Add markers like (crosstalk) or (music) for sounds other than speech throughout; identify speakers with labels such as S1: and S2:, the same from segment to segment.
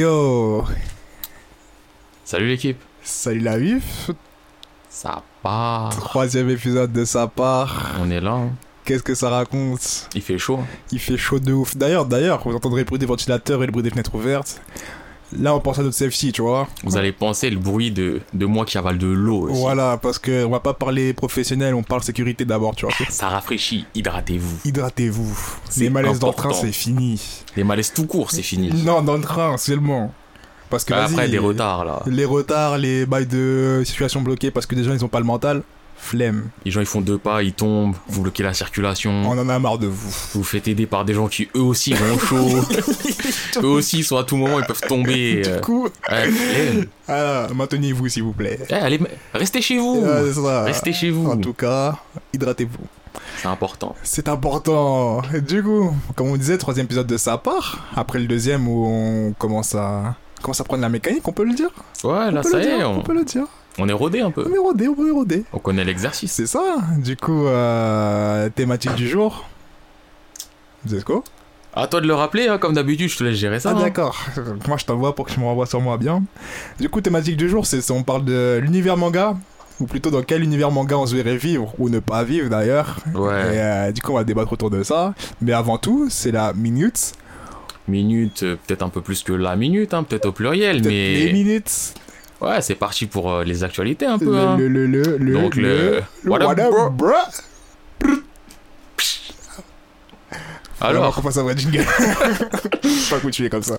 S1: Yo
S2: Salut l'équipe.
S1: Salut la vif
S2: Ça part.
S1: Troisième épisode de sa part.
S2: On est là. hein.
S1: Qu'est-ce que ça raconte
S2: Il fait chaud. hein.
S1: Il fait chaud de ouf. D'ailleurs, d'ailleurs, vous entendrez le bruit des ventilateurs et le bruit des fenêtres ouvertes. Là, on pense à notre safety, tu vois.
S2: Vous allez penser le bruit de, de moi qui avale de l'eau. aussi.
S1: Voilà, parce que on va pas parler professionnel, on parle sécurité d'abord, tu vois.
S2: Ça rafraîchit. Hydratez-vous.
S1: Hydratez-vous.
S2: C'est
S1: Les malaises dans le train,
S2: important.
S1: c'est fini.
S2: Les malaises tout court, c'est fini.
S1: Non, dans le train seulement. Parce que
S2: Bah,
S1: vas-y,
S2: après, des retards là.
S1: Les retards, les bails de situation bloquée parce que des gens ils ont pas le mental. Flemme.
S2: Les gens ils font deux pas, ils tombent, vous bloquez la circulation.
S1: On en a marre de vous.
S2: Vous faites aider par des gens qui eux aussi
S1: (laughs)
S2: ont chaud. eux aussi ils sont à tout moment, ils peuvent tomber.
S1: (laughs) Du
S2: euh.
S1: coup,
S2: Ouais, flemme.
S1: ah, maintenez-vous s'il vous plaît.
S2: Eh, allez, restez chez vous.
S1: Ah, c'est ça.
S2: Restez chez
S1: En
S2: vous.
S1: tout cas, hydratez-vous.
S2: C'est important.
S1: C'est important. Du coup, comme on disait, troisième épisode de sa part. Après le deuxième où on commence à commence à prendre la mécanique, on peut le dire.
S2: Ouais,
S1: on
S2: là
S1: peut
S2: ça
S1: le
S2: y est,
S1: dire, on
S2: on,
S1: peut le dire.
S2: on est rodé un
S1: On
S2: peu.
S1: est rodé, on peut roder.
S2: On connaît l'exercice.
S1: C'est ça. Du coup, euh, thématique du jour. Zesco.
S2: À toi de le rappeler, hein, comme d'habitude, je te laisse gérer ça.
S1: Ah
S2: hein.
S1: d'accord, moi je t'envoie pour que tu me renvoies sur moi bien. Du coup, thématique du jour, c'est on parle de l'univers manga, ou plutôt dans quel univers manga on se verrait vivre, ou ne pas vivre d'ailleurs.
S2: Ouais.
S1: Et euh, du coup, on va débattre autour de ça. Mais avant tout, c'est la minute,
S2: Minute, euh, peut-être un peu plus que la minute, hein, peut-être au pluriel,
S1: peut-être les
S2: mais
S1: minutes,
S2: ouais, c'est parti pour euh, les actualités un peu. hein.
S1: le, le, le, le, le,
S2: Donc le,
S1: le-
S2: What up, bro
S1: bro
S2: Alors,
S1: qu'on fasse un vrai
S2: (laughs)
S1: jingle. Je suis pas coutumier comme ça.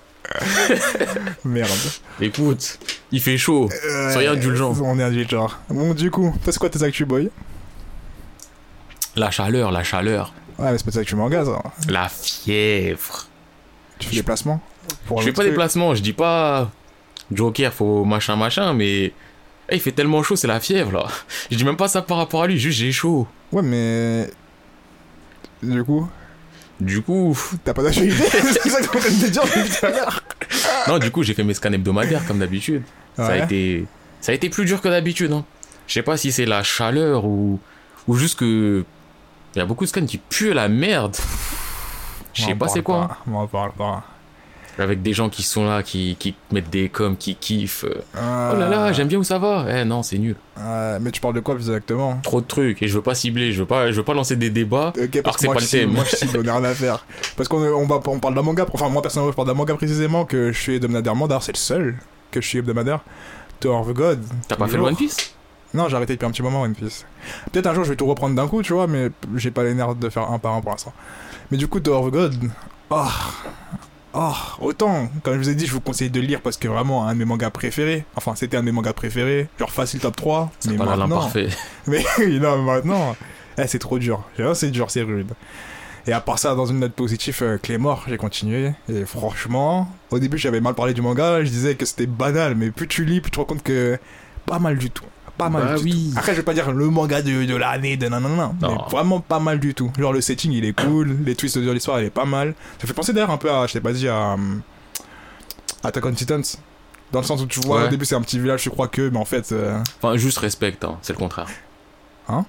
S1: Merde.
S2: écoute, il fait chaud.
S1: Euh,
S2: Soyez indulgents.
S1: On est indulgents. Bon, du coup, toi, c'est quoi tes actus, boy
S2: La chaleur, la chaleur,
S1: Ouais, mais c'est pas tes actus manga, ça.
S2: la fièvre.
S1: hein. Tu fais des placements pour
S2: Je
S1: un
S2: fais
S1: autre
S2: pas des
S1: truc.
S2: placements, je dis pas Joker, faut machin machin, mais eh, il fait tellement chaud, c'est la fièvre là. Je dis même pas ça par rapport à lui, juste j'ai chaud.
S1: Ouais, mais. Du coup,
S2: Du coup,
S1: t'as pas
S2: (laughs)
S1: d'actualité C'est ça que t'es en train de me dire depuis tout à l'heure
S2: non, du coup, j'ai fait mes scans hebdomadaires comme d'habitude. Ça,
S1: Ouais.
S2: a été, ça a été plus dur que d'habitude. Hein. Je sais pas si c'est la chaleur ou, ou juste que. Il y a beaucoup de scans qui puent la merde. Je sais
S1: On
S2: pas
S1: parle
S2: c'est quoi. hein.
S1: On en parle pas.
S2: Avec des gens qui sont là, qui, qui mettent des coms, qui kiffent. euh,
S1: Euh,
S2: Oh là là, j'aime bien où ça va. Eh non, c'est nul.
S1: euh, mais tu parles de quoi plus exactement
S2: Trop de trucs. Et je veux pas cibler, je veux pas, je veux pas lancer des débats.
S1: Ok,
S2: Alors
S1: parce
S2: que
S1: Euh, que moi
S2: c'est pas
S1: je
S2: le thème.
S1: cible, moi je cible, on a rien à faire. Parce qu'on euh, on va- on parle d'un manga, enfin moi personnellement je parle d'un manga précisément que je suis hebdomadairement, d'ailleurs c'est le seul que je suis hebdomadaire. Tower of God.
S2: T'as pas fait le
S1: Lourd.
S2: One Piece
S1: Euh, Non, j'ai arrêté depuis un petit moment One Piece. Peut-être un jour je vais tout reprendre d'un coup, tu vois, mais j'ai pas les nerfs de faire un par un pour l'instant. Mais du coup, Tower of God, oh, oh, autant, comme je vous ai dit, je vous conseille de le lire parce que vraiment, un de mes mangas préférés, enfin, c'était un de mes mangas préférés, genre facile top 3,
S2: C'est
S1: mais
S2: pas l'Alain
S1: maintenant,
S2: parfait.
S1: (laughs) mais non, mais maintenant, eh, c'est trop dur, J'avoue, c'est dur, c'est rude. Et à part ça, dans une note positive, euh, Clémor, j'ai continué. Et franchement, au début, j'avais mal parlé du manga, je disais que c'était banal, mais plus tu lis, plus tu te rends compte que pas mal du tout. Pas mal
S2: Bah
S1: du
S2: oui.
S1: tout. Après, je vais pas dire le manga de, de l'année, de nanana,
S2: Non.
S1: mais vraiment pas mal du tout. Genre, le setting, il est
S2: (coughs)
S1: cool, les twists de l'histoire, il est pas mal. Ça fait penser d'ailleurs un peu à, je t'ai pas dit, à euh, Attack on Titans. Dans le sens où tu vois,
S2: Ouais.
S1: au début, c'est un petit village, je crois que, mais en fait, euh,
S2: Enfin, juste respecte, hein, c'est le contraire.
S1: Hein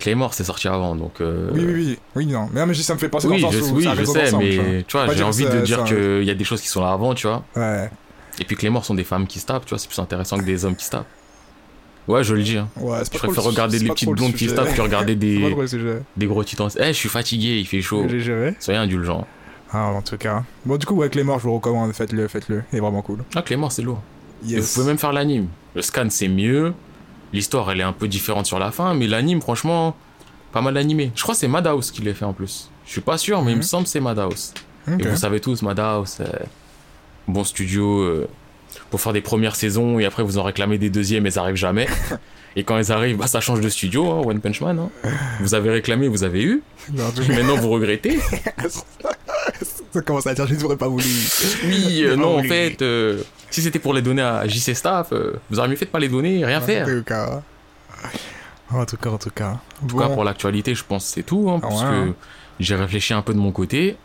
S2: Claymore, c'est sorti avant, donc. euh,
S1: Oui, oui, oui, oui, non. Mais, non, mais je dis, ça me fait penser
S2: oui,
S1: dans le
S2: je,
S1: sens où
S2: oui,
S1: ça
S2: je
S1: résonne
S2: sais,
S1: ensemble, tu vois.
S2: mais tu vois,
S1: Pas
S2: j'ai
S1: dire que
S2: envie
S1: ça-
S2: de dire
S1: ça-
S2: qu'il y a des choses qui sont là avant, tu vois.
S1: Ouais,
S2: Et puis que les morts sont des femmes qui se tapent, tu vois, c'est plus intéressant que des hommes qui se tapent. Ouais, je le dis, hein.
S1: ouais, c'est pas
S2: Je
S1: trop
S2: préfère
S1: le-
S2: regarder
S1: c'est
S2: les
S1: pas
S2: petites
S1: trop le
S2: blondes qui se
S1: sujet.
S2: tapent que regarder
S1: (laughs) C'est pas
S2: des,
S1: trop le sujet
S2: des gros titans. Eh, je suis fatigué, il fait chaud.
S1: que j'ai géré.
S2: Soyez indulgents.
S1: Ah, en tout cas. Bon, du coup, avec les morts, je vous recommande, faites-le, faites-le. Il est vraiment cool.
S2: Ah, Clément, c'est lourd. Et vous
S1: Yes.
S2: pouvez même faire l'anime. Le scan, c'est mieux. L'histoire, elle est un peu différente sur la fin, mais l'anime, franchement, pas mal animé. Je crois que c'est Madhouse qui l'a fait en plus. Je suis pas sûr, mais il me
S1: Mhm.
S2: semble que c'est Madhouse.
S1: Ok.
S2: Et vous savez tous, Madhouse, euh, bon studio euh, pour faire des premières saisons et après vous en réclamez des deuxièmes, elles
S1: (laughs)
S2: arrivent jamais. et quand elles arrivent, bah, ça change de studio, hein, One Punch Man. hein. Vous avez réclamé, vous avez eu.
S1: (laughs) Non, en tout
S2: Maintenant vous regrettez.
S1: cas, ça commence à dire, je n'aurais pas voulu.
S2: Oui,
S1: (laughs)
S2: euh,
S1: Ah
S2: non, en
S1: oui.
S2: fait, euh, si c'était pour les donner à JC Staff, euh, vous auriez mieux fait de pas les donner, rien faire.
S1: En tout cas. En tout cas, en tout cas.
S2: En tout cas,
S1: Bon.
S2: pour l'actualité, je pense que c'est tout, hein,
S1: Ah
S2: parce
S1: ouais,
S2: que
S1: hein.
S2: j'ai réfléchi un peu de mon côté.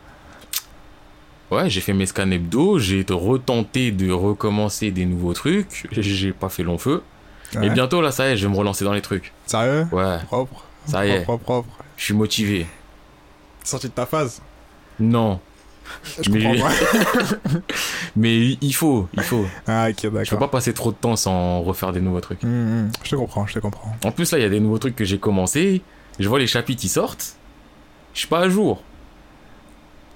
S2: Ouais, j'ai fait mes scans hebdo, j'ai été retenté de recommencer des nouveaux trucs, j'ai pas fait long feu.
S1: Ah Ouais.
S2: Et bientôt, là, ça y est, je vais me relancer dans les trucs.
S1: Sérieux
S2: Ouais,
S1: Propre.
S2: ça y est,
S1: Propre, propre.
S2: je suis motivé.
S1: Sorti de ta phase.
S2: Non,
S1: Je
S2: Mais-
S1: comprends pas.
S2: Mais il faut, il faut.
S1: Ah, ok,
S2: Je peux
S1: d'accord.
S2: pas passer trop de temps sans refaire des nouveaux trucs.
S1: Hum, hum, je te comprends, je te comprends.
S2: En plus, là, il y a des nouveaux trucs que j'ai commencé. Je vois les chapitres, ils sortent. Je suis pas à jour.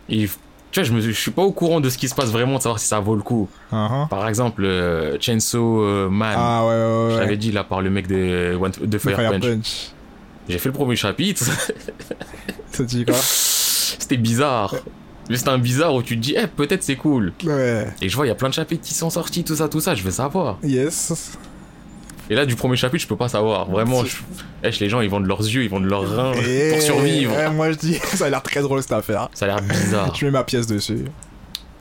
S2: Et, tu vois, je, me, suis- je suis pas au courant de ce qui se passe vraiment, de savoir si ça vaut le coup.
S1: Ah, ah.
S2: Par exemple, euh, Chainsaw euh, Man.
S1: Ah, ouais, ouais,
S2: Je
S1: ouais. ouais.
S2: l'avais dit là par le mec de, One- de
S1: Le
S2: Fire,
S1: Fire
S2: Punch.
S1: Punch.
S2: J'ai fait le premier chapitre. (laughs)
S1: Ça te dit quoi
S2: C'était bizarre. Mais C'était un bizarre où tu te dis, eh, peut-être c'est cool.
S1: Ouais.
S2: Et je vois, il y a plein de chapitres qui sont sortis, tout ça, tout ça, je veux savoir.
S1: Yes.
S2: Et là, du premier chapitre, je peux pas savoir. Vraiment, je... Eh, les gens, ils vendent leurs yeux, ils vendent leurs reins euh,
S1: Et-
S2: pour survivre. Ah.
S1: ouais, moi je dis, (laughs) ça a l'air très drôle cette affaire.
S2: Ça a
S1: (laughs)
S2: l'air bizarre.
S1: Je mets ma pièce dessus.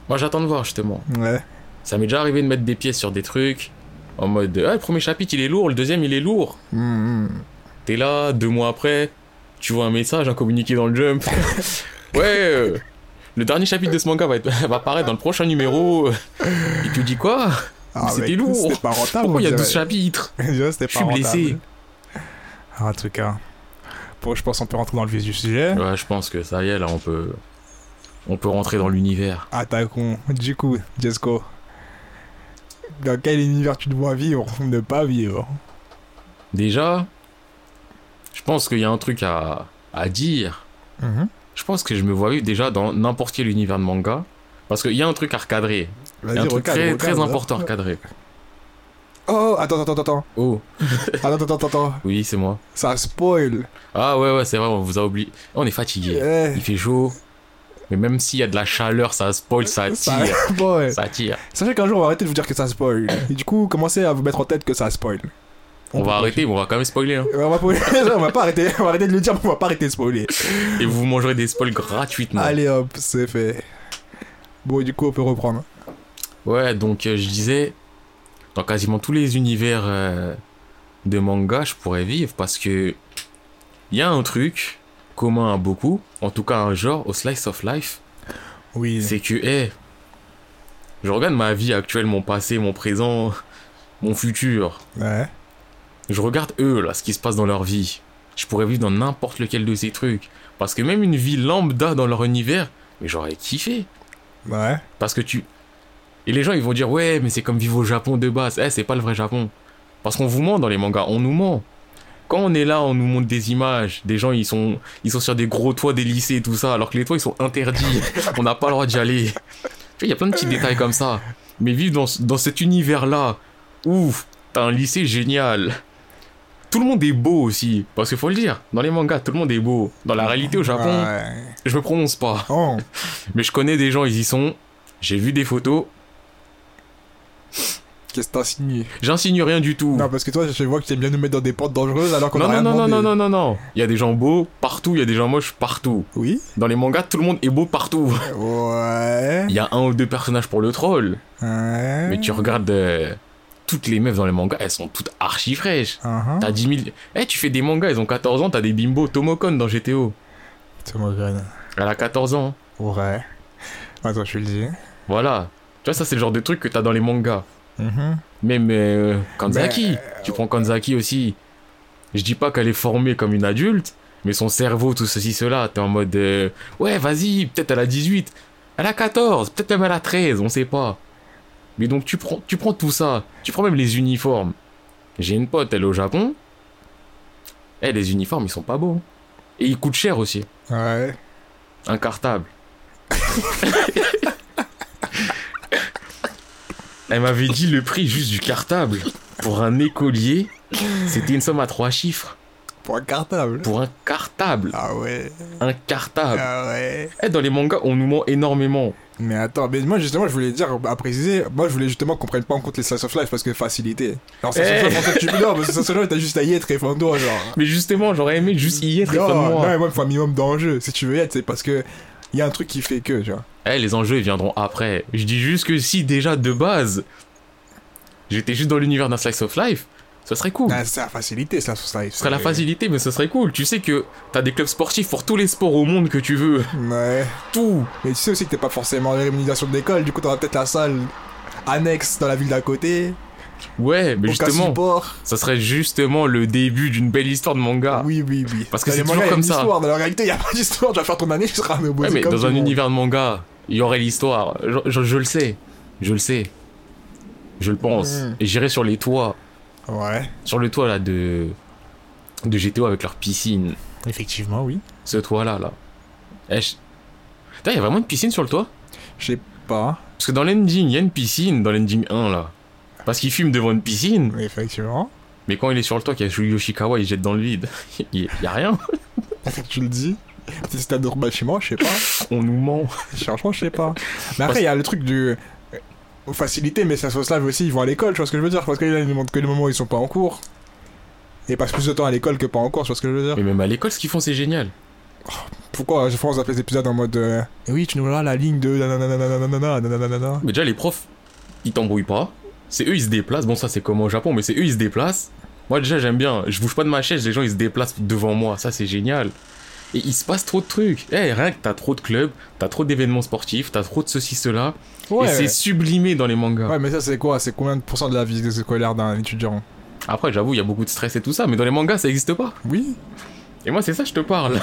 S2: Moi, j'attends de voir, justement.
S1: Ouais.
S2: Ça m'est déjà arrivé de mettre des pièces sur des trucs, en mode, ah, le premier chapitre, il est lourd, le deuxième, il est lourd.
S1: Hum, hum.
S2: T'es là, deux mois après, tu vois un message, un communiqué dans le jump. (laughs) ouais, euh, le dernier chapitre de ce manga va, être- (laughs) va apparaître dans le prochain numéro. Et tu dis quoi Mais c'était
S1: mec,
S2: lourd.
S1: Ah, C'était pas rentable.
S2: Pourquoi
S1: on
S2: il y a
S1: (laughs)
S2: 12
S1: dirait.
S2: chapitres
S1: On dirait que c'était
S2: Je
S1: pas
S2: suis blessé.
S1: rentable. Ah, en tout cas. Bon, je pense qu'on peut rentrer dans le vif du sujet.
S2: Ouais, je pense que ça y est, là, on peut, on peut rentrer dans l'univers.
S1: Attaquons. Du coup, Jesco. Dans quel univers tu te vois vivre ou ne pas vivre
S2: Déjà, je pense qu'il y a un truc à, à dire. Je pense que je me vois vivre déjà dans n'importe quel univers de manga. Parce qu'il y a un truc à recadrer. Il y
S1: Vas-y,
S2: a un truc
S1: recadre,
S2: très,
S1: recadre.
S2: très important à recadrer.
S1: Oh, attends, attends, attends,
S2: Oh,
S1: attends. Attends, attends, attends, attends.
S2: oui, c'est moi.
S1: Ça spoil.
S2: Ah ouais, ouais, c'est vrai, on vous a oublié. On est fatigué.
S1: Eh,
S2: Il fait chaud. Mais même s'il y a de la chaleur, ça spoil, ça
S1: ça
S2: tire.
S1: (laughs) spoil.
S2: Ça tire.
S1: Sachez qu'un jour on va arrêter de vous dire que ça spoil. Et du coup, commencez à vous mettre en tête que ça spoil.
S2: On va arrêter, mais on va quand même spoiler. hein.
S1: On va, on va pas (laughs) arrêter, on va arrêter de le dire, mais on va pas arrêter de spoiler.
S2: Et vous mangerez des spoils gratuitement.
S1: Allez hop, c'est fait. Bon, du coup, on peut reprendre. hein.
S2: Ouais, donc euh, je disais, dans quasiment tous les univers euh, de manga, je pourrais vivre parce que il y a un truc commun à beaucoup, en tout cas un genre au slice of life,
S1: Oui.
S2: c'est que, hey, je regarde ma vie actuelle, mon passé, mon présent, (laughs) mon futur.
S1: Ouais.
S2: Je regarde eux, là, ce qui se passe dans leur vie. Je pourrais vivre dans n'importe lequel de ces trucs. Parce que même une vie lambda dans leur univers, mais j'aurais kiffé.
S1: Ouais.
S2: Parce que tu. Et les gens, ils vont dire, ouais, mais c'est comme vivre au Japon de base. Eh, c'est pas le vrai Japon. Parce qu'on vous ment dans les mangas, on nous ment. Quand on est là, on nous montre des images. Des gens, ils sont, ils sont sur des gros toits des lycées et tout ça, alors que les toits, ils sont interdits. (laughs) on n'a pas le droit d'y aller. Tu vois, il y a plein de petits détails comme ça. Mais vivre dans, ce- dans cet univers-là, ouf, t'as un lycée génial. Tout le monde est beau aussi. Parce qu'il faut le dire, dans les mangas, tout le monde est beau. Dans la réalité au Japon,
S1: Ouais.
S2: je me prononce pas.
S1: Oh.
S2: Mais je connais des gens, ils y sont. J'ai vu des photos.
S1: Qu'est-ce que t'as signé
S2: J'insigne rien du tout.
S1: Non, parce que toi, je vois que t'aimes bien nous mettre dans des portes dangereuses alors qu'on
S2: non,
S1: a
S2: non,
S1: rien
S2: non, non,
S1: demandé.
S2: non, non, non, non. Il y a des gens beaux partout, il y a des gens moches partout.
S1: Oui.
S2: Dans les mangas, tout le monde est beau partout. (laughs)
S1: Ouais.
S2: Il y a un ou deux personnages pour le troll.
S1: Ouais.
S2: Mais tu regardes euh, toutes les meufs dans les mangas, elles sont toutes archi fraîches.
S1: Ah, ah.
S2: T'as 10 000. Eh, tu fais des mangas, ils ont 14 ans, t'as des bimbos Tomokon dans GTO.
S1: C'est Morgane.
S2: Elle a 14 ans.
S1: Ouais. Attends, je vais le dire.
S2: Voilà. Tu vois, ça, c'est le genre de truc que t'as dans les mangas.
S1: Mhm.
S2: Même euh, Kanzaki.
S1: Mais,
S2: Tu prends Kanzaki aussi. Je dis pas qu'elle est formée comme une adulte, mais son cerveau, tout ceci, cela, t'es en mode euh, Ouais, vas-y, peut-être elle a 18, elle a 14, peut-être même elle a 13, on sait pas. Mais donc tu prends, tu prends tout ça, tu prends même les uniformes. J'ai une pote, elle est au Japon. Eh, les uniformes, ils sont pas beaux. Et ils coûtent cher aussi.
S1: Ouais.
S2: Un cartable. (laughs) Elle m'avait dit le prix juste du cartable pour un écolier. C'était une somme à trois chiffres.
S1: Pour un cartable.
S2: Pour un cartable.
S1: Ah ouais.
S2: Un cartable.
S1: Ah ouais.
S2: Eh, dans les mangas, on nous ment énormément.
S1: Mais attends, mais moi justement, je voulais dire, à préciser, moi je voulais justement qu'on prenne pas en compte les slice of life parce que facilité. Alors, slice
S2: Eh.
S1: of life, en fait, tu non, parce que slice of life, t'as juste à y être et fando, genre.
S2: Mais justement, j'aurais aimé juste y être et pas
S1: non, non,
S2: moi.
S1: et moi, il faut un minimum d'enjeu. Si tu veux y être, c'est parce que il y a un truc qui fait que, tu vois.
S2: Eh, les enjeux, ils viendront après. Je dis juste que si, déjà, de base, j'étais juste dans l'univers d'un slice of life, ce serait cool.
S1: Ah, c'est la facilité, slice of life.
S2: Ce serait la
S1: c'est-
S2: facilité, mais ce serait cool. Tu sais que t'as des clubs sportifs pour tous les sports au monde que tu veux.
S1: Ouais.
S2: Tout.
S1: Mais tu sais aussi que t'es pas forcément rémunération de l'école, du coup, t'auras peut-être la salle annexe dans la ville d'à côté.
S2: Ouais, mais
S1: au cas
S2: justement,
S1: support.
S2: ça serait justement le début d'une belle histoire de manga.
S1: Oui, oui, oui.
S2: Parce que
S1: Dans
S2: c'est
S1: les mangas,
S2: toujours
S1: y a
S2: comme
S1: une
S2: ça.
S1: Histoire. Dans la réalité, il y a pas d'histoire. Tu vas faire ton année, tu seras un
S2: Ouais,
S1: obosi
S2: mais
S1: comme
S2: dans
S1: tout
S2: un
S1: le monde.
S2: univers de manga, Il y aurait l'histoire. Je, je- je le sais. Je le sais. Je le pense.
S1: Mhm.
S2: Et J'irai sur les toits.
S1: Ouais.
S2: Sur le toit là de. de GTO avec leur piscine.
S1: Effectivement, oui.
S2: Ce toit là là. Eh, je- Putain, il y a vraiment une piscine sur le toit
S1: Je sais pas.
S2: Parce que dans l'ending, il y a une piscine dans l'ending 1 là. Parce qu'il fume devant une piscine.
S1: Effectivement.
S2: Mais quand il est sur le toit, qu'il y a Yoshikawa, il jette dans le vide. (laughs) Il y a rien.
S1: Tu le dis. Petit stade de rebâtiment, je sais pas.
S2: On nous ment.
S1: Franchement, je sais pas. Mais après, il y a le truc du. Facilité, mais ça se lave aussi, ils vont à l'école, tu vois ce que je veux dire Parce que là, ils nous montrent que les moments où ils sont pas en cours. Et ils passent plus de temps à l'école que pas en cours, tu vois ce que je veux dire
S2: Mais même à l'école, ce qu'ils font, c'est génial.
S1: Pourquoi je France a fait des épisodes en mode. euh, Eh oui, tu nous verras la ligne de. nananana, nananana, nananana.
S2: Mais déjà, les profs, ils t'embrouillent pas. C'est eux, ils se déplacent. Bon, ça, c'est comme au Japon, mais c'est eux, ils se déplacent. Moi, déjà, j'aime bien. Je bouge pas de ma chaise, les gens, ils se déplacent devant moi. Ça, c'est génial. Et il se passe trop de trucs. Eh, rien que t'as trop de clubs, t'as trop d'événements sportifs, t'as trop de ceci, cela. et c'est sublimé dans les mangas.
S1: Ouais, mais ça, c'est quoi C'est combien de pourcents de la vie scolaire d'un étudiant
S2: Après, j'avoue, il y a beaucoup de stress et tout ça, mais dans les mangas, ça existe pas.
S1: Oui
S2: Et moi, c'est ça, je te
S1: (laughs)
S2: parle.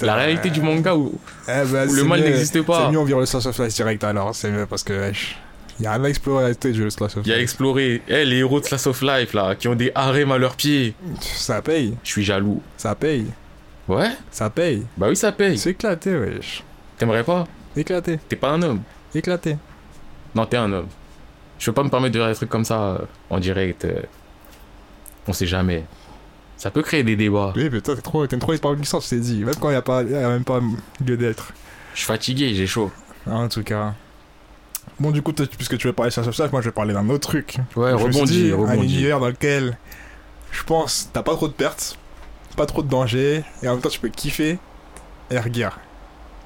S2: La réalité du manga où,
S1: Eh ben,
S2: où le
S1: c'est
S2: mal
S1: mieux-
S2: n'existe pas.
S1: C'est mieux, on vire le Slash of Life direct alors, c'est mieux parce que. wesh, Il y a rien à explorer à la tête du jeu Slash of
S2: Il y a
S1: Life.
S2: exploré. Eh, les héros de Slash of Life, là, qui ont des harems à leurs pieds.
S1: Ça paye,
S2: Je suis jaloux.
S1: ça paye,
S2: Ouais
S1: ça paye.
S2: Bah oui, ça paye.
S1: C'est éclaté, wesh.
S2: T'aimerais pas
S1: Éclaté,
S2: T'es pas un homme.
S1: éclaté.
S2: Non, t'es un homme. Je peux pas me permettre de dire des trucs comme ça euh, en direct. euh. On sait jamais. Ça peut créer des débats.
S1: Oui, mais toi, t'es trop, t'es trop expert de licence, c'est dit. Même quand il n'y a, pas- y a même pas lieu d'être.
S2: Je suis fatigué, j'ai chaud.
S1: Ah, en tout cas. Bon, du coup, toi, tu- puisque tu veux parler de Slash of Life, moi, je vais parler d'un autre truc.
S2: Ouais,
S1: Je me suis dit,
S2: rebondis,
S1: Un
S2: rebondis.
S1: univers dans lequel, je pense, t'as pas trop de pertes, pas trop de dangers, et en même temps, tu peux kiffer. Air Gear.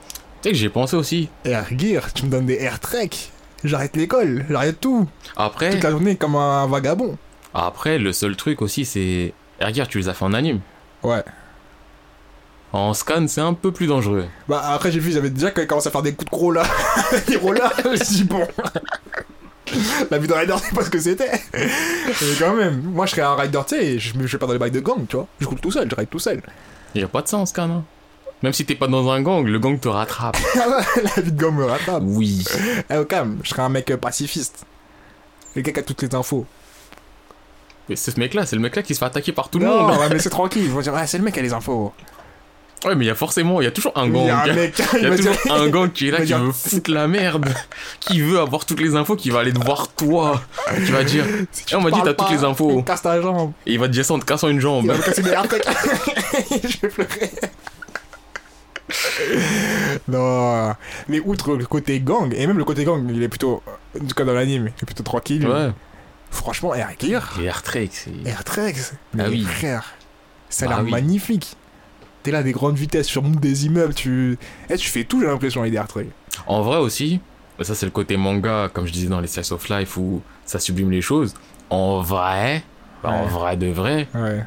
S2: Tu sais que j'ai pensé aussi.
S1: Air Gear, tu me donnes des Air Trek. J'arrête l'école, j'arrête tout.
S2: Après,
S1: Toute la journée, comme un vagabond.
S2: après le seul truc aussi, c'est. Eh, Regarde, tu les as fait en anime.
S1: Ouais.
S2: En scan, c'est un peu plus dangereux.
S1: Bah, après, j'ai vu, ils avaient déjà commencé à faire des coups de gros là. (laughs) des gros là. J'ai dit, bon. (laughs) La vie d'un rider, c'est pas ce que c'était. Mais quand même, moi, je serais un rider, tu sais, je, je vais pas dans les bails de gang, tu vois. Je roule tout seul, je ride tout seul. (laughs)
S2: Y a pas de ça en scan, hein. Même si t'es pas dans un gang, le gang te
S1: (laughs)
S2: rattrape.
S1: Ah La vie de gang me rattrape.
S2: oui.
S1: Eh, au calme, je serais un mec euh, pacifiste. Quelqu'un qui a toutes les infos.
S2: Mais c'est ce mec-là, c'est le mec-là qui se fait attaquer par tout le
S1: non,
S2: monde.
S1: ouais, mais c'est tranquille. Ils vont dire, ouais, c'est le mec qui a les infos.
S2: Ouais, mais il y a forcément, il y a toujours un
S1: Il
S2: gang.
S1: y a
S2: (laughs)
S1: un mec,
S2: Il y
S1: il
S2: a
S1: va dire,
S2: toujours
S1: (laughs)
S2: un gang qui est là,
S1: il
S2: qui
S1: va dire-
S2: veut foutre
S1: (laughs)
S2: la merde, qui veut avoir toutes les infos, qui va aller te voir toi, qui va dire
S1: (laughs) Si
S2: Eh, on m'a dit,
S1: parles
S2: t'as toutes
S1: pas,
S2: les infos.
S1: il me Casse ta jambe.
S2: et il va te descendre en te cassant une
S1: Il
S2: jambe.
S1: va me casser des
S2: (laughs)
S1: hardtech. je vais pleurer. non, mais outre le côté gang, et même le côté gang, il est plutôt, en tout cas dans l'anime, il est plutôt tranquille.
S2: Ouais.
S1: Franchement, Air Gear,
S2: Et Air Trek, c'est.
S1: Air Trek, mais
S2: Ah oui.
S1: frère, ça a
S2: Bah
S1: l'air
S2: oui.
S1: magnifique. T'es là des grandes vitesses, sur des immeubles, tu. Eh, tu fais tout, j'ai l'impression, avec des Air Trek.
S2: En vrai aussi, ça c'est le côté manga, comme je disais dans les Slice of Life où ça sublime les choses. En vrai, bah, en
S1: Ouais.
S2: vrai de vrai,
S1: Ouais.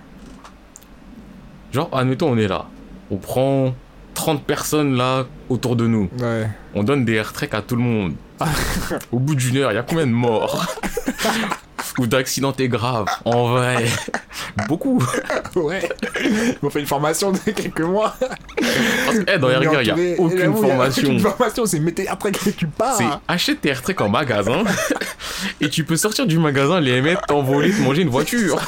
S2: genre, admettons, on est là. On prend 30 personnes là autour de nous.
S1: Ouais.
S2: On donne des airtreks à tout le monde. Au bout d'une heure, il y a combien de morts
S1: (laughs)
S2: Ou d'accidentés graves En vrai, beaucoup.
S1: (laughs) Ouais. Ils m'ont fait une formation de quelques mois.
S2: Parce que, eh, dans les
S1: Mais
S2: regards,
S1: entouré-
S2: il n'y a
S1: et là
S2: aucune
S1: où il y a
S2: formation.
S1: Aucune Ah. formation, c'est mettez Air Trek et tu pars.
S2: C'est achète tes airtreks en magasin (laughs) et tu peux sortir du magasin, les mettre, t'envoler, te manger
S1: (laughs)
S2: une voiture.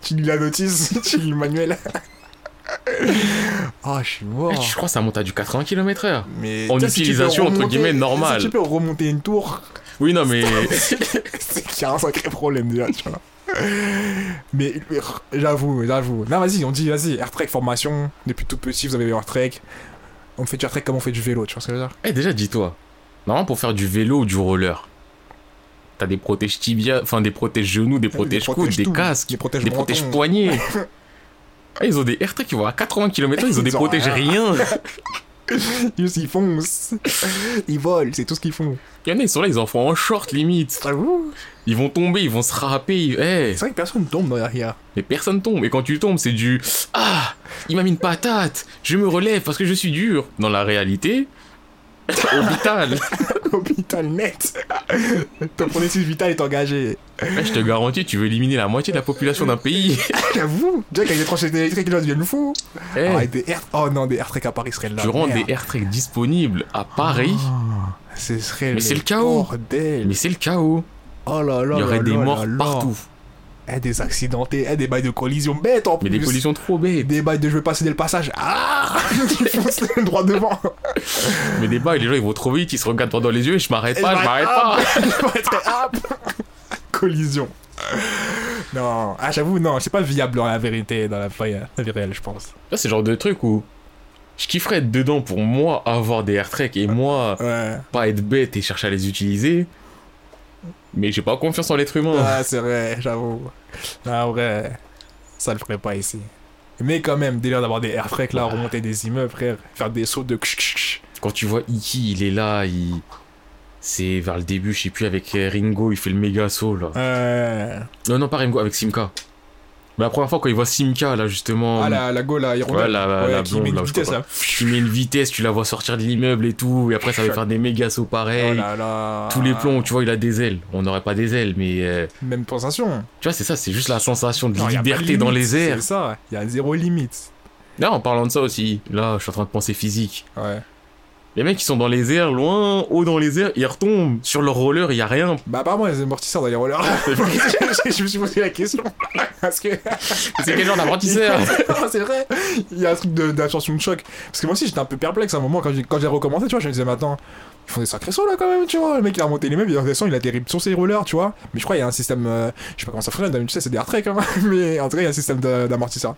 S1: Tu lis la notice, (laughs) tu lis le manuel. Ah, je suis mort.
S2: Eh, Je crois que ça monte à du 80 km/h.
S1: Mais
S2: En
S1: tu sais, si tu peux
S2: utilisation, entre guillemets, normale.
S1: Si tu peux remonter une tour, (laughs)
S2: Oui, non, mais
S1: c'est qu'il y a un sacré problème déjà, tu vois. Mais mais, j'avoue, j'avoue. Non, vas-y, on dit, vas-y, Air Trek formation. Depuis tout petit, vous avez eu Air Trek. On fait du Air Trek comme on fait du vélo, tu vois ce que je veux dire
S2: (laughs) Eh, déjà, dis-toi, normalement pour faire du vélo ou du roller, t'as des protèges tibia, enfin des protèges genoux, des protèges coudes, des
S1: tout.
S2: casques,
S1: Des Ah protèges
S2: des
S1: menton.
S2: protèges poignets. (laughs) Eh, ils ont des airtrack qui vont à 80 km, ils ont
S1: Ils
S2: des
S1: ont
S2: protèges rien.
S1: Juste, ils foncent. Ils volent, c'est tout ce qu'ils font.
S2: Il y en a, ils sont là, ils en font en short limite.
S1: J'avoue.
S2: Ils vont tomber, ils vont se râper. ils- Eh,
S1: C'est vrai que personne tombe dans l'arrière.
S2: mais personne tombe. Et quand tu tombes, c'est du Ah, il m'a mis une patate, je me relève parce que je suis dur. Dans la réalité, (laughs) hôpital.
S1: (laughs) Hôpital net. Ton processus vital est engagé.
S2: Eh, je te garantis, tu veux éliminer la moitié de la population d'un pays. (laughs)
S1: J'avoue. Déjà, quand il y a des tranches électriques, ils deviennent fous.
S2: Eh,
S1: Arrête, des air... Oh non, des airtricks à Paris seraient là. Ah,
S2: tu rends des airtricks disponibles à Paris.
S1: Ce serait
S2: Mais c'est le chaos.
S1: Bordel.
S2: Mais c'est le chaos.
S1: Oh là là.
S2: Il y aurait
S1: là
S2: des
S1: là
S2: morts
S1: là là.
S2: partout.
S1: Eh, des accidentés, eh, des bails de collision bêtes en
S2: Mais
S1: plus.
S2: des collisions trop bêtes.
S1: Des bails de je vais passer dès le passage. Ah (laughs) Ils foncent droit devant.
S2: Mais des bails, les gens ils vont trop vite, ils se regardent droit dans les yeux et je m'arrête
S1: Et
S2: pas, je m'arrête pas.
S1: (laughs) Je m'arrête pas. Collision. Non, ah, j'avoue, non, c'est pas viable dans la vérité, dans la vraie, la vie réelle, je pense.
S2: Là, c'est le genre de truc où je kifferais être dedans pour moi avoir des airtricks et moi
S1: Ouais.
S2: pas être bête et chercher à les utiliser. Mais j'ai pas confiance en l'être humain.
S1: Ah, c'est vrai, j'avoue. Ah, vrai, ça le ferait pas ici. Mais quand même, délire d'avoir des airfreaks là, remonter des immeubles, frère, faire des sauts de ksh, ksh, ksh.
S2: Quand tu vois Iki, il est là, il. C'est vers le début, je sais plus, avec euh, Ringo, il fait le méga saut là.
S1: Euh,
S2: Non, non, pas Ringo, avec Simka. Mais la première fois quand il voit Simka là, justement.
S1: Ah, la, la go là,
S2: Ouais,
S1: hirondelle.
S2: la- la
S1: qui
S2: blonde,
S1: met une
S2: là, je
S1: vitesse
S2: crois
S1: là.
S2: Tu mets une vitesse, tu la vois sortir de l'immeuble et tout, et après ça va faire des méga sauts
S1: Oh
S2: pareil.
S1: là là.
S2: Tous les plombs, tu vois, il a des ailes. On n'aurait pas des ailes, mais. euh,
S1: Même sensation.
S2: Tu vois, c'est ça, c'est juste la sensation de
S1: Non, y a pas de
S2: liberté dans
S1: limite,
S2: les airs.
S1: C'est ça, il y a zéro limite.
S2: Là, en parlant de ça aussi, là, je suis en train de penser physique.
S1: Ouais.
S2: Les mecs, ils sont dans les airs, loin, haut dans les airs, ils retombent sur leur roller, il y a rien.
S1: Bah, apparemment, les amortisseurs dans les rollers.
S2: (laughs)
S1: (laughs) je me suis posé la question. (laughs) Parce que.
S2: C'est quel genre d'amortisseur
S1: (laughs) Non, c'est vrai. hein. Il y a un truc de- d'absorption de, choc. Parce que moi aussi, j'étais un peu perplexe à un moment quand j'ai, quand j'ai recommencé, tu vois. Je me disais, mais attends, ils font des sacrés sauts là quand même, tu vois. Le mec, il a remonté les meubles, il a redescendu, il a atterri sur ses rollers, tu vois. Mais je crois, il y a un système. euh, je sais pas comment ça fonctionne, tu sais, c'est des air hein. (laughs) Mais en tout cas, il y a un système de- d'amortisseur.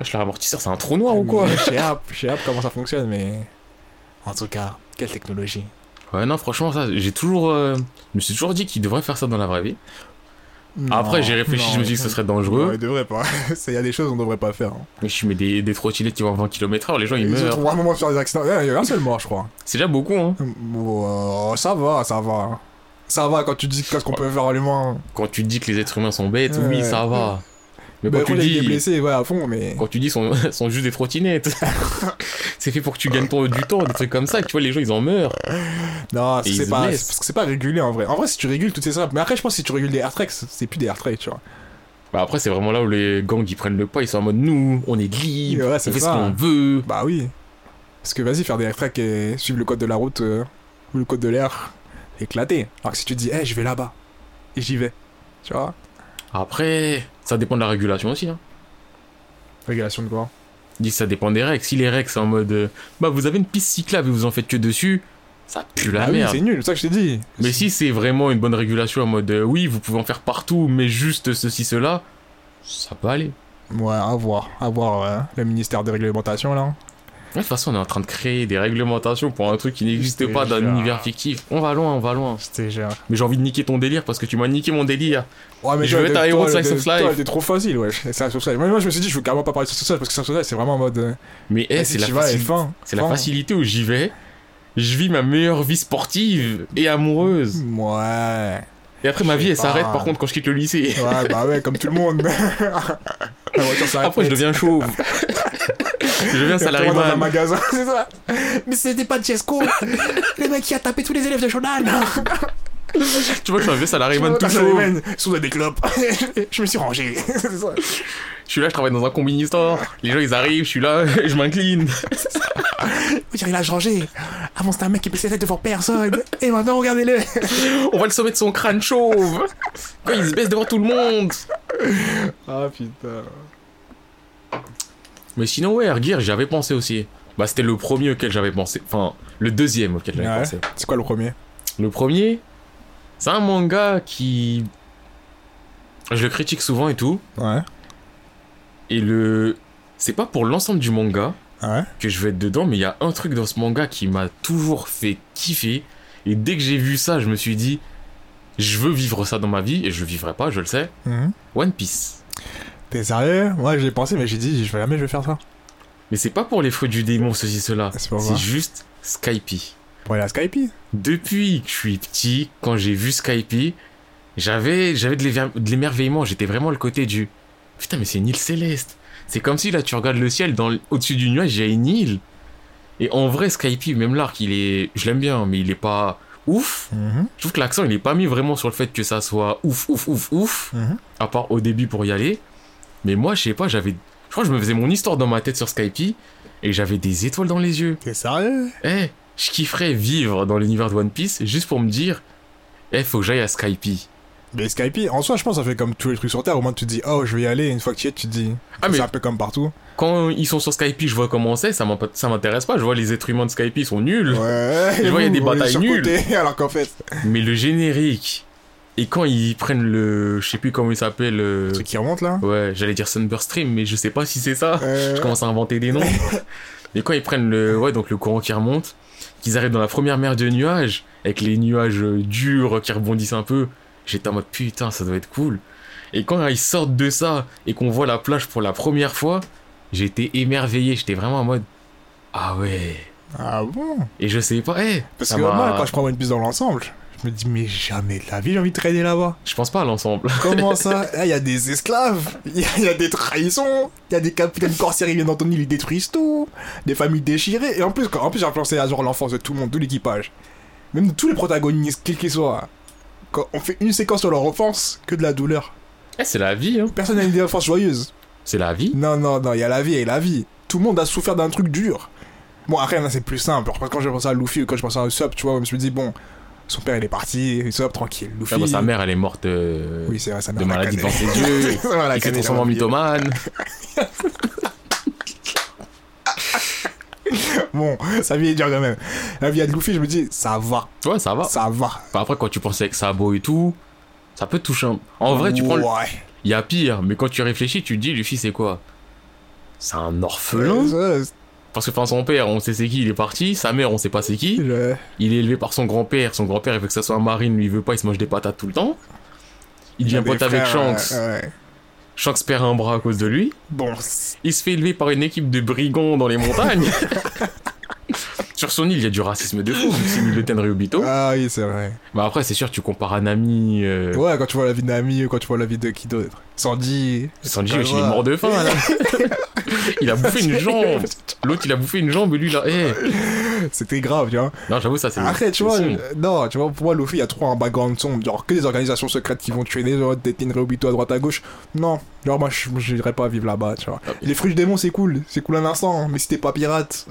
S2: Je leur amortisseur, c'est un trou
S1: Oh,
S2: noir ou quoi
S1: Mais Je sais pas- je sais pas comment ça fonctionne, mais. En tout cas, quelle technologie.
S2: Ouais, non, franchement, ça, j'ai toujours. euh, Je me suis toujours dit qu'ils devraient faire ça dans la vraie vie. Après,
S1: Non,
S2: j'ai réfléchi,
S1: non,
S2: je me suis dit que ce serait
S1: Non,
S2: dangereux.
S1: il devrait pas. (laughs) C'est- Il y a des choses qu'on devrait pas faire. hein.
S2: Mais je mets des, des trottinettes qui vont à 20 km/h, les gens ils
S1: Ils se
S2: meurent.
S1: trouvent à un moment sur des accidents. Ouais, Il y a eu un seul mort, je crois.
S2: C'est déjà beaucoup, hein.
S1: Oh, ça va, ça va. Ça va quand tu dis qu'est-ce qu'on peut faire à l'humain.
S2: Quand tu dis que les êtres humains sont bêtes, oui,
S1: Ouais.
S2: ça va. Mais
S1: Bah,
S2: quand
S1: après, il
S2: tu
S1: y a eu des
S2: dis.
S1: blessés, ouais, à fond, mais.
S2: Quand tu dis sont, (laughs) sont juste des trottinettes. (laughs) c'est fait pour que tu gagnes ton, du temps, des trucs comme ça. Tu vois, les gens, ils en meurent.
S1: Non,
S2: Et ils
S1: c'est
S2: se
S1: pas.
S2: blessent.
S1: c'est Parce que c'est pas régulé en vrai. En vrai, si tu régules, tout est simple. Mais après, je pense que si tu régules des airtracks, c'est plus des airtracks, tu vois.
S2: Bah après, c'est vraiment là où les gangs, ils prennent le pas. Ils sont en mode, nous, on est libres,
S1: Ouais,
S2: on
S1: c'est
S2: fait ce
S1: ça.
S2: qu'on veut.
S1: Bah oui. Parce que vas-y, faire des airtracks et suivre le code de la route euh, ou le code de l'air, éclaté. Alors que si tu dis, eh, je vais là-bas, et j'y vais. Tu vois
S2: Après, ça dépend de la régulation aussi. Hein.
S1: Régulation de quoi
S2: Ils disent, ça dépend des règles. Si les règles, c'est en mode, euh, bah, vous avez une piste cyclable et vous en faites que dessus, ça pue la
S1: Ah oui,
S2: merde.
S1: c'est nul, c'est ça que je t'ai dit.
S2: hein. mais si c'est vraiment une bonne régulation en mode, euh, oui, vous pouvez en faire partout, mais juste ceci, cela, ça peut aller.
S1: Ouais, à voir. À voir euh, le ministère des réglementations, là.
S2: Ouais, De toute façon, on est en train de créer des réglementations pour un truc qui n'existe pas d'un
S1: Déjà.
S2: univers fictif. On va loin, on va loin.
S1: C'était genre.
S2: Mais j'ai envie de niquer ton délire parce que tu m'as niqué mon délire.
S1: Ouais,
S2: Je
S1: toi,
S2: veux
S1: t'es-
S2: ta
S1: toi,
S2: Hero de
S1: t'es-
S2: Slice of
S1: toi,
S2: Life.
S1: t'es trop facile, ouais. C'est un Life. Moi, moi, je me suis dit, je veux carrément pas parler de Slice of Life parce que Slice of Life, c'est vraiment en mode. euh,
S2: Mais eh,
S1: vas-y,
S2: c'est la,
S1: tu vas, et
S2: facilité-
S1: fin.
S2: c'est la
S1: fin.
S2: facilité où j'y vais. Je vis ma meilleure vie sportive et amoureuse.
S1: Ouais.
S2: Et après, ma
S1: Je
S2: vie,
S1: sais
S2: elle s'arrête
S1: pas.
S2: par contre quand je quitte le lycée.
S1: Ouais, bah ouais, comme tout le
S2: (laughs)
S1: monde. la voiture s'arrête.
S2: Après, je deviens chauve.
S1: (laughs)
S2: je deviens
S1: Tout le monde dans un
S2: salarié.
S1: magasin, (laughs) c'est ça. Mais c'était pas
S2: (laughs)
S1: Chesco, le mec qui a tapé tous les élèves de Shonan.
S2: Tu vois, je suis un vieux salarié tout chauve.
S1: Shonan, sous des clopes. (laughs) Je me suis rangé. (laughs) C'est ça.
S2: Je suis là, je travaille dans un combini store. Les gens, ils arrivent, je suis là, (laughs) je m'incline.
S1: Je veux dire, il a changé. Avant, c'était un mec qui baissait la tête devant personne. Et maintenant, regardez-le.
S2: On va le sommet de son crâne chauve. Quand il se baisse devant tout le monde.
S1: Ah putain.
S2: Mais sinon, ouais, Gear, j'y avais pensé aussi. Bah, c'était le premier auquel j'avais pensé. Enfin, le deuxième auquel j'avais
S1: Ouais.
S2: pensé.
S1: C'est quoi le premier
S2: Le premier, c'est un manga qui. Je le critique souvent et tout.
S1: Ouais.
S2: Et le. C'est pas pour l'ensemble du manga
S1: Ouais.
S2: que je vais être dedans, mais il y a un truc dans ce manga qui m'a toujours fait kiffer. Et dès que j'ai vu ça, je me suis dit, je veux vivre ça dans ma vie, et je le vivrai pas, je le sais.
S1: Mhm.
S2: One Piece.
S1: T'es sérieux Moi, j'ai pensé, mais j'ai dit, je vais jamais, je vais faire ça.
S2: Mais c'est pas pour les fruits du démon, ceci, cela.
S1: C'est pour
S2: C'est
S1: quoi
S2: juste Skypie.
S1: Pour aller à Skype
S2: Depuis que je suis petit, quand j'ai vu Skypie, j'avais, j'avais de l'éver- de l'émerveillement. J'étais vraiment le côté du putain, mais c'est une île céleste. C'est comme si là tu regardes le ciel, dans, l- au-dessus du nuage, il y a une île. Et en vrai, Skypie, même l'arc, il est, je l'aime bien, mais il est pas ouf. Je trouve que l'accent, il est pas mis vraiment sur le fait que ça soit ouf, ouf, ouf, ouf.
S1: Mhm.
S2: À part au début pour y aller. Mais moi, je sais pas, j'avais. Je crois que je me faisais mon histoire dans ma tête sur Skype et j'avais des étoiles dans les yeux.
S1: T'es sérieux
S2: Eh, je kifferais vivre dans l'univers de One Piece juste pour me dire, eh, faut que j'aille à Skype.
S1: Mais Skype, en soi, je pense que ça fait comme tous les trucs sur Terre. Au moins, tu te dis, oh, je vais y aller. Et Une fois que tu y es, tu te dis.
S2: Ah, mais-
S1: C'est un peu comme partout.
S2: Quand ils sont sur Skype, je vois comment c'est, ça m'imp- ça m'intéresse pas. Je vois les êtres humains de Skype, ils sont nuls.
S1: Ouais.
S2: (laughs) Je vois, il y a des
S1: on est
S2: batailles
S1: surcotés, (laughs) Alors qu'en fait,
S2: Mais le générique, et quand ils prennent le. Je sais plus comment il s'appelle. euh,
S1: le truc qui remonte là.
S2: Ouais, j'allais dire Sunburst Stream, mais je sais pas si c'est ça.
S1: Euh,
S2: (laughs) Je commence à
S1: (laughs)
S2: inventer des noms. Mais quand ils prennent le, ouais, donc le courant qui remonte, qu'ils arrivent dans la première mer de nuages, avec les nuages euh, durs qui rebondissent un peu, j'étais en mode putain, ça doit être cool. Et quand ils sortent de ça et qu'on voit la plage pour la première fois, j'étais émerveillé, j'étais vraiment en mode ah ouais.
S1: Ah bon
S2: Et je sais pas, eh,
S1: Parce
S2: ça
S1: que
S2: m'a-
S1: moi, quand je prends One Piece dans l'ensemble, je me dis, mais jamais de la vie, j'ai envie de traîner là-bas.
S2: je pense pas à l'ensemble. (laughs)
S1: Comment ça Eh, Il y a des esclaves, il y, a- y a des trahisons, il y a des capitaines corsaires qui viennent dans ton île, ils détruisent tout, des familles déchirées. Et en plus, quand, en plus j'ai influencé à genre l'enfance de tout le monde, tout l'équipage, même de tous les protagonistes, quels qu'ils soient. Quand on fait une séquence sur leur enfance, que de la douleur.
S2: Eh, c'est la vie, hein.
S1: Personne n'a une enfance joyeuse.
S2: C'est la vie.
S1: Non, non, non, il y a la vie et la vie. Tout le monde a souffert d'un truc dur. Bon, après, là, c'est plus simple. Parce que Quand j'ai pensé à Luffy ou quand je pensais à Usopp, tu vois, je me suis dit, bon, son père, il est parti, Usopp, tranquille. Luffy.
S2: Ah bah, sa mère, elle est morte euh,
S1: Oui, c'est vrai, sa mère.
S2: de maladie devant
S1: (laughs)
S2: ses yeux. Il s'est transformé en
S1: mytho.
S2: mythomane.
S1: Bon, sa vie est dure quand même. La vie à Luffy, je me dis, ça va,
S2: Ouais, ça va.
S1: ça va.
S2: Enfin, après, quand tu penses avec Sabo et tout, ça peut te toucher un... En vrai, tu prends... le-
S1: Ouais.
S2: Il y a pire, mais quand tu réfléchis, tu te dis, Luffy, c'est quoi C'est un orphelin
S1: Ouais, ça,
S2: Parce que, enfin, son père, on sait c'est qui, il est parti. Sa mère, on sait pas c'est qui.
S1: je-
S2: Il est élevé par son grand-père. Son grand-père, il veut que ça soit un marine, lui, il veut pas, il se mange des patates tout le temps. Il devient
S1: des
S2: pote avec
S1: frères,
S2: Shanks.
S1: ouais, ouais.
S2: Shanks perd un bras à cause de lui.
S1: Bon, c'est-
S2: Il se fait élever par une équipe de brigands dans les
S1: (laughs)
S2: montagnes. Sur son île, il y a du racisme de fou, vu que c'est l'île de Tenryubito.
S1: ah oui, c'est vrai.
S2: Bah après, c'est sûr, tu compares à Nami, euh,
S1: Ouais, quand tu vois la vie de Nami ou quand tu vois la vie de qui d'autre. Sandy.
S2: Sanji,
S1: Ah,
S2: wesh, il est
S1: voilà.
S2: mort de faim
S1: (laughs)
S2: là. il a bouffé une jambe. L'autre, il a bouffé une jambe, lui là. eh.
S1: C'était grave, tu vois.
S2: Non, j'avoue, ça c'est.
S1: Après, tu
S2: c'est
S1: vois,
S2: sombre.
S1: euh, non, tu vois, pour moi, Luffy, il y a trop un background sombre. Genre, que des organisations secrètes qui vont tuer des autres, des Tinreobito à droite à gauche. Non, genre, moi, je- j'irais pas vivre là-bas, tu vois. Les fruits du démon, c'est cool, c'est cool un instant, hein, mais si t'es pas pirate,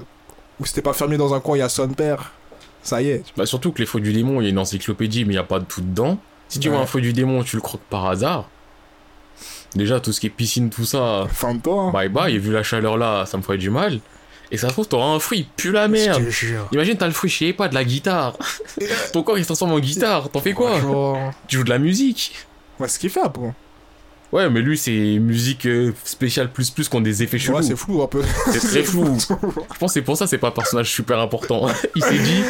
S1: ou si t'es pas fermé dans un coin, il y a son père, ça y est. tu-
S2: Bah, surtout que les fruits du démon, il y a une encyclopédie, mais il n'y a pas de tout dedans. Si tu
S1: Ouais.
S2: vois un fruit du démon, tu le croques par hasard. Déjà, tout ce qui est piscine, tout ça,
S1: Fin de toi, hein.
S2: bye bye. Et vu la chaleur là, ça me ferait du mal. Et ça se trouve, t'auras un fruit, il pue la
S1: Je
S2: merde.
S1: te jure.
S2: Imagine, t'as le fruit, je sais pas, de
S1: (laughs)
S2: la guitare. Ton corps, il se transforme en guitare. T'en fais quoi
S1: Franchement,
S2: Tu joues de la musique.
S1: Ouais, ce qu'il fait, bon.
S2: Ouais, mais lui, c'est musique euh, spéciale plus plus qu'on des effets chelous.
S1: Ouais, c'est flou un peu. (laughs)
S2: c'est très flou. Je pense que c'est pour ça que c'est pas un personnage super important. Il s'est dit,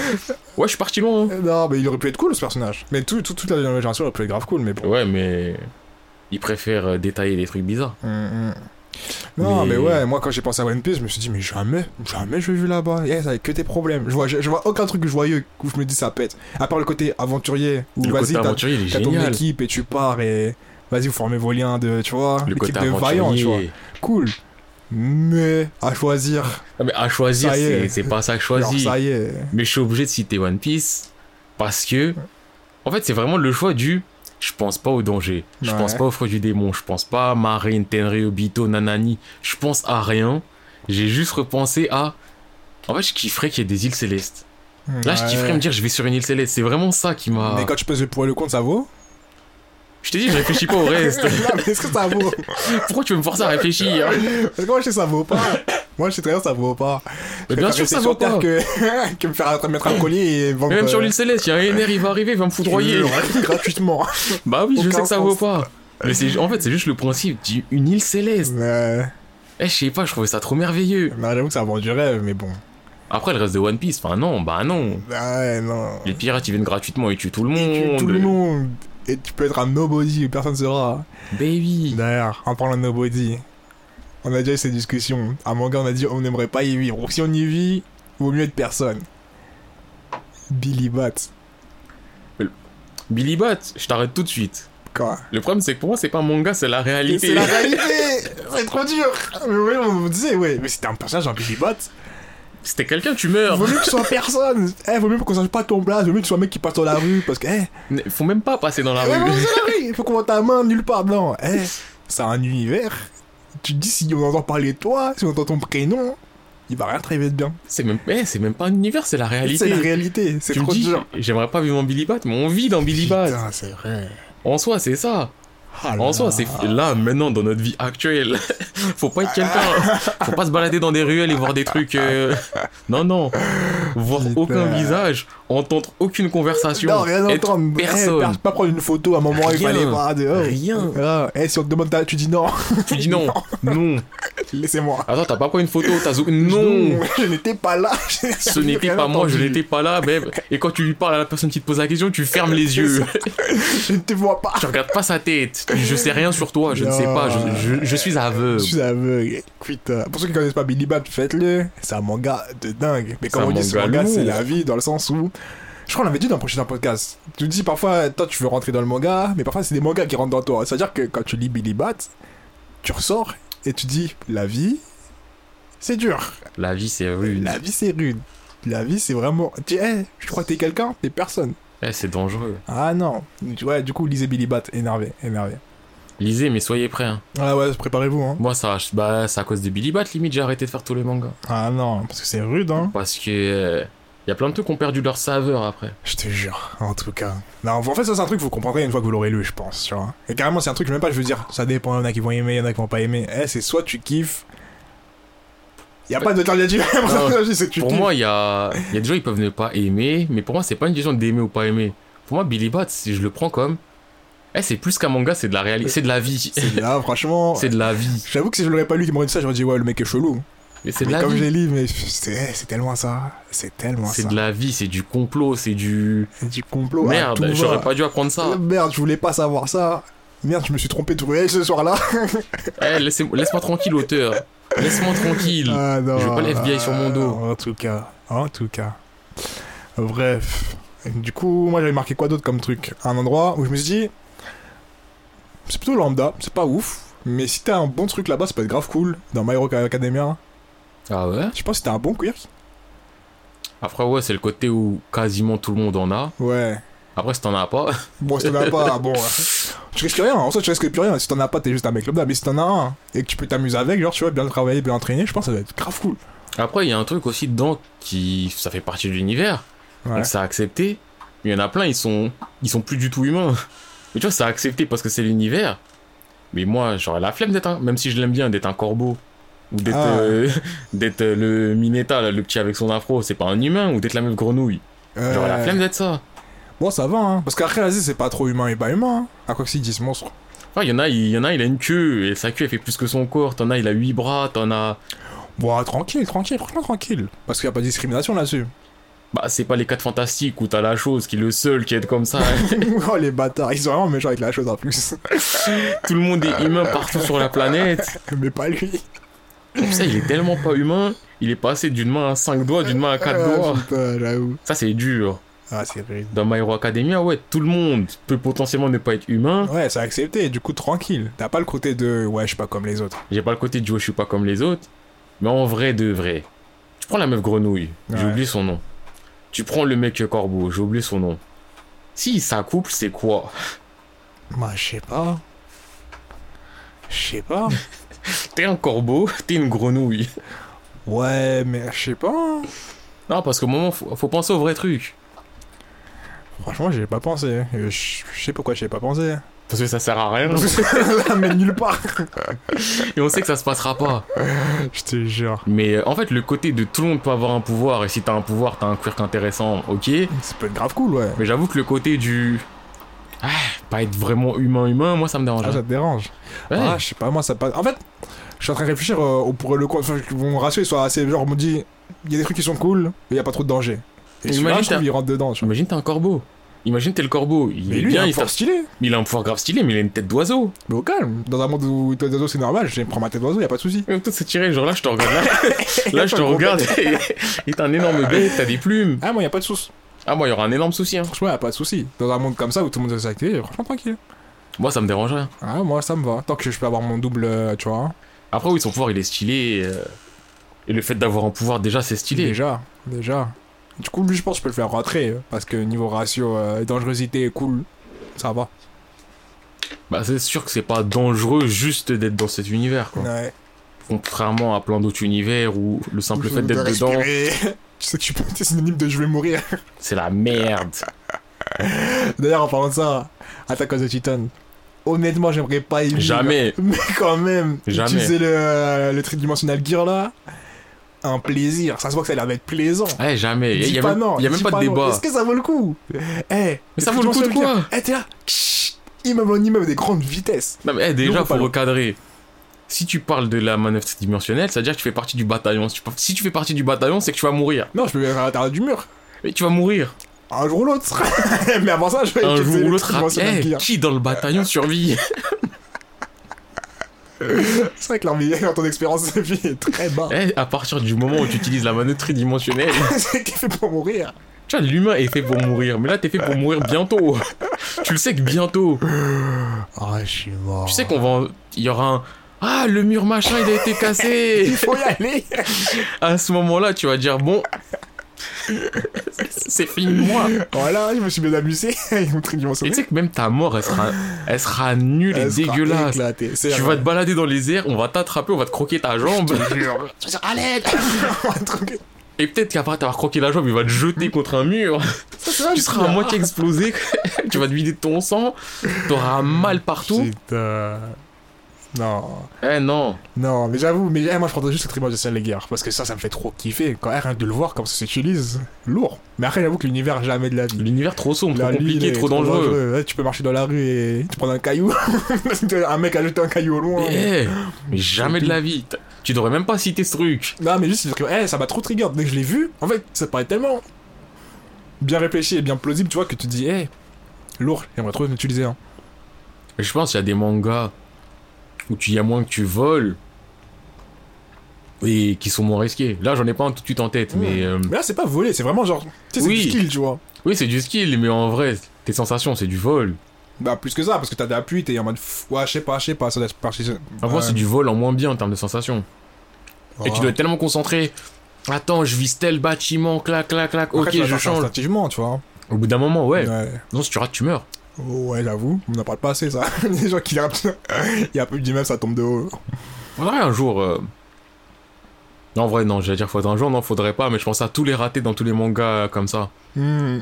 S2: ouais, je suis parti loin. hein.
S1: non, mais il aurait pu être cool, ce personnage. Mais tout, tout- toute la génération aurait pu être grave cool, mais bon.
S2: Ouais, mais il préfère euh, détailler des trucs bizarres.
S1: Mm, mm. Non, mais...
S2: Mais-
S1: ouais, moi quand j'ai pensé à One Piece, je me suis dit, mais jamais, jamais je vais vivre là-bas. Yes, avec que des problèmes. Je vois, je, je vois aucun truc joyeux où je me dis ça pète. À part le côté aventurier, où
S2: le
S1: vas-y,
S2: côté
S1: t'as
S2: aventurier, il est
S1: t'as ton
S2: génial.
S1: équipe et tu pars et vas-y, vous formez vos liens de, tu vois,
S2: Le
S1: l'équipe
S2: côté
S1: de vaillants, tu vois.
S2: aventurier.
S1: Cool. Mais à choisir,
S2: Ah, mais à choisir,
S1: Ça y est.
S2: c'est c'est pas ça que
S1: alors
S2: choisi.
S1: ça y est.
S2: Mais je suis obligé de citer One Piece parce que, en fait, c'est vraiment le choix du. Je pense pas au danger. Je
S1: Ouais.
S2: pense pas au fruit du démon. Je pense pas à Marine, Tenry, Obito, Nanani. Je pense à rien. J'ai juste repensé à. En fait, je kifferais qu'il y ait des îles célestes. Là, je
S1: Ouais.
S2: kifferais me dire, je vais sur une île céleste. C'est vraiment ça qui m'a.
S1: Mais quand tu pèses le pour et le contre, ça
S2: (laughs)
S1: vaut (laughs)
S2: Je t'ai dit, je réfléchis pas au reste.
S1: Non, mais est-ce que ça vaut
S2: Pourquoi tu veux me forcer à réfléchir hein
S1: Parce que moi je sais que ça vaut pas. Moi je sais très bien que ça vaut pas.
S2: Mais
S1: Je
S2: bien
S1: préfère
S2: sûr,
S1: rester
S2: ça
S1: sur
S2: vaut pas.
S1: Terre Que... (laughs) que me faire mettre un collier et vendre.
S2: Mais même sur
S1: euh,
S2: l'île céleste, il y a un NR, il va arriver, il va me foudroyer.
S1: Ouais, (laughs) gratuitement.
S2: Bah oui, je
S1: Aucun
S2: sais que ça
S1: sens.
S2: vaut pas. Mais c'est- en fait, c'est juste le principe d'une île céleste.
S1: Euh,
S2: Eh, je sais pas, je trouvais ça trop merveilleux.
S1: non, j'avoue que ça vend du rêve, mais bon.
S2: Après, le reste de One Piece, enfin non, bah non.
S1: Ah ouais, non.
S2: Les pirates, ils viennent gratuitement, ils tuent tout le
S1: Tu tues
S2: monde.
S1: tout le monde. Et tu peux être un nobody et personne ne saura.
S2: Baby.
S1: D'ailleurs, en parlant de nobody, on a déjà eu cette discussion. À manga, on a dit on n'aimerait pas y vivre. Ou si on y vit, vaut mieux être personne. Billy Bat.
S2: Billy Bat, je t'arrête tout de suite.
S1: Quoi
S2: Le problème, c'est que pour moi, c'est pas un manga, c'est la
S1: Et
S2: réalité.
S1: C'est la réalité C'est trop dur Mais oui, on me disait, ouais, mais c'était un personnage, un Billy Bat.
S2: (laughs) C'était quelqu'un, tu meurs.
S1: Vaut mieux que ce soit personne. Eh, vaut mieux qu'on sache pas ton blaze. Vaut mieux que ce soit un mec qui passe dans la rue. Parce que, eh,
S2: Ne- Faut même pas passer dans la
S1: ouais,
S2: rue.
S1: mais c'est la rue. Il faut qu'on voit ta main nulle part. Non, eh, c'est un univers. Tu te dis si on entend parler de toi, si on entend ton prénom, il va rien te rêver de bien.
S2: C'est même, eh, c'est même pas un univers, c'est la
S1: C'est
S2: réalité.
S1: la réalité. C'est
S2: tu me
S1: trop
S2: dis,
S1: dur.
S2: j'aimerais pas vivre en Billy Bat, mais on vit dans Billy Bat.
S1: Putain, c'est vrai.
S2: En soi, c'est ça.
S1: Ah là
S2: En soi,
S1: là.
S2: c'est là, maintenant, dans notre vie actuelle. (laughs) Faut pas être
S1: Ah.
S2: quelqu'un. Faut pas se balader dans des ruelles et voir des trucs. euh,
S1: (laughs)
S2: Non, non. Voir
S1: Putain.
S2: aucun visage, entendre aucune conversation,
S1: Non, rien
S2: être
S1: entendre. Eh,
S2: personne.
S1: per- pas prendre une photo à un moment, il
S2: Rien.
S1: fallait pas. de- oh.
S2: Rien.
S1: Ah, eh, si on te demande, ta- tu dis non. (laughs)
S2: tu dis non, non.
S1: Laissez-moi.
S2: Attends, t'as pas pris une photo, t'as zo- Non.
S1: Je n'étais pas là. (laughs)
S2: Ce n'était pas moi, je n'étais pas là, mais... Et quand tu lui parles à la personne qui te pose la question, tu fermes les yeux.
S1: Je ne te vois pas.
S2: tu regardes pas sa tête. Tu dis, Je sais rien sur toi, je ne sais pas, je, je- je suis aveugle.
S1: Je suis aveugle. Putain. Pour ceux qui connaissent pas Billy Bat, faites-le. C'est un manga de dingue. Mais
S2: C'est
S1: comme
S2: un
S1: on dit, ce
S2: manga
S1: manga, c'est
S2: lourd.
S1: la vie dans le sens où. Je crois qu'on l'avait dit dans le prochain podcast. Tu dis parfois, toi tu veux rentrer dans le manga, mais parfois c'est des mangas qui rentrent dans toi. C'est-à-dire que quand tu lis Billy Bat, tu ressors et tu dis la vie, c'est dur.
S2: La vie, c'est rude.
S1: La vie c'est rude. La vie c'est vraiment. Tu dis, Eh, je crois que t'es quelqu'un, t'es personne.
S2: Eh, c'est dangereux.
S1: Ah non. Ouais, du coup, lisez Billy Bat, énervé, énervé.
S2: Lisez, mais soyez prêts. hein.
S1: Ah ouais, préparez-vous, hein.
S2: Moi, ça, je- bah, c'est à cause de Billy Bat, limite, j'ai arrêté de faire tous les mangas.
S1: Ah non, parce que c'est rude, hein.
S2: Parce que. euh, y a plein de trucs qui ont perdu leur saveur après.
S1: Je te jure, en tout cas. Non, en fait, ça, c'est un truc que vous comprendrez une fois que vous l'aurez lu, je pense, tu vois. Et carrément, c'est un truc, même pas, je veux dire, ça dépend, il y en a qui vont aimer, il y en a qui vont pas aimer. Eh, c'est soit tu kiffes. Il a pas d'alternative, (laughs) c'est que tu
S2: pour
S1: kiffes.
S2: moi, il y a, y a des gens, ils peuvent ne pas aimer, mais pour moi, c'est pas une question d'aimer ou pas aimer. Pour moi, Billy Bat, si je le prends comme. Eh, c'est plus qu'un manga, c'est de la réalité, c'est de la vie.
S1: Euh, C'est
S2: (laughs)
S1: de là, franchement.
S2: C'est de la vie.
S1: J'avoue que si je l'aurais pas lu, qui m'aurait dit ça, j'aurais dit, ouais, le mec est chelou.
S2: Mais c'est de
S1: Mais
S2: la
S1: comme
S2: vie.
S1: j'ai lu, mais pff, c'est eh, c'est tellement ça. C'est tellement ça.
S2: C'est de la vie, c'est du complot, c'est du.
S1: C'est du complot. à tout
S2: Merde,
S1: va.
S2: j'aurais pas dû apprendre ça.
S1: Ah, Merde, je voulais pas savoir ça. Merde, je me suis trompé tout réel ce soir-là.
S2: Eh, laissez- laisse-moi tranquille, auteur. Laisse-moi tranquille.
S1: Ah, non,
S2: Je veux pas le FBI sur mon dos.
S1: En tout cas, en tout cas. Bref. Du coup, moi j'avais marqué quoi d'autre comme truc Un endroit où je me suis dit, c'est plutôt lambda, c'est pas ouf. Mais si t'as un bon truc là-bas, ça peut être grave cool. Dans My Hero Academia,
S2: Ah ouais
S1: je pense que t'as un bon quirk.
S2: Après, ouais, c'est le côté où quasiment tout le monde en a.
S1: Ouais.
S2: Après, si t'en as pas, (laughs)
S1: Bon, si t'en as pas, bon. hein. Tu risques rien, en soi tu risques plus rien. Si t'en as pas, t'es juste un mec lambda. Mais si t'en as un et que tu peux t'amuser avec, genre tu vois, bien travailler, bien entraîner, je pense que ça doit être grave cool.
S2: Après, il y a un truc aussi dedans qui. Ça fait partie de l'univers.
S1: Ouais.
S2: Donc, ça a accepté. Mais il y en a plein, ils sont. Ils sont plus du tout humains. (laughs) Mais tu vois, ça a accepté parce que c'est l'univers. Mais moi, j'aurais la flemme d'être un. Même si je l'aime bien, d'être un corbeau. Ou d'être.
S1: Ah.
S2: euh, (laughs) d'être euh, le Mineta, là, le petit avec son afro. C'est pas un humain. Ou d'être la meuf grenouille. J'aurais la
S1: Euh,
S2: flemme d'être ça.
S1: Bon, ça va, hein. Parce qu'après, l'Asie, c'est pas trop humain et pas humain. hein. À quoi que s'ils disent monstre.
S2: Enfin, il y en a, il y en a, il a une queue. Et sa queue, elle fait plus que son corps. T'en as, il a huit bras. T'en as.
S1: Bon, ah, tranquille, tranquille, franchement, tranquille. Parce qu'il n'y a pas de discrimination là-dessus. (laughs)
S2: Bah, c'est pas les quatre fantastiques où t'as la chose qui est le seul qui est comme ça. hein.
S1: (laughs) oh, les bâtards, ils sont vraiment méchants avec la chose en plus. (laughs)
S2: Tout le monde est humain partout sur la planète.
S1: Mais pas lui.
S2: Ça, il est tellement pas humain, il est passé d'une main à 5 doigts, d'une main à 4
S1: (laughs) Ah,
S2: doigts.
S1: putain, j'avoue.
S2: Ça, c'est dur.
S1: Ah, c'est rude.
S2: Dans My Hero Academia, ouais, tout le monde peut potentiellement ne pas être humain.
S1: Ouais, c'est accepté, du coup, tranquille. T'as pas le côté de ouais, je suis pas comme les autres.
S2: J'ai pas le côté de je suis pas comme les autres. Mais en vrai, de vrai. Tu prends la meuf grenouille, j'ai
S1: Ouais.
S2: oublié son nom. Tu prends le mec corbeau, j'ai oublié son nom. Si ça couple, c'est quoi
S1: Bah, je sais pas. Je sais pas.
S2: T'es un corbeau, (laughs) t'es une grenouille.
S1: (laughs) ouais, mais je sais pas.
S2: Non, parce qu'au moment, faut, faut penser au vrai truc.
S1: Franchement, j'ai pas pensé. Euh, Je je sais pourquoi j'ai pas (laughs) pensé.
S2: Parce que ça sert à rien.
S1: Ça mène nulle part.
S2: (laughs) Et on sait que ça se passera pas.
S1: Je te jure.
S2: Mais euh, en fait, le côté de tout le monde peut avoir un pouvoir, et si t'as un pouvoir, t'as un quirk intéressant, ok.
S1: Ça peut être grave cool, ouais.
S2: Mais j'avoue que le côté du. Ah, pas être vraiment humain-humain, moi ça me dérange.
S1: Ah, ça te dérange.
S2: Ouais.
S1: Ah, je sais pas, moi ça passe. En fait, je suis en train de réfléchir euh, au pour et le contre. Enfin, que mon ratio il soit assez. Genre, on me dit, il y a des trucs qui sont cool, mais il y a pas trop de danger. Et celui-là,
S2: Imagine,
S1: je trouve,
S2: t'as-
S1: il rentre dedans, tu vois.
S2: Imagine t'es un corbeau. Imagine t'es le corbeau. Il
S1: Mais
S2: est
S1: lui,
S2: bien,
S1: il est
S2: il,
S1: fort
S2: fait-
S1: stylé.
S2: il a un pouvoir grave stylé, mais il a une tête d'oiseau.
S1: Mais au calme. Dans un monde où tête d'oiseau c'est normal, je prends ma tête d'oiseau, y a pas de souci.
S2: Même tout s'est tiré, genre là je te
S1: (laughs)
S2: regarde là.
S1: Y a
S2: là je
S1: pas
S2: te
S1: de
S2: regarde (laughs) et et t'as un énorme bec, t'as des plumes.
S1: Ah, moi, y a pas de souci.
S2: Ah, moi il y aura un énorme souci. Hein.
S1: Franchement, y a pas de souci. Dans un monde comme ça où tout le monde est acté, franchement, tranquille.
S2: Moi ça me dérange rien.
S1: Ah, moi, ça me va. Tant que je peux avoir mon double, euh, tu vois.
S2: Après, oui, son pouvoir il est stylé. euh, Et le fait d'avoir un pouvoir, déjà, c'est stylé.
S1: Déjà, déjà. Du coup, lui, je pense que je peux le faire rentrer. euh, Parce que niveau ratio, euh, dangerosité et cool, ça va.
S2: Bah, c'est sûr que c'est pas dangereux juste d'être dans cet univers, quoi.
S1: Ouais.
S2: Contrairement à plein d'autres univers où le simple
S1: Je
S2: fait
S1: veux
S2: d'être dedans,
S1: respirer. (laughs) Tu sais que tu peux être synonyme de je vais mourir. (laughs)
S2: c'est la merde.
S1: Ah, D'ailleurs, en parlant de ça, Attack on the Titan. Honnêtement, j'aimerais pas y vivre.
S2: Jamais.
S1: (laughs) Mais quand même,
S2: Jamais.
S1: utiliser le, euh, le tridimensional gear là, un plaisir. Ça se voit que ça a l'air d'être plaisant.
S2: Ouais, Eh, jamais. Ah, Il
S1: Dis
S2: y a,
S1: pas
S2: même,
S1: non,
S2: y a même
S1: dis
S2: pas de
S1: non.
S2: débat.
S1: Est-ce que ça vaut le coup Eh,
S2: Mais ça vaut le coup de quoi
S1: Eh, t'es là, chut, immeuble en immeuble, des grandes vitesses.
S2: Non, mais
S1: Lourd
S2: eh, déjà,
S1: ou
S2: faut
S1: pas lourd
S2: recadrer. Si tu parles de la manœuvre tridimensionnelle, ça veut dire que tu fais partie du bataillon. Si tu, si tu fais partie du bataillon, c'est que tu vas mourir.
S1: Non, je peux mettre à l'intérieur du mur.
S2: Mais tu vas mourir.
S1: Un jour ou l'autre. (laughs) Mais avant ça, je vais
S2: Un
S1: utiliser
S2: jour
S1: le
S2: ou l'autre,
S1: tridimensional
S2: eh,
S1: gear.
S2: qui dans le bataillon
S1: (laughs)
S2: survit
S1: C'est vrai que l'armée, (laughs) dans ton expérience de vie est très bas.
S2: Eh, à partir du moment où tu utilises la manœuvre tridimensionnelle,
S1: (laughs) C'est qui fait pour mourir.
S2: tu vois, l'humain est fait pour mourir. Mais là, t'es fait pour mourir bientôt. tu le sais que bientôt.
S1: Ah, je suis mort.
S2: Tu sais qu'on va. en- Il y aura un. Ah, le mur machin, il a été cassé
S1: (laughs) Il faut y aller.
S2: À ce moment-là, tu vas dire bon. C'est fini, moi
S1: (laughs) Voilà, je me suis bien amusé. (laughs) Ils m'ont tridimensionné.
S2: Et tu sais que même ta mort, elle sera, elle sera nulle et
S1: Elle sera
S2: dégueulasse.
S1: éclatée. C'est
S2: Tu
S1: vrai.
S2: vas te balader dans les airs, on va t'attraper, on va te croquer ta jambe.
S1: Tu vas dire, Allez (laughs) Un truc-
S2: Et peut-être qu'après t'avoir croqué la jambe, il va te jeter contre un mur.
S1: Ça, c'est vrai,
S2: Tu
S1: je
S2: seras à
S1: suis-
S2: moitié explosé. tu vas te vider de ton sang. T'auras mal partout.
S1: Putain. Non.
S2: Eh non.
S1: Non, mais j'avoue, mais eh, moi je prendrais juste le tribunal de les guerres parce que ça, ça me fait trop kiffer. Quand eh, rien que de le voir, comme ça s'utilise, lourd. Mais après, j'avoue que l'univers, jamais de la vie.
S2: L'univers trop sombre,
S1: Là,
S2: trop
S1: lui, il
S2: compliqué,
S1: est
S2: trop dangereux.
S1: Ouais, tu peux marcher dans la rue et tu prends un caillou. (laughs) un mec a jeté un caillou au loin.
S2: Mais, eh,
S1: Ah,
S2: mais jamais de la vie. T- Tu devrais même pas citer ce truc.
S1: Non, mais juste, c'est parce que eh, ça m'a trop trigger. Dès que je l'ai vu, en fait, ça paraît tellement bien réfléchi et bien plausible, tu vois, que tu te dis, eh, lourd, j'aimerais trop hein. en utiliser un.
S2: Mais Je pense qu'il y a des mangas où tu y a moins que tu voles et qui sont moins risqués. Là, j'en ai pas un tout de suite en
S1: Ah.
S2: tête, mais euh,
S1: Mais là, c'est pas volé, c'est vraiment genre, tu sais, c'est
S2: Oui.
S1: du skill, tu vois.
S2: oui, c'est du skill, mais en vrai, tes sensations, c'est du vol.
S1: Bah, plus que ça, parce que t'as de l'appui, t'es en mode, pff, ouais, je sais pas, je sais pas, ça doit se partir.
S2: Après,
S1: Ouais.
S2: c'est du vol en moins bien en termes de sensations. Et tu dois être tellement concentré. Attends, je vise tel bâtiment, clac, clac, clac.
S1: Après, tu
S2: ok,
S1: vas
S2: je
S1: faire ça
S2: change.
S1: Instinctivement, tu vois.
S2: Au bout d'un moment, ouais.
S1: Ouais,
S2: Non, si tu rates, tu meurs.
S1: Ouais, j'avoue, on n'en parle pas assez, ça. (laughs) Les gens qui rappent, il y a un peu du même, ça tombe de haut.
S2: Faudrait un jour. euh, Non, en vrai, non, j'allais dire faudrait un jour, non, faudrait pas, mais je pense à tous les ratés dans tous les mangas euh, comme ça.
S1: Hmm.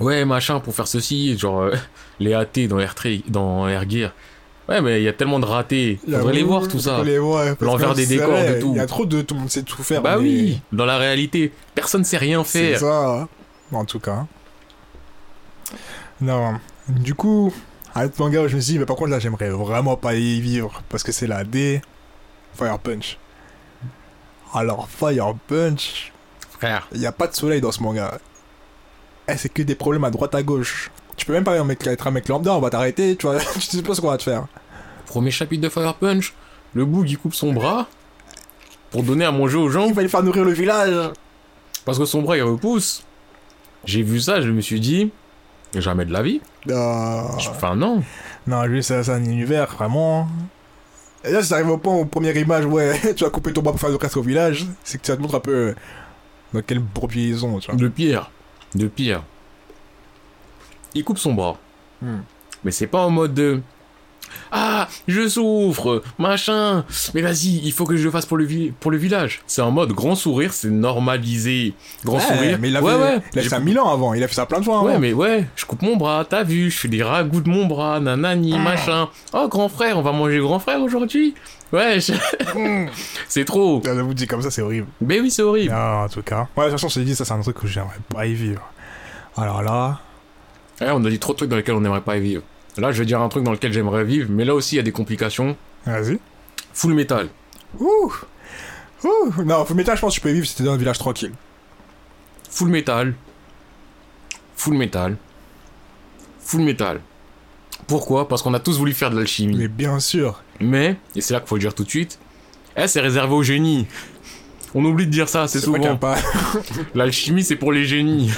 S2: Ouais, machin, pour faire ceci, genre euh, (laughs) les AT dans Air, Tri- dans Air Gear. Ouais, mais il y a tellement de ratés.
S1: Il y a
S2: Faudrait les
S1: beaucoup-
S2: voir, tout ça.
S1: faut les voir, parce que
S2: L'envers
S1: comme
S2: des
S1: c'est
S2: décors,
S1: vrai,
S2: de tout.
S1: Il y a trop de tout le monde sait tout faire.
S2: Bah
S1: mais
S2: oui, dans la réalité, personne sait rien
S1: C'est
S2: faire.
S1: ça. En tout cas. Non. Du coup, à l'autre manga, je me suis dit, mais par contre, là, j'aimerais vraiment pas y vivre. Parce que c'est la D. Fire Punch. Alors, Fire Punch,
S2: Frère,
S1: il n'y a pas de soleil dans ce manga. Eh, c'est que des problèmes à droite à gauche. Tu peux même pas être un mec lambda, on va t'arrêter, tu vois. (laughs) tu sais pas ce qu'on va te faire.
S2: premier chapitre de Fire Punch, le boug il coupe son bras pour donner à manger aux gens
S1: Il va lui faire nourrir le village.
S2: parce que son bras il repousse. J'ai vu ça, je me suis dit, jamais de la vie.
S1: Non.
S2: Je- Enfin, non.
S1: Non, lui, c'est c'est un univers, vraiment. Et là, si t'arrives au point, aux premières images, ouais, (laughs) tu as coupé ton bras pour faire le casque au village, c'est que ça te montre un peu euh, dans quel bourbier ils sont, tu vois.
S2: De pire. De pire. Il coupe son bras.
S1: Hmm.
S2: Mais c'est pas en mode de... Ah, je souffre, machin. Mais vas-y, il faut que je le fasse pour le, vi- pour le village. C'est en mode grand sourire, c'est normalisé. Grand
S1: Ouais,
S2: sourire.
S1: Mais il a,
S2: ouais,
S1: fait,
S2: ouais.
S1: il a fait
S2: J'ai
S1: ça
S2: coupé-
S1: mille ans avant, il a fait ça plein de fois hein. avant.
S2: Ouais, mais ouais, je coupe mon bras, t'as vu, je fais des ragoûts de mon bras,
S1: Ah.
S2: nanani, machin. Oh, grand frère, on va manger grand frère aujourd'hui Ouais, je-
S1: Hmm.
S2: (laughs) c'est trop.
S1: Je vous dis comme ça, c'est horrible.
S2: Mais oui, c'est horrible.
S1: Non, en tout cas. Ouais, de toute façon, je t'ai dit, ça, c'est un truc que j'aimerais pas y vivre. Alors là,
S2: Ouais, Eh, on a dit trop de trucs dans lesquels on n'aimerait pas vivre. Là, je vais dire un truc dans lequel j'aimerais vivre, mais là aussi, il y a des complications.
S1: vas-y.
S2: Full metal.
S1: Ouh Ouh Non, mais métal, je pense que tu peux y vivre si t'es dans un village tranquille.
S2: Full metal. Full metal. Full metal. Pourquoi Parce qu'on a tous voulu faire de l'alchimie.
S1: Mais bien sûr.
S2: Mais, et c'est là qu'il faut le dire tout de suite, eh, c'est réservé aux génies. On oublie de dire ça, c'est
S1: vrai qu'il y a
S2: souvent.
S1: pas... (laughs)
S2: L'alchimie, c'est pour les génies.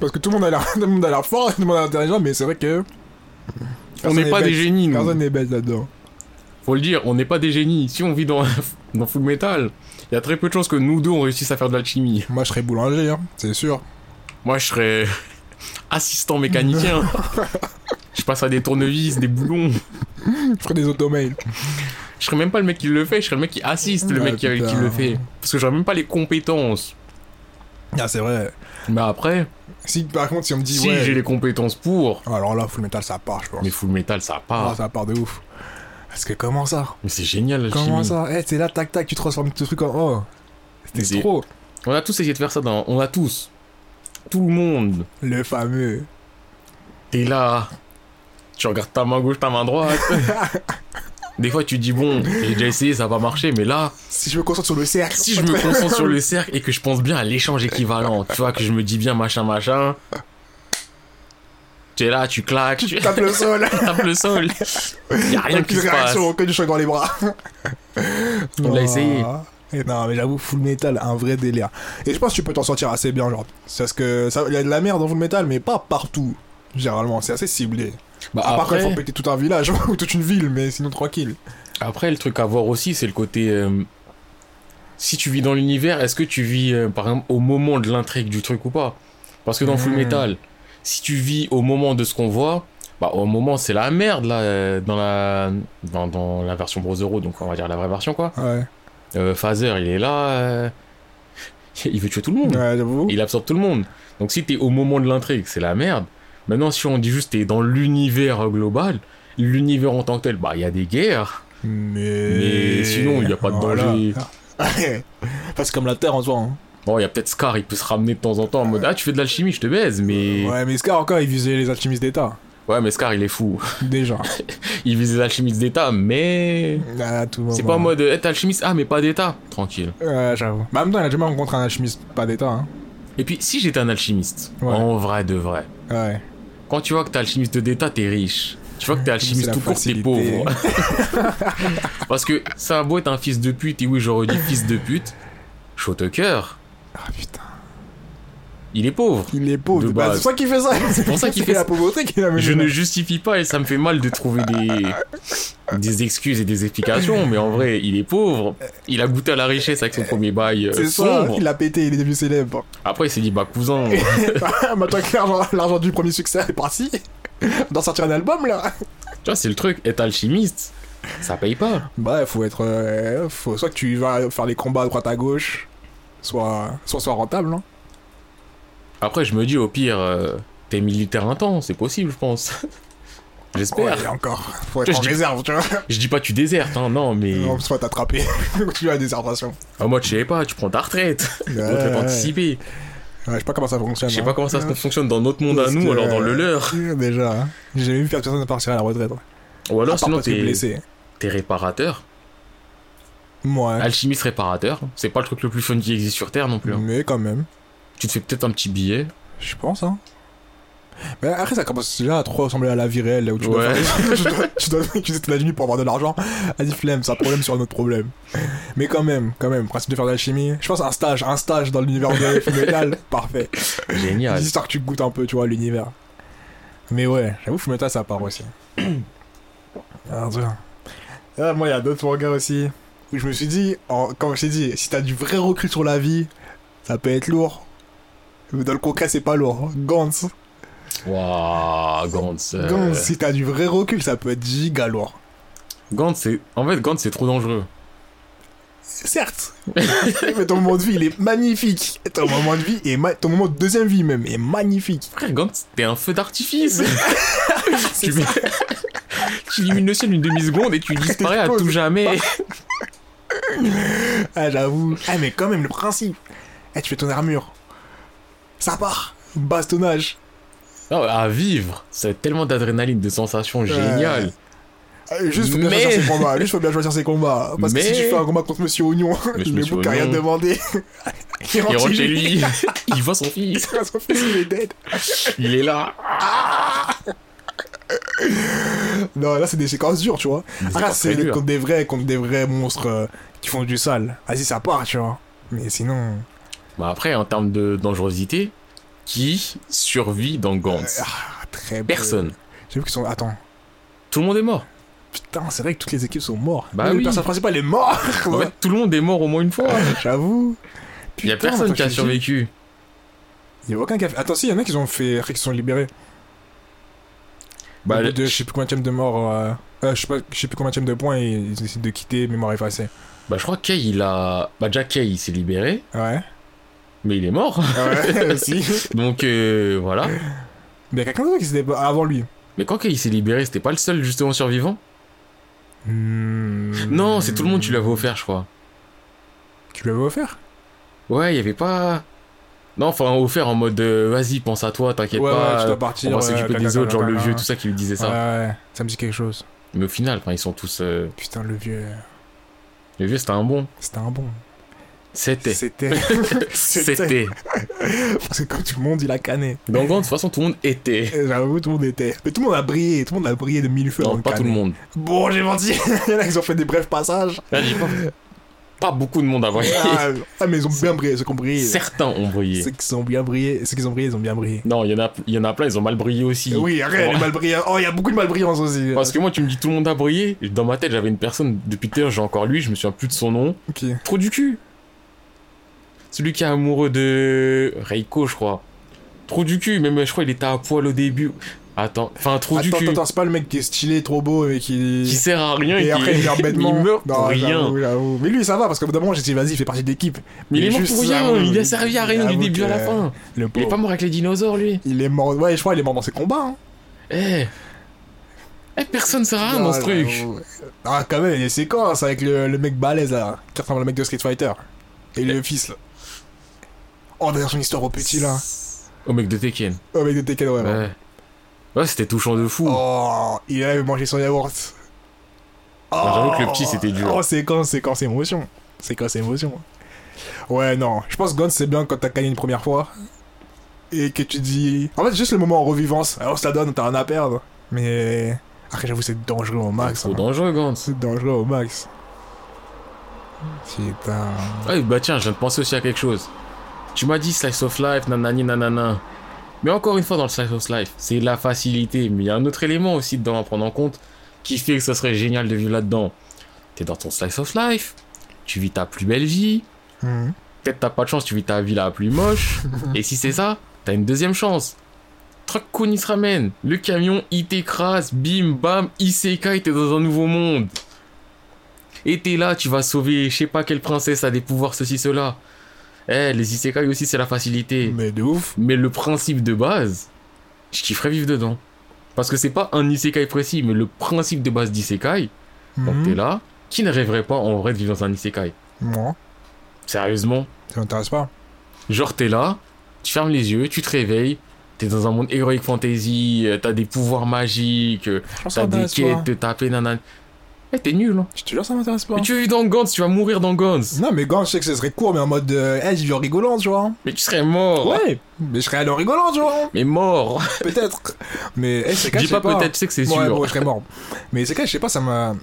S1: Parce que tout le monde a l'air (laughs) tout le monde a l'air fort, tout le monde a l'air intelligent, mais c'est vrai que.
S2: on
S1: personne
S2: n'est pas
S1: bête.
S2: des génies, nous.
S1: Personne n'est bête là-dedans.
S2: Faut le dire, on n'est pas des génies. Si on vit (laughs) dans, dans Full Metal, Il y a très peu de chances que nous deux on réussisse à faire de l'alchimie.
S1: Moi, je serais boulanger, hein, c'est sûr.
S2: Moi, je serais (laughs) assistant mécanicien. (laughs) je passerais des tournevis, des boulons.
S1: Je ferais des automails.
S2: Je serais même pas le mec qui le fait, je serais le mec qui assiste le
S1: Ah,
S2: mec qui,
S1: putain.
S2: qui le fait. Parce que j'aurais même pas les compétences.
S1: Ah, c'est vrai.
S2: Mais après,
S1: Si, par contre, si on me dit,
S2: si
S1: ouais.
S2: j'ai les compétences pour.
S1: Ah, Alors là, full metal, ça part, je pense.
S2: Mais full metal, ça
S1: Ah,
S2: part.
S1: ça part de ouf. Parce que comment ça
S2: Mais c'est génial l'alchimie.
S1: Comment ça Eh, c'est là, tac, tac, tu transformes tout truc en. Oh,
S2: C'est-
S1: c'était trop.
S2: On a tous essayé de faire ça dans. On a tous. Tout le monde.
S1: Le fameux.
S2: T'es là. Tu regardes ta main gauche, ta
S1: (laughs)
S2: main droite. Des fois, tu dis, bon, j'ai déjà essayé, ça va marcher, mais là,
S1: Si je me concentre sur le cercle.
S2: si je me concentre
S1: (laughs)
S2: sur le cercle et que je pense bien à l'échange équivalent, tu vois, que je me dis bien machin, machin, tu es là, tu claques,
S1: (laughs)
S2: tu
S1: Tu tapes le sol.
S2: (laughs) tapes le sol. Y a rien
S1: Aucune
S2: qui se passe.
S1: réaction, que du choc dans les bras.
S2: On l'a essayé.
S1: Ah. Et non, mais j'avoue, Full Metal, un vrai délire. Et je pense que tu peux t'en sortir assez bien, genre. C'est parce que ça- il y a de la merde dans Full Metal, mais pas partout. Généralement, c'est assez ciblé.
S2: Bah,
S1: à part quand il faut
S2: après,
S1: péter tout un village (laughs) ou toute une ville, mais sinon tranquille.
S2: après, le truc à voir aussi, c'est le côté. euh, si tu vis dans l'univers, est-ce que tu vis, euh, par exemple, au moment de l'intrigue du truc ou pas Parce que dans Full
S1: Mm.
S2: Metal, si tu vis au moment de ce qu'on voit, bah, au moment, c'est la merde, là, euh, dans la, dans, dans la version Brotherhood, donc on va dire la vraie version, quoi.
S1: Ouais,
S2: Euh, Phaser, il est là. euh, (laughs) Il veut tuer tout le monde.
S1: ouais j'avoue.
S2: Il absorbe tout le monde. Donc si t'es au moment de l'intrigue, c'est la merde. Maintenant, si on dit juste t'es dans l'univers global, l'univers en tant que tel, bah il y a des guerres.
S1: Mais...
S2: Mais sinon, il y a pas de danger.
S1: danger. Parce que comme la Terre en soi. hein.
S2: Bon, il y a peut-être Scar, il peut se ramener de temps en temps en mode Ah, tu fais de l'alchimie, je te baise. Mais. Ouais.
S1: Ouais, mais Scar encore, il visait les alchimistes d'État.
S2: mais Scar, il est fou. (laughs)
S1: (laughs) Déjà.
S2: Il vise les alchimistes d'État, mais.
S1: À tout
S2: C'est pas
S1: moment.
S2: en mode être alchimiste, ah, mais pas d'État. Tranquille.
S1: Ouais, j'avoue. Mais en même temps, il a jamais rencontré un alchimiste pas d'État. Hein.
S2: Et puis, si j'étais un alchimiste,
S1: Ouais.
S2: en vrai de vrai,
S1: Ouais.
S2: quand tu vois que t'es alchimiste de d'État, t'es riche. Tu vois que t'es
S1: C'est
S2: alchimiste
S1: la
S2: tout court, t'es
S1: facilité.
S2: pauvre.
S1: (laughs)
S2: Parce que ça a beau être un fils de pute, et oui, j'aurais dit fils de pute, chaud au cœur,
S1: Ah putain.
S2: il est pauvre.
S1: Il est pauvre
S2: De
S1: de base.
S2: base.
S1: C'est pour ça qu'il
S2: (laughs)
S1: fait ça. C'est
S2: pour ça qu'il fait
S1: la
S2: ça.
S1: pauvreté qu'il a mis.
S2: Je ne justifie pas et ça me fait mal de trouver des, des excuses et des explications, mais en vrai, il est pauvre. Il a goûté à la richesse avec son premier bail euh,
S1: C'est ça,
S2: sombre.
S1: il a pété, il est devenu (laughs)
S2: (laughs)
S1: célèbre.
S2: Après, il s'est dit, bah cousin,
S1: Maintenant que l'argent- l'argent du premier succès est parti, (laughs) d'en sortir un album là.
S2: tu vois, c'est le truc, être alchimiste, ça paye pas.
S1: Bah, faut être. euh, faut... Soit que tu vas faire les combats à droite à gauche, soit soit, soit rentable. Hein.
S2: Après, je me dis, au pire, euh, t'es militaire un temps, c'est possible, je pense. (laughs) J'espère.
S1: Ouais, encore. Faut être
S2: Je
S1: en
S2: dis-
S1: réserve, tu vois.
S2: Je dis pas tu désertes, hein, non, mais
S1: Non, soit t'attraper, (laughs) tu as la désertation.
S2: en mode, je sais pas, tu prends ta retraite,
S1: Ouais,
S2: l'autre est
S1: ouais.
S2: anticipé.
S1: Ouais, je sais pas comment ça fonctionne.
S2: Je sais
S1: hein.
S2: pas comment ça se fonctionne dans notre monde à
S1: Parce
S2: nous,
S1: que,
S2: alors dans le leur.
S1: euh, Déjà, hein. j'ai jamais vu faire personne partir à la retraite. hein.
S2: Ou
S1: À
S2: alors,
S1: part
S2: sinon,
S1: parce que
S2: t'es
S1: blessé.
S2: t'es réparateur,
S1: Ouais.
S2: alchimiste réparateur. C'est pas le truc le plus fun qui existe sur Terre non plus. hein.
S1: Mais quand même,
S2: Tu te fais peut-être un petit billet.
S1: je pense, hein. Mais après, ça commence déjà à trop ressembler à la vie réelle, là où tu dois,
S2: Ouais.
S1: faire- (laughs) tu dois, tu dois utiliser ton alchimie pour avoir de l'argent. Vas-y, flemme, c'est un problème sur un autre problème. Mais quand même, quand même, principe de faire de l'alchimie. Je pense un stage, un stage dans l'univers de Full Metal, parfait.
S2: Génial.
S1: Juste histoire que tu goûtes un peu, tu vois, l'univers. Mais ouais, j'avoue, Fumetal, ça part aussi. ah, tu vois. Ah, moi, il y a d'autres mangas aussi. Où je me suis dit, en- comme je t'ai dit, si t'as du vrai recul sur la vie, ça peut être lourd. Mais dans le concret, c'est pas lourd. Gantz.
S2: Waouh, Gantz. euh,
S1: Gantz, si t'as du vrai recul, ça peut être giga lourd.
S2: Gantz, c'est. En fait, Gantz, c'est trop dangereux.
S1: Certes. mais ton moment de vie, il est magnifique. Ton moment de vie, est ma- ton moment de deuxième vie même, est magnifique.
S2: Frère, Gantz, t'es un feu d'artifice. (laughs) tu, tu illumines le ciel une demi-seconde
S1: (laughs)
S2: et tu disparais à tout jamais.
S1: Ah, j'avoue. Ah, mais quand même, le principe. Eh, tu fais ton armure. Ça part. Bastonnage.
S2: Non, à vivre, c'est tellement d'adrénaline, de sensations géniales.
S1: Euh, Juste, faut bien
S2: Mais-
S1: choisir ses combats. Juste, faut bien choisir ses combats. Parce que si tu
S2: Mais-
S1: fais un combat contre Monsieur Oignon,
S2: Mais
S1: (laughs)
S2: je
S1: le
S2: Monsieur
S1: bouc a rien
S2: Oignon.
S1: demandé. il
S2: (laughs) Il rentre chez
S1: lui.
S2: lui, (laughs) il voit son fils,
S1: Son fils, (laughs) il est dead.
S2: il est là.
S1: Ah, Non, là, c'est des séquences dures, tu vois. Ah, là,
S2: séquences très
S1: c'est
S2: dures.
S1: contre des vrais, contre des vrais monstres euh, qui font du sale. Vas-y, ça part, tu vois. Mais sinon.
S2: Bah après, en termes de dangerosité, qui survit dans Gantz
S1: Ah, très peu.
S2: Personne.
S1: J'ai vu qu'ils sont. Attends.
S2: Tout le monde est mort.
S1: Putain, c'est vrai que toutes les équipes sont mortes.
S2: Bah
S1: Même
S2: oui.
S1: Le personnage principal est
S2: (laughs)
S1: mort.
S2: En fait, tout le monde est mort au moins une fois.
S1: J'avoue.
S2: Il y a
S1: Ah, Putain,
S2: personne
S1: attends,
S2: qui a
S1: je te dis,
S2: survécu.
S1: Il y a aucun qui a fait. Attends, si, il y en a qui ont fait. qui se sont libérés. Bah,
S2: Bah,
S1: Au bout
S2: le-
S1: de, je sais plus combien de morts. euh, euh, je, sais pas, je sais plus combien de points et ils décident de quitter mémoire effacée.
S2: bah, je crois que Kay, il a. Bah, déjà, Kay, il s'est libéré,
S1: Ah Ouais. Ah
S2: mais il est mort. (laughs)
S1: Ouais, (laughs) aussi.
S2: Donc, euh, voilà.
S1: Mais il y a quelqu'un d'autre qui s'était pas- avant lui.
S2: Mais quand Kay, il s'est libéré, c'était pas le seul, justement, survivant
S1: Hmm.
S2: Non, c'est tout le monde, tu l'avais offert, je crois.
S1: Tu lui avais offert
S2: Ouais, il y avait pas. Non, enfin, offert en mode euh, vas-y, pense à toi, t'inquiète
S1: Ouais,
S2: pas.
S1: ouais, tu
S2: euh,
S1: dois partir.
S2: on va
S1: ouais,
S2: s'occuper des
S1: blablabla,
S2: autres, genre le
S1: blablabla.
S2: vieux, tout ça qui lui disait ça.
S1: Ouais, ouais, ça me dit quelque chose.
S2: Mais au final, enfin, ils sont tous. euh,
S1: Putain, le vieux, euh,
S2: Le vieux, c'était un bon.
S1: c'était un bon.
S2: C'était.
S1: C'était. (laughs)
S2: C'était.
S1: Parce que comme tout le monde, il a canné.
S2: Donc, de toute façon, tout le monde était.
S1: Et J'avoue, tout le monde était. Mais tout le monde a brillé, tout le monde a brillé de mille feux. dans
S2: Non, pas tout
S1: canné.
S2: le monde.
S1: Bon, j'ai menti. (laughs) il y en a qui ont fait des brefs passages.
S2: Là, j'ai pas... pas beaucoup de monde à voyer.
S1: Ah, ah, mais ils ont bien brillé, ceux qui ont brillé.
S2: Certains ont brillé.
S1: Ceux qui ont bien brillé, ceux qui ont brillé, ils ont bien brillé.
S2: Non, il y, en a- il y en a plein, ils ont mal brillé aussi.
S1: Oui, arrête, les malbrillants. Oh, il y a beaucoup de malbrillance aussi.
S2: Parce que moi, tu me dis tout le monde a brillé. Dans ma tête, j'avais une personne, depuis tout à l'heure, j'ai encore lui, je me souviens plus de son nom.
S1: Ok.
S2: Trop du cul. Celui qui est amoureux de Reiko, je crois. Trop du cul, même je crois il était à poil au début. Attends, enfin, trop du
S1: Attends,
S2: cul.
S1: attends, attends, c'est pas le mec qui est stylé, trop beau et qui.
S2: Qui sert à rien et,
S1: Et après,
S2: qui...
S1: il meurt bêtement.
S2: (laughs) il meurt
S1: Non,
S2: pour rien.
S1: j'avoue, j'avoue. Mais lui, ça va, parce qu'au bout d'un moment, j'ai dit, vas-y, il fait partie de l'équipe.
S2: Mais il est
S1: Il est
S2: mort
S1: juste
S2: pour rien,
S1: là,
S2: il a
S1: oui. Ah,
S2: servi à rien du
S1: J'avoue
S2: début à la
S1: que-
S2: fin.
S1: Le
S2: Il est pas
S1: pauvre.
S2: mort avec les dinosaures, lui.
S1: Il est mort. Ouais, je crois, il est mort dans ses combats. hein.
S2: Eh. Eh, personne sert à rien dans ce
S1: Ah,
S2: truc.
S1: j'avoue. Ah, quand même, il y a des séquences avec le, le mec balèze, là, qui ressemble au mec de Street Fighter. Et le fils, là. Oh, d'ailleurs, son histoire au petit, là.
S2: Au mec de Tekken.
S1: Oh, mec de Tekken, ouais. ouais.
S2: Ouais. Ouais, c'était touchant de fou.
S1: Oh, il avait mangé son yaourt. Oh,
S2: j'avoue que le petit, c'était dur.
S1: Oh, séquence, séquence, émotion. Séquence, émotion. Ouais, non. Je pense que Gantz, c'est bien quand t'as gagné une première fois. Et que tu dis. En fait, juste le moment en revivance. Alors, on se la donne, t'as rien à perdre. Mais. Après, j'avoue, c'est dangereux au
S2: C'est
S1: max.
S2: trop
S1: hein.
S2: dangereux, Gantz.
S1: C'est dangereux au max. Putain.
S2: Ah, bah tiens, je viens de penser aussi à quelque chose. Tu m'as dit Slice of Life, nanani, nanana. Mais encore une fois, dans le Slice of Life, c'est la facilité. Mais il y a un autre élément aussi dedans à prendre en compte qui fait que ça serait génial de vivre là-dedans. T'es dans ton Slice of Life, tu vis ta plus belle vie.
S1: Mhm.
S2: Peut-être t'as pas de chance, tu vis ta vie la
S1: (laughs)
S2: plus moche. Et si c'est ça, t'as une deuxième chance. Truck Kun, il se ramène. Le camion, il t'écrase. Bim, bam, Isekai, t'es dans un nouveau monde. Et t'es là, tu vas sauver je sais pas quelle princesse a des pouvoirs, ceci, cela. Eh, les Isekai aussi, c'est la facilité.
S1: Mais de ouf.
S2: Mais le principe de base, je kifferais vivre dedans. Parce que c'est pas un Isekai précis, mais le principe de base d'Isekai, quand
S1: Mhm.
S2: t'es là, qui ne rêverait pas en vrai de vivre dans un Isekai
S1: Non,
S2: Sérieusement
S1: ça m'intéresse pas.
S2: Genre, t'es là, tu fermes les yeux, tu te réveilles, t'es dans un monde heroic fantasy, euh, t'as des pouvoirs magiques, euh,
S1: Je pense que ça
S2: t'as des
S1: m'intéresse pas.
S2: quêtes, t'es tapé, nanan. Eh, t'es nul, hein.
S1: Je te jure, ça m'intéresse pas.
S2: Mais tu vis dans Gantz, tu vas mourir dans Gantz.
S1: Non, mais Gantz, je sais que ce serait court, mais en mode. Euh, hey, j'y vais en rigolant, tu vois.
S2: Mais tu serais mort.
S1: Ouais, mais je serais allé en rigolant, tu vois,
S2: Mais mort.
S1: peut-être. Mais eh, c'est
S2: Je
S1: quand
S2: dis
S1: je sais
S2: pas peut-être, tu sais que c'est
S1: Ouais,
S2: sûr.
S1: bon, je serais mort. Mais c'est quand je sais pas, ça m'a.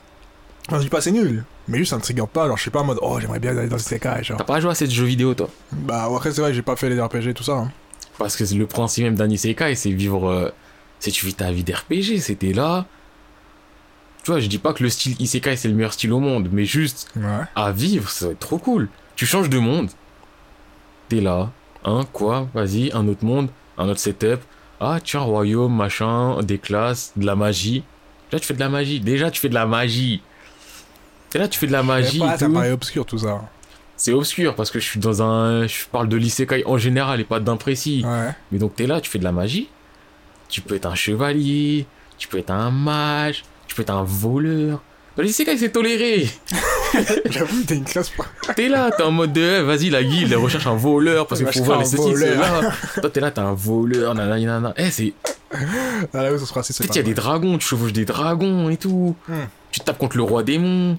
S1: Enfin, je dis pas c'est nul, mais juste ça me trigger pas. Genre, je suis pas en mode oh, j'aimerais bien aller dans ces cas, genre.
S2: T'as pas joué à ces jeux vidéo, toi.
S1: Bah, ouais, après, c'est vrai, j'ai pas fait les RPG et tout ça. hein.
S2: Parce que c'est le principe même d'un isekai, c'est vivre. euh, c'est tu vis ta vie d'RPG, c'était là. Tu vois, je dis pas que le style isekai c'est le meilleur style au monde, mais juste
S1: Ouais.
S2: à vivre, ça va être trop cool. Tu changes de monde. T'es là. Hein, quoi Vas-y, un autre monde, un autre setup. Ah, tu as un royaume, machin, des classes, de la magie. Là, tu fais de la magie. Déjà, tu fais de la magie. Et là, tu fais de la
S1: Je sais
S2: magie.
S1: pas,
S2: et
S1: ça
S2: Ah, tout.
S1: paraît obscur tout ça.
S2: C'est obscur parce que je suis dans un. Je parle de l'isekai en général et pas d'un précis.
S1: Ouais. (laughs)
S2: Mais donc, t'es là, tu fais de la magie. Tu peux être un chevalier. Tu peux être un mage. Tu peux être un voleur. Dans l'isekai, c'est toléré.
S1: J'avoue, t'es une classe. pour-
S2: T'es là, t'es en mode de, eh, vas-y, la guilde, elle recherche un voleur parce qu'il
S1: Elle
S2: faut
S1: recherche
S2: voir
S1: un
S2: les statistiques. c'est
S1: voleur.
S2: là. Toi, t'es là, t'es un voleur, nanana, nanana. Eh, c'est.
S1: Ah, là où ça sera assez, c'est
S2: Peut-être il y a des dragons, tu chevauches des dragons et tout.
S1: Hmm.
S2: Tu te tapes contre le roi démon.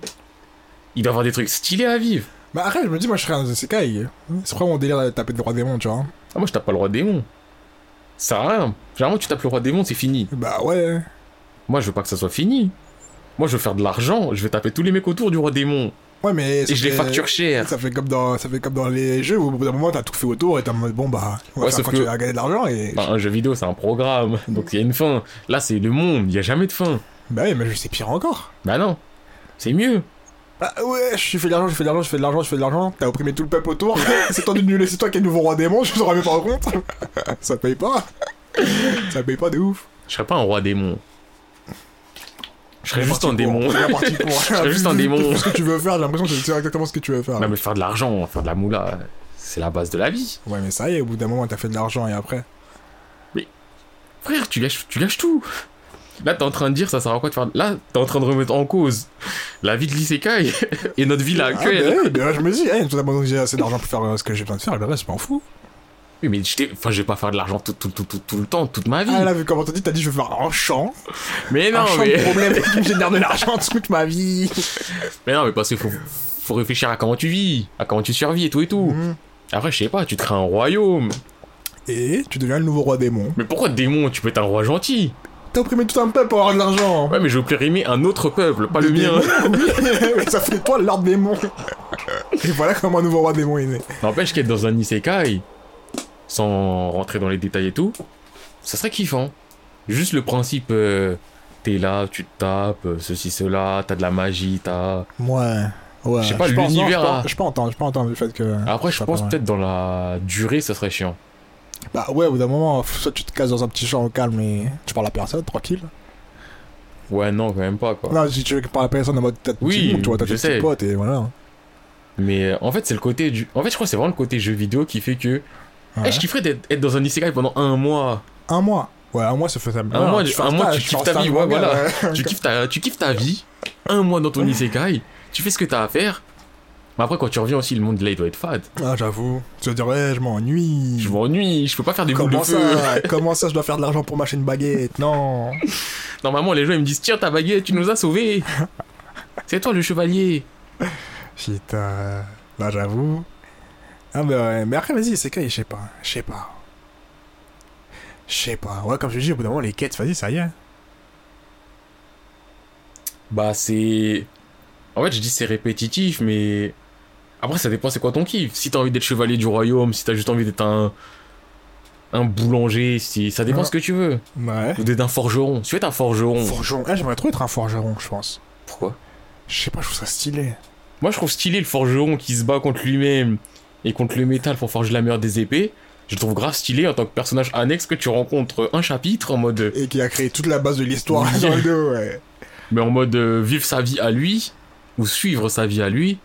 S2: Il doit avoir des trucs stylés à vivre.
S1: Bah, après, je me dis, moi, je serais un Zekai. C'est pas mon délire de taper le droit des mondes, tu vois.
S2: Ah, moi, je tape pas le roi démon. Ça sert à rien. Généralement, tu tapes le roi démon, c'est fini.
S1: Bah, ouais.
S2: Moi, je veux pas que ça soit fini. Moi, je veux faire de l'argent. Je vais taper tous les mecs autour du roi démon.
S1: Ouais, mais. ça
S2: Et je les
S1: fait-
S2: facture cher.
S1: Ça fait, comme dans, ça fait comme dans les jeux où au bout d'un moment t'as tout fait autour et t'es en mode bon bah on va
S2: Ouais,
S1: faire
S2: sauf
S1: quand
S2: que- Bah.
S1: tu vas gagner de l'argent et.
S2: Enfin, un jeu vidéo, c'est un programme,
S1: Hmm.
S2: donc il y a une fin. Là, c'est le monde, il n'y a jamais de fin.
S1: Bah oui, mais je sais pire encore.
S2: Bah non, c'est mieux.
S1: Ah ouais, je fais de l'argent, je fais de l'argent, je fais de l'argent, je fais de l'argent. T'as opprimé tout le peuple autour. (laughs) c'est toi de nul, c'est toi qui es le nouveau roi des mondes, je t'en rends même pas compte. (laughs) ça paye pas. ça paye pas de ouf.
S2: Je serais pas un roi démon. Je serais
S1: C'est
S2: juste
S1: parti
S2: un démon. (laughs)
S1: pour- c'est parti pour-
S2: serais juste un démon.
S1: Ce que tu veux faire, j'ai l'impression que tu sais exactement ce que tu veux faire.
S2: Non, mais faire de l'argent, faire de la moula, c'est la base de la vie.
S1: Ouais, mais ça y est, au bout d'un moment, t'as fait de l'argent et après.
S2: Frère, tu gâches, tu gâches tout. Là, t'es en train de dire, ça sert à quoi de faire. Là, t'es en train de remettre en cause la vie de l'isekai (laughs) et notre vie là
S1: Ah, ben,
S2: actuelle.
S1: oui, ben, je me dis, hey, tout d'abord, j'ai assez d'argent pour faire euh, ce que j'ai besoin de faire, le reste, je m'en fous.
S2: Oui, mais je t'ai- enfin, je vais pas faire de l'argent tout, tout, tout, tout, tout le temps, toute ma vie.
S1: Ah là, vu comment t'as dit, t'as dit, je veux faire un champ.
S2: mais non,
S1: un champ
S2: mais.
S1: de problèmes qui me génère de l'argent (laughs) toute ma vie.
S2: (laughs) Mais non, mais parce qu'il faut, faut réfléchir à comment tu vis, à comment tu survis et tout et tout.
S1: Mhm.
S2: Après, je sais pas, tu te crées un royaume.
S1: Et tu deviens le nouveau roi démon.
S2: Mais pourquoi démon Tu peux être un roi gentil.
S1: T'as opprimé tout un peuple pour avoir de l'argent.
S2: Ouais, mais je veux primer un autre peuple, pas le
S1: Des
S2: mien.
S1: démons, (laughs) oui, mais ça fait toi le lord démon. Et voilà comment un nouveau roi démon est né.
S2: N'empêche qu'être dans un isekai, sans rentrer dans les détails et tout, ça serait kiffant. Juste le principe, euh, t'es là, tu te tapes, euh, ceci, cela, t'as de la magie, t'as...
S1: Ouais. Ouais.
S2: Je sais pas,
S1: pense- non,
S2: l'univers hein. Ah.
S1: je pense-
S2: a-
S1: Je peux entendre, je peux entendre le fait que.
S2: Après, je
S1: pas
S2: pense
S1: mal.
S2: peut-être dans la durée, ça serait chiant.
S1: Bah ouais, au bout d'un moment, faut- soit tu te casses dans un petit champ au calme et tu parles à personne, tranquille.
S2: Ouais, non, quand même pas, quoi.
S1: Non, si tu veux parler à personne en mode t'as ton
S2: Oui,
S1: petit monde, tu vois, t'as
S2: je
S1: tes
S2: sais.
S1: petits potes et voilà.
S2: Mais euh, en fait, c'est le côté du... En fait, je crois que c'est vraiment le côté jeu vidéo qui fait que...
S1: Ouais.
S2: Eh, je kifferais d'être être dans un isekai pendant
S1: (laughs)
S2: un mois.
S1: Un mois. Ouais, un mois c'est faisable.
S2: Un
S1: Voilà,
S2: mois, tu-
S1: fais
S2: un mois,
S1: stage,
S2: tu
S1: fais un
S2: kiffes ta
S1: stage
S2: vie, ouais,
S1: manga,
S2: voilà.
S1: ouais.
S2: Tu kiffes, ta, tu kiffes ta vie, un mois dans ton isekai, tu fais ce que t'as à faire. Mais après, quand tu reviens aussi, le monde là, il doit être fade.
S1: Ah, j'avoue. Tu vas dire, ouais, je m'ennuie.
S2: Je m'ennuie, je peux pas faire des boules de
S1: Comment
S2: feu.
S1: ça (laughs) Comment ça, je dois faire de l'argent pour m'acheter une baguette Non.
S2: Normalement, les gens ils me disent Tiens, ta baguette, tu nous as (laughs) sauvés. C'est toi le chevalier.
S1: Putain. Bah, j'avoue. Ah, mais ouais. Mais après, vas-y, c'est quoi Je sais pas. Je sais pas. Je sais pas. Ouais, comme je dis, au bout d'un moment, les quêtes, vas-y, ça y est.
S2: Bah, c'est. En fait, je dis c'est répétitif, mais. Après, ça dépend c'est quoi ton kiff. Si t'as envie d'être chevalier du royaume, si t'as juste envie d'être un. Un boulanger, si. Ça dépend
S1: Ouais.
S2: ce que tu veux.
S1: Ouais.
S2: Ou d'être un forgeron. Si tu veux être un forgeron.
S1: Forgeron. Eh, j'aimerais trop être un forgeron, je pense.
S2: Pourquoi
S1: Je sais pas, je trouve ça stylé.
S2: Moi, je trouve stylé le forgeron qui se bat contre lui-même et contre le métal pour forger la meilleure des épées. Je le trouve grave stylé en tant que personnage annexe que tu rencontres un chapitre en mode.
S1: Et qui a créé toute la base de l'histoire (laughs)
S2: Oui.
S1: dans le dos, ouais.
S2: Mais en mode euh, vivre sa vie à lui, ou suivre sa vie à lui,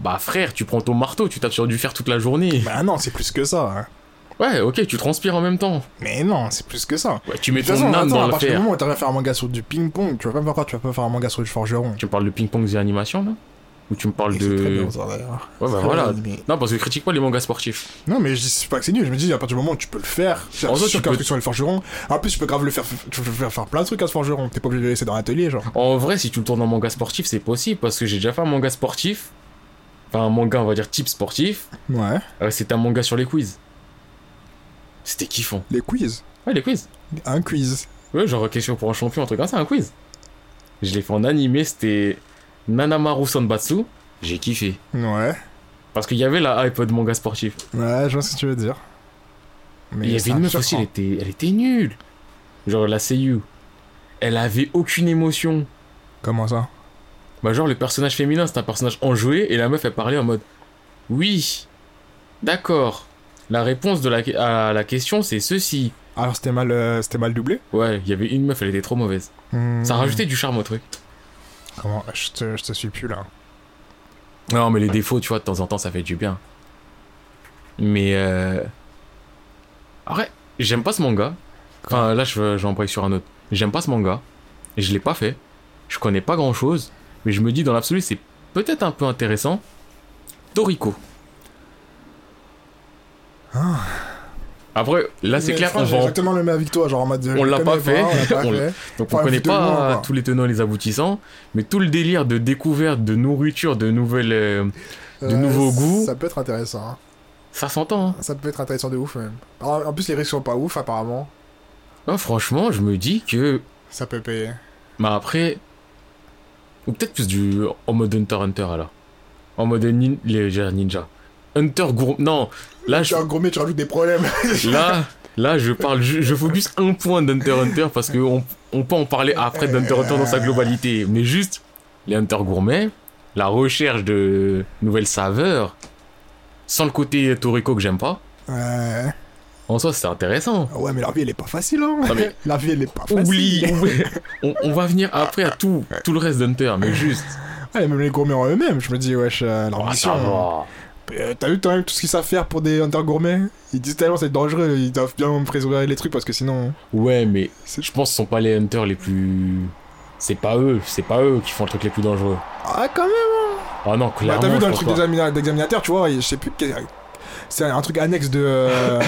S2: bah frère, tu prends ton marteau, tu tapes sur du fer toute la journée.
S1: Bah, non, c'est plus que ça. hein.
S2: Ouais, ok, tu transpires en même temps.
S1: Mais non, c'est plus que ça.
S2: Ouais, tu mets
S1: De toute façon,
S2: ton âme
S1: attends,
S2: dans
S1: à
S2: le
S1: partir du
S2: fer.
S1: moment où t'arrives à faire un manga sur du ping-pong, tu vas pas me faire quoi Tu vas pas faire un manga sur du forgeron.
S2: Tu me parles de ping-pong et animation, là Ou tu me parles
S1: Et c'est très
S2: de...
S1: bien, ça, d'ailleurs.
S2: Ouais, bah
S1: Très
S2: voilà.
S1: bien animé.
S2: Non, parce que critique pas les mangas sportifs.
S1: Non, mais je dis c'est pas que c'est nul, je me dis à partir du moment où tu peux le faire, c'est
S2: En soi,
S1: sûr
S2: tu
S1: qu'un
S2: peux-
S1: truc sur le forgeron. En plus, tu peux grave le faire, tu peux faire, faire plein de trucs à ce forgeron, t'es pas obligé de le laisser dans l'atelier, genre.
S2: En vrai, si tu le tournes en manga sportif, c'est possible, parce que j'ai déjà fait un manga sportif. Enfin, un manga, on va dire, type sportif.
S1: Ouais.
S2: Euh, C'était un manga sur les quiz. C'était kiffant.
S1: Les quiz.
S2: Ouais, les quiz.
S1: Un quiz.
S2: Ouais, genre question pour un champion, un truc comme ça, un quiz. Je l'ai fait en animé, c'était Nanamaru Sanbatsu. J'ai kiffé.
S1: Ouais.
S2: Parce qu'il y avait la hype de manga sportif.
S1: Ouais, je vois ce que tu veux dire. Mais
S2: Et il y
S1: c'est
S2: avait une meuf aussi, elle
S1: surprend.
S2: était, elle était nulle. Genre la Seiyu. Elle avait aucune émotion.
S1: Comment ça
S2: Bah, genre le personnage féminin, c'est un personnage enjoué, et la meuf, elle parlait en mode Oui, d'accord. La réponse de la, à la question, c'est ceci.
S1: Alors, c'était mal, euh, c'était mal doublé
S2: Ouais, il y avait une meuf, elle était trop mauvaise. Ça
S1: Hmm.
S2: rajoutait du charme au truc.
S1: Comment je te, je te suis plus là.
S2: Non, mais les défauts, tu vois, de temps en temps, ça fait du bien. Mais. Euh... Après, j'aime pas ce manga. Enfin, là, je j'embraye sur un autre. J'aime pas ce manga. Je l'ai pas fait. Je connais pas grand chose. Mais je me dis, dans l'absolu, c'est peut-être un peu intéressant. Toriko.
S1: Ah.
S2: Après, là, c'est
S1: Mais
S2: clair,
S1: franchement,
S2: on
S1: j'ai
S2: va en-
S1: exactement le même avis que toi, genre en mode. je
S2: On l'a
S1: connais
S2: pas
S1: on
S2: fait.
S1: l'a pas
S2: (laughs) On
S1: fait.
S2: Donc on
S1: Pas
S2: connaît
S1: évidemment,
S2: pas
S1: quoi.
S2: tous les tenants et les aboutissants, mais tout le délire de découverte, de nourriture, de nouvelles... euh, De nouveaux goûts.
S1: Ça peut être intéressant. hein.
S2: Ça s'entend. hein.
S1: Ça peut être intéressant de ouf, même. En en plus, les risques sont pas ouf, apparemment.
S2: Ah, franchement, je me dis que...
S1: Ça peut payer.
S2: Bah après... Ou peut-être plus du... En mode Hunter x Hunter alors. en mode nin... les- j'ai un ninja. Hunter gourmand. Non, là, je...
S1: Tu as un gros mec, tu rajoutes des problèmes.
S2: (laughs) là, là, je parle, je, je focus un point d'Hunter x Hunter parce que on, on peut en parler après d'Hunter x Hunter dans sa globalité, mais juste les Hunter gourmets, la recherche de nouvelles saveurs, sans le côté Toriko que j'aime pas.
S1: Ouais.
S2: En soi, c'est intéressant.
S1: Ouais, mais la vie, elle est pas facile, hein.
S2: Non, Ah, mais-
S1: La vie, elle est pas facile.
S2: Oublie, oublie. On, on va venir après à tout, tout le reste d'Hunter, mais juste.
S1: Ouais, même les gourmets en eux-mêmes, je me dis, wesh, euh, leur
S2: Oh,
S1: mission,
S2: ça va.
S1: euh, T'as vu, quand même, tout ce qu'ils savent faire pour des hunters gourmets Ils disent tellement c'est dangereux, ils doivent bien préserver les trucs parce que sinon. hein.
S2: Ouais, mais
S1: C'est-
S2: je pense que ce sont pas les hunters les plus. C'est pas eux, c'est pas eux qui font le truc les plus dangereux.
S1: Ah, quand même
S2: Ah non,
S1: Bah,
S2: clairement.
S1: T'as vu
S2: je
S1: dans le
S2: pense
S1: truc
S2: pas.
S1: d'examina- d'examinateur, tu vois, je sais plus. quel- C'est un truc annexe de, euh,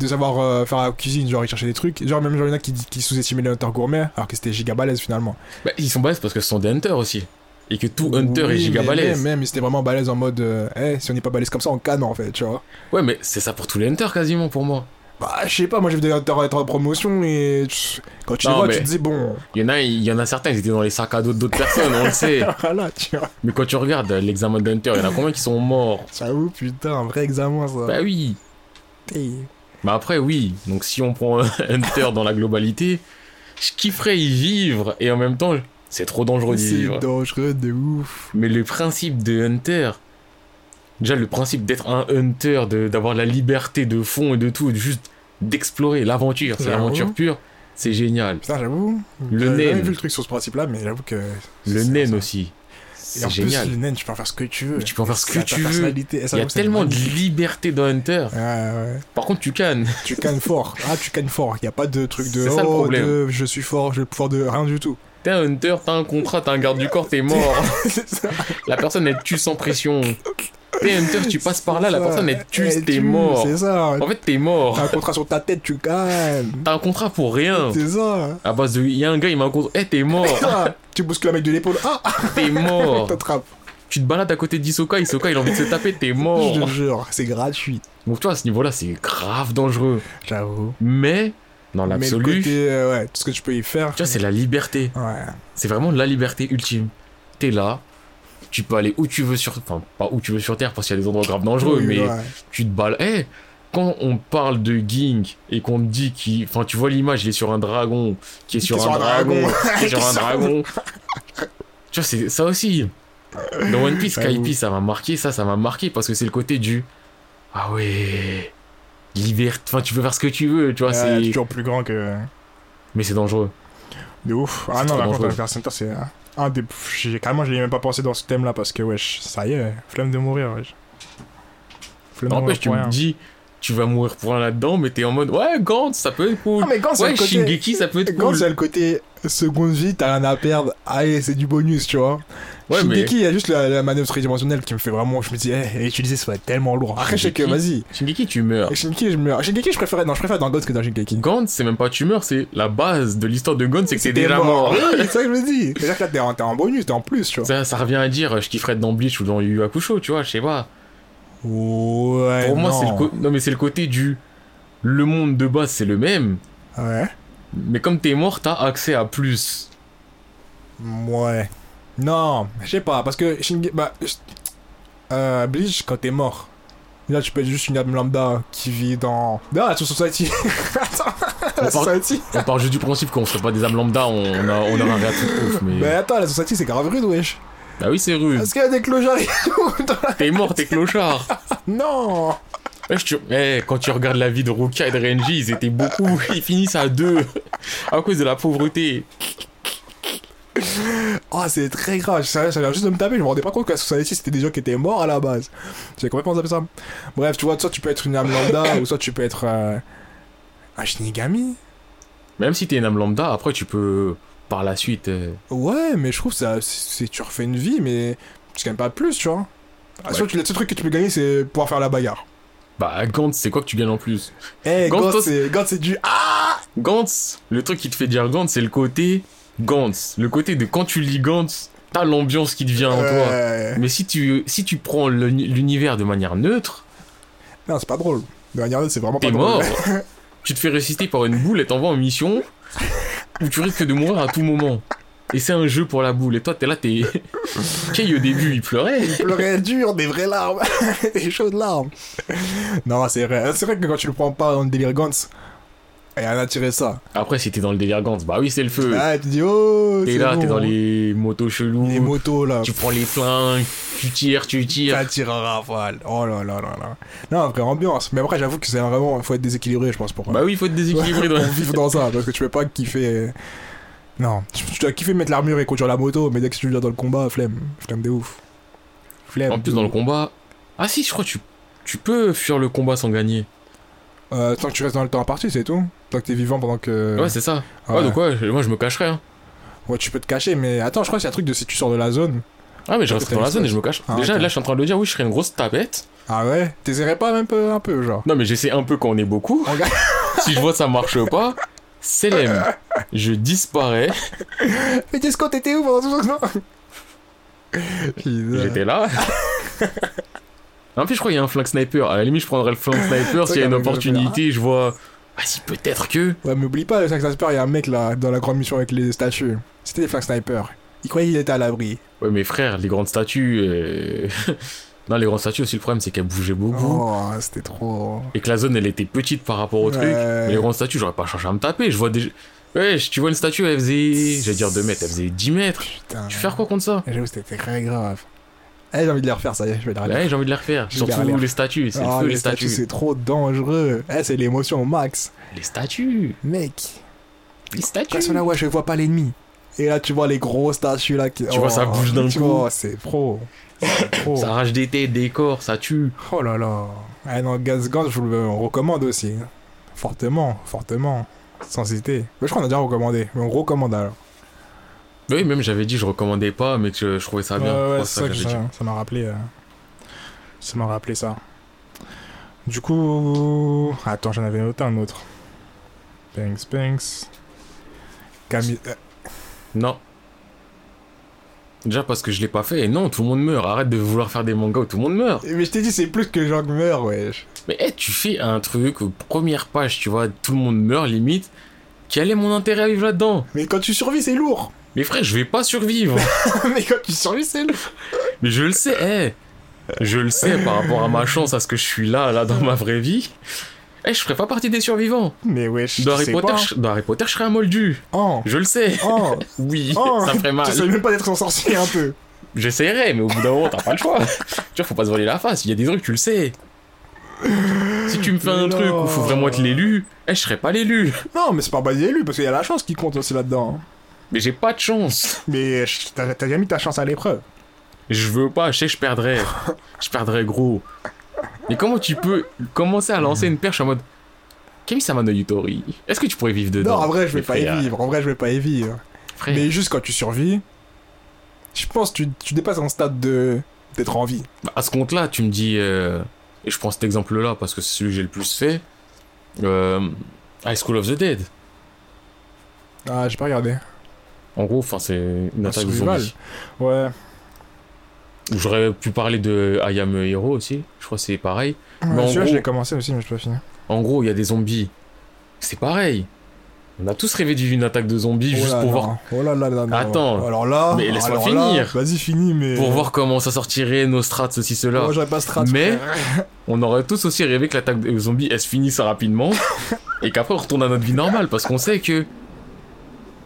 S1: de savoir euh, faire la cuisine, genre ils cherchaient des trucs. Genre, même genre, il y en a qui, qui sous-estimaient les hunters gourmets alors que c'était giga balèze finalement.
S2: Bah, ils sont balèzes parce que ce sont des hunters aussi. Et que tout hunter
S1: Oui,
S2: est giga
S1: mais Même,
S2: balèze.
S1: même, ils étaient vraiment balèze en mode, euh, Eh, si on n'est pas balèze comme ça, on canne en fait, tu vois.
S2: Ouais, mais c'est ça pour tous les hunters quasiment pour moi.
S1: Bah, je sais pas, moi j'ai vu des hunters être en promotion et tu- quand tu les
S2: Non,
S1: vois,
S2: mais-
S1: tu te dis bon, (laughs)
S2: Il y en a, il y en a certains, ils étaient dans les sacs à dos d'autres personnes, on
S1: (laughs)
S2: le sait.
S1: voilà, tu vois.
S2: Mais quand tu regardes euh, l'examen d'hunter, il y en a combien qui sont morts
S1: J'avoue, putain, un vrai examen ça. Eh,
S2: Bah oui.
S1: Hey.
S2: Bah après, oui. Donc si on prend euh, (laughs) Hunter dans la globalité, je kifferais y vivre et en même temps, c'est trop dangereux d'y
S1: C'est
S2: vivre.
S1: dangereux de ouf.
S2: Mais le principe de Hunter, déjà le principe d'être un Hunter, de- d'avoir la liberté de fond et de tout, juste d'explorer l'aventure, c'est
S1: J'avoue.
S2: l'aventure pure, c'est génial.
S1: Putain, j'avoue.
S2: Le
S1: J'avais jamais
S2: naine.
S1: vu le truc sur ce principe-là, mais j'avoue que.
S2: Le
S1: c'est-
S2: naine
S1: c'est-
S2: aussi,
S1: Et en
S2: c'est génial.
S1: plus, le naine, tu peux en faire ce que tu veux.
S2: Mais tu peux en faire ce
S1: C'est
S2: que
S1: à ta
S2: tu veux.
S1: personnalité. Et ça,
S2: Il y a
S1: j'avoue, c'est
S2: tellement de
S1: magnifique.
S2: liberté dans Hunter.
S1: Ouais, ouais.
S2: Par contre, tu cannes. (laughs)
S1: Tu cannes fort. Ah, tu cannes fort. Il n'y a pas de truc de.
S2: C'est ça, le
S1: oh,
S2: problème.
S1: de je suis fort, je vais pouvoir de. Rien du tout. (laughs)
S2: T'es un Hunter, t'as un contrat, t'as un garde du corps, t'es mort.
S1: C'est ça.
S2: La personne, elle te tue sans pression. T'es Hunter, tu passes par là, la
S1: Ça.
S2: personne, elle te tue,
S1: Elle
S2: t'es
S1: tue,
S2: mort. Oh.
S1: C'est ça.
S2: En fait, t'es mort.
S1: T'as un contrat sur ta tête, tu cannes.
S2: T'as un contrat pour rien.
S1: C'est ça.
S2: À base de. Il y a un gars, il m'a un contrat. Eh,
S1: (laughs)
S2: t'es mort.
S1: Ah, tu bouscules un mec de l'épaule. Ah, ah,
S2: T'es mort.
S1: t'attrapes.
S2: tu te balades à côté d'Isoka, Isoka il a envie de se taper, t'es
S1: Je te
S2: mort.
S1: jure, c'est gratuit.
S2: Donc tu vois, à ce niveau-là, c'est grave dangereux.
S1: J'avoue.
S2: Mais, dans
S1: Mais le
S2: l'absolu, tu
S1: côté, euh, ouais, tout ce que tu peux y faire.
S2: vois, c'est la liberté.
S1: Ouais.
S2: C'est vraiment la liberté ultime. T'es là, tu peux aller où tu veux sur... Enfin, pas où tu veux sur Terre, parce qu'il y a des endroits grave dangereux,
S1: Oui,
S2: mais
S1: ouais.
S2: tu te balades... Eh, quand on parle de Ging et qu'on te dit qu'il... Enfin, tu vois l'image, il est sur un dragon, qui est sur, un, dragon,
S1: (laughs)
S2: qui est sur un dragon. Tu vois, c'est ça aussi. Dans One Piece,
S1: J'avoue.
S2: Skype, ça m'a marqué, ça, ça m'a marqué parce que c'est le côté du. Ah ouais. Liberté. Enfin, tu peux faire ce que tu veux, tu vois.
S1: Ouais,
S2: c'est-
S1: toujours plus grand que.
S2: Mais c'est dangereux.
S1: De ouf.
S2: C'est
S1: Ah non,
S2: trop
S1: par contre,
S2: dangereux.
S1: Hunter x Hunter, c'est un- un des. pff, J'ai carrément, je l'ai même pas pensé dans ce thème-là parce que, wesh, ça y est, flemme de mourir, wesh. Flemme de mourir
S2: N'empêche, tu
S1: pour
S2: me
S1: rien.
S2: dis, tu vas mourir pour un là-dedans, mais t'es en mode, ouais, Gantz, ça peut être cool.
S1: Ah, mais quand c'est
S2: ouais,
S1: le côté.
S2: Shingeki, ça peut être
S1: Quand
S2: cool.
S1: c'est le côté seconde vie, t'as rien à perdre. Allez, c'est du bonus, tu vois.
S2: Ouais, mais
S1: Shingeki, il y a juste la, la manœuvre tridimensionnelle qui me fait vraiment. Je me dis, eh, utiliser, ça va être tellement lourd. Après, je sais que,
S2: Shingeki.
S1: vas-y.
S2: Shingeki, tu meurs.
S1: Shingeki, je meurs. Shingeki, je préférais. Non, je préfère dans Gantz que dans Shingeki.
S2: Gantz, c'est même pas tu meurs, c'est la base de l'histoire de Gantz, c'est que t'es déjà mort.
S1: Oui, c'est ça que je me dis. C'est-à-dire que là, t'es en, t'es en bonus, t'es en plus, tu vois.
S2: Ça, ça revient à dire, je kifferais être dans Bleach ou dans Yu Yu Hakusho, tu vois, je sais pas.
S1: Ouais.
S2: Pour moi, c'est le,
S1: non.
S2: co- non, mais c'est le côté du. Le monde de base, c'est le même,
S1: Ouais.
S2: mais comme t'es mort, t'as accès à plus.
S1: Ouais. Non, je sais pas, parce que Shinge... Bah, je- euh, Bleach, quand t'es mort, là tu peux être juste une âme lambda qui vit dans... Ah, la Society (laughs) Attends, la
S2: On part,
S1: Society
S2: on part juste du principe qu'on serait pas des âmes lambda, on, on a, on aura un réactif de ouf, mais.
S1: Mais attends, la Society c'est grave rude, wesh
S2: Bah oui,
S1: (laughs)
S2: c'est rude.
S1: Est-ce qu'il y a des clochards et tout dans la-
S2: T'es mort, t'es clochard.
S1: Non
S2: Ouais, je te- Eh, quand tu regardes la vie de Ruka et de Renji, ils étaient beaucoup, (laughs) ils finissent à deux à cause de la pauvreté.
S1: Oh, c'est très grave, ça, ça vient juste de me taper, je me rendais pas compte que la Society c'était des gens qui étaient morts à la base. J'ai complètement zappé ça. Bref, tu vois, soit tu peux être une âme lambda, ou soit tu peux être... euh, Un Shinigami
S2: Même si t'es une âme lambda, après tu peux par la suite. euh,
S1: Ouais, mais je trouve ça, c'est tu refais une vie, mais tu gagnes pas plus, tu vois. Ah,
S2: Ouais.
S1: soit tu- le seul truc que tu peux gagner, c'est pouvoir faire la bagarre.
S2: Bah Gantz, c'est quoi que tu gagnes en plus
S1: Eh,
S2: Gantz,
S1: Gantz,
S2: toi,
S1: c'est Gantz, c'est du ah.
S2: Gantz, le truc qui te fait dire Gantz, c'est le côté Gantz. Le côté de quand tu lis Gantz, t'as l'ambiance qui te vient en
S1: Euh.
S2: toi.
S1: Ah, Ouais.
S2: Mais si tu, si tu prends le- l'univers de manière neutre,
S1: Non, c'est pas drôle. De manière neutre, c'est vraiment pas
S2: t'es
S1: drôle. (laughs)
S2: mort. tu te fais résister par une boule et t'envoies en mission où tu risques de mourir à tout moment. Et c'est un jeu pour la boule. Et toi, t'es là, t'es. (laughs) Kay, au début, il pleurait.
S1: Il pleurait dur, des vraies larmes, (laughs) des chaudes larmes. Non, c'est vrai. C'est vrai que quand tu le prends pas dans le délire Gantz, et on a tiré ça.
S2: Après, si t'es dans le délire Gantz, bah oui, c'est le feu.
S1: Ah, tu dis, oh,
S2: T'es
S1: c'est
S2: là,
S1: bon.
S2: t'es dans les motos
S1: Les
S2: cheloues.
S1: motos là.
S2: Tu prends les flingues, tu tires, tu tires.
S1: Ça tire en rafale. Oh là là là là. Non, vraie ambiance. Mais après, j'avoue que c'est vraiment. Il faut être déséquilibré, je pense, pour, euh,
S2: Bah oui, il faut te déséquilibrer.
S1: pour
S2: dans-
S1: vivre dans ça. Parce que tu peux pas kiffer. euh, Non, tu, tu dois kiffer mettre l'armure et conduire la moto. Mais dès que tu viens dans le combat, flemme. Flemme de ouf. Flemme.
S2: En plus, dans le combat. Ah si, je crois que tu, tu peux fuir le combat sans gagner.
S1: Euh, tant que tu restes dans le temps imparti, c'est tout. Tant que t'es vivant pendant que.
S2: Ouais, c'est ça.
S1: Ah
S2: Ouais, donc ouais, je- moi je me cacherais. hein.
S1: Ouais, tu peux te cacher, mais attends, je crois que c'est un truc de si tu sors de la zone.
S2: Ah, mais je
S1: Toi, t'as
S2: resterais dans la
S1: une
S2: zone et
S1: zone.
S2: je me cache.
S1: Ah,
S2: Déjà,
S1: ok.
S2: là, je suis en train de le dire, oui, je serais une grosse tapette.
S1: Ah ouais T'essaierais pas même peu, un peu, genre
S2: Non, mais j'essaie un peu quand on est beaucoup.
S1: On gagne.
S2: (laughs) si je vois que ça marche pas, c'est l'aime. Je disparais.
S1: Mais qu'est-ce qu'on t'étais où pendant tout ce temps (laughs) Putain.
S2: J'étais là. En plus, je crois qu'il y a un flank sniper. À la limite, je prendrais le flank sniper s'il y a une
S1: Regarde,
S2: opportunité. Je vois. Vas-y, peut-être que.
S1: Ouais, mais oublie pas, le flank sniper, il y a un mec là, dans la grande mission avec les statues. C'était des flank snipers. Il croyait qu'il était à l'abri.
S2: Ouais, mais frère, les grandes statues. euh, (laughs) non, les grandes statues aussi, le problème, c'est qu'elles bougeaient beaucoup.
S1: Oh, c'était trop.
S2: Et que la zone, elle était petite par rapport au truc.
S1: Ouais.
S2: Mais les grandes statues, j'aurais pas cherché à me taper. Je vois des. Ouais, tu vois une statue, elle faisait. J'allais dire 2 mètres, elle faisait 10 mètres.
S1: Putain.
S2: Tu fais quoi contre ça
S1: J'avoue, c'était très grave. Eh, j'ai envie de les refaire, ça y est, je vais les refaire.
S2: Ouais, j'ai envie de les refaire.
S1: Je vais les
S2: Surtout
S1: relire.
S2: les statues, c'est
S1: Oh,
S2: le feu,
S1: les
S2: les
S1: statues,
S2: statues.
S1: c'est trop dangereux. Eh, c'est l'émotion au max.
S2: Les statues
S1: Mec,
S2: Les statues
S1: Parce que là, ouais, je vois pas l'ennemi. Et là, tu vois les grosses statues là. Qui... Oh,
S2: Tu vois, ça bouge d'un
S1: tu
S2: coup.
S1: vois, c'est pro.
S2: (laughs)
S1: C'est pro.
S2: Ça arrache des têtes, des corps, ça tue.
S1: Oh là là. Ah non, Gazgan, je vous le recommande aussi. Fortement, fortement. Sans hésiter. Mais je crois qu'on a déjà recommandé. Mais on recommande alors.
S2: Oui, même j'avais dit je recommandais pas, mais que je, je trouvais ça bien.
S1: Ouais, ouais,
S2: Oh,
S1: c'est ça, que
S2: j'avais
S1: ça, ça m'a rappelé. euh, Ça m'a rappelé ça. Du coup. Attends, j'en avais noté un autre. Banks, Banks. Camille. euh,
S2: dit. Non. Déjà parce que je l'ai pas fait. Et non, tout le monde meurt. Arrête de vouloir faire des mangas où tout le monde meurt.
S1: Mais je t'ai dit, c'est plus que Jean meurt, wesh.
S2: Mais eh, tu fais un truc, euh, première page, tu vois, tout le monde meurt limite. Quel est mon intérêt à vivre là-dedans
S1: Mais quand tu survis, c'est lourd. (laughs)
S2: Mais frère, je vais pas survivre.
S1: mais quand tu survis, c'est lourd.
S2: Mais je le sais, eh. Je le sais par rapport à ma chance, à ce que je suis là, là, dans ma vraie vie. Eh, je ferais pas partie des survivants.
S1: Mais wesh.
S2: Dans Harry,
S1: c'est
S2: Potter,
S1: pas-
S2: je, dans Harry Potter, je serais un moldu.
S1: Oh.
S2: Je le sais.
S1: Oh.
S2: Oui,
S1: Oh.
S2: (laughs) ça ferait mal.
S1: Tu sais même pas d'être s'en sortir un peu.
S2: J'essaierai, mais au bout d'un moment, t'as pas le choix. (laughs) tu vois, faut pas se voler la face. Il y a des trucs, tu le sais. Si tu me fais un
S1: Non.
S2: truc où faut vraiment être l'élu, eh, je serais pas l'élu.
S1: Non, mais c'est pas basé élu, parce qu'il y a la chance qui compte aussi là-dedans. hein.
S2: Mais j'ai pas de chance.
S1: Mais je- t'as t'as déjà mis ta chance à l'épreuve.
S2: Je veux pas, je sais que je perdrais. Je perdrais gros. Mais comment tu peux commencer à lancer une perche en mode Kami-sama no Yutori Est-ce que tu pourrais vivre
S1: Non,
S2: dedans
S1: en vrai, je vais
S2: Mais
S1: pas y
S2: frère,
S1: vivre. En vrai, je vais pas y vivre.
S2: frère,
S1: Mais juste quand tu survis, je pense que tu, tu dépasses un stade de d'être en vie.
S2: Bah, à ce compte-là, tu me dis, euh, et je prends cet exemple-là parce que c'est celui que j'ai le plus fait, euh, High School of the Dead.
S1: Ah, j'ai pas regardé.
S2: En gros, enfin, c'est une
S1: Un
S2: attaque
S1: survival.
S2: zombie.
S1: Ouais.
S2: J'aurais pu parler de I Am a Hero aussi, je crois que c'est pareil. en
S1: ouais Ah, celui-là,
S2: gros-
S1: je l'ai commencé aussi, mais je pas fini.
S2: En gros, il y a des zombies, c'est pareil. On a tous rêvé de vivre une attaque de zombies
S1: Oh
S2: juste
S1: là là.
S2: pour voir,
S1: Oh là là là là.
S2: Attends.
S1: Alors là.
S2: Mais laisse-moi
S1: alors là,
S2: finir.
S1: Vas-y, finis, mais.
S2: pour voir comment ça sortirait, nos strats, ceci, cela.
S1: Moi, j'aurais pas strat.
S2: Mais-
S1: frère.
S2: On aurait tous aussi rêvé que l'attaque de zombies, elle se finisse rapidement
S1: (laughs)
S2: et qu'après on retourne à notre vie normale parce qu'on sait que.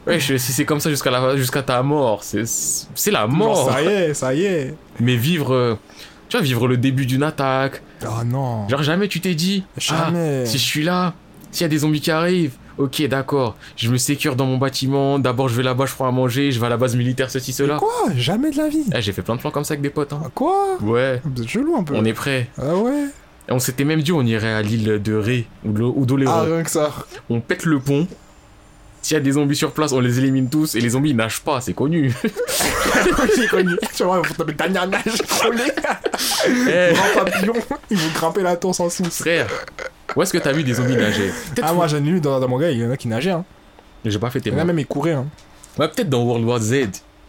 S2: Ouais, je- si c'est comme ça jusqu'à la- jusqu'à ta mort, c'est c'est la
S1: Genre,
S2: mort.
S1: ça y est, ça y est.
S2: Mais vivre, euh, tu vois, vivre le début d'une attaque.
S1: Oh non.
S2: Genre jamais tu t'es dit, ah,
S1: Jamais.
S2: si je suis là, s'il y a des zombies qui arrivent, ok, d'accord, je me sécure dans mon bâtiment. D'abord, je vais là-bas, je prends à manger, je vais à la base militaire, ceci,
S1: Mais
S2: cela.
S1: Quoi Ah, Jamais de la vie.
S2: Eh, J'ai fait plein de plans comme ça avec des potes. hein.
S1: Ah, Quoi
S2: Ouais,
S1: Vous êtes chelou un peu.
S2: on est prêt.
S1: Ah ouais
S2: Et on s'était même dit, on irait à l'île de Ré ou de l'O- ou d'Oléron.
S1: Ah, rien que ça.
S2: on pète le pont. S'il y a des zombies sur place, on les élimine tous et les zombies ils nagent pas, c'est connu. (laughs)
S1: J'ai (laughs) connu. Tu vois, pour taper le dernier nage, coller.
S2: Eh,
S1: Grand papillon. Ils vont grimper la tour sans souci.
S2: frère, où est-ce que t'as vu des zombies nager Peut-être
S1: Ah, moi, j'en ai lu dans, dans mon gars, il y en a qui nageaient. Hein.
S2: j'ai pas fait tes
S1: Il y en a
S2: mains.
S1: même, ils couraient. Hein.
S2: Ouais, peut-être dans World War Z,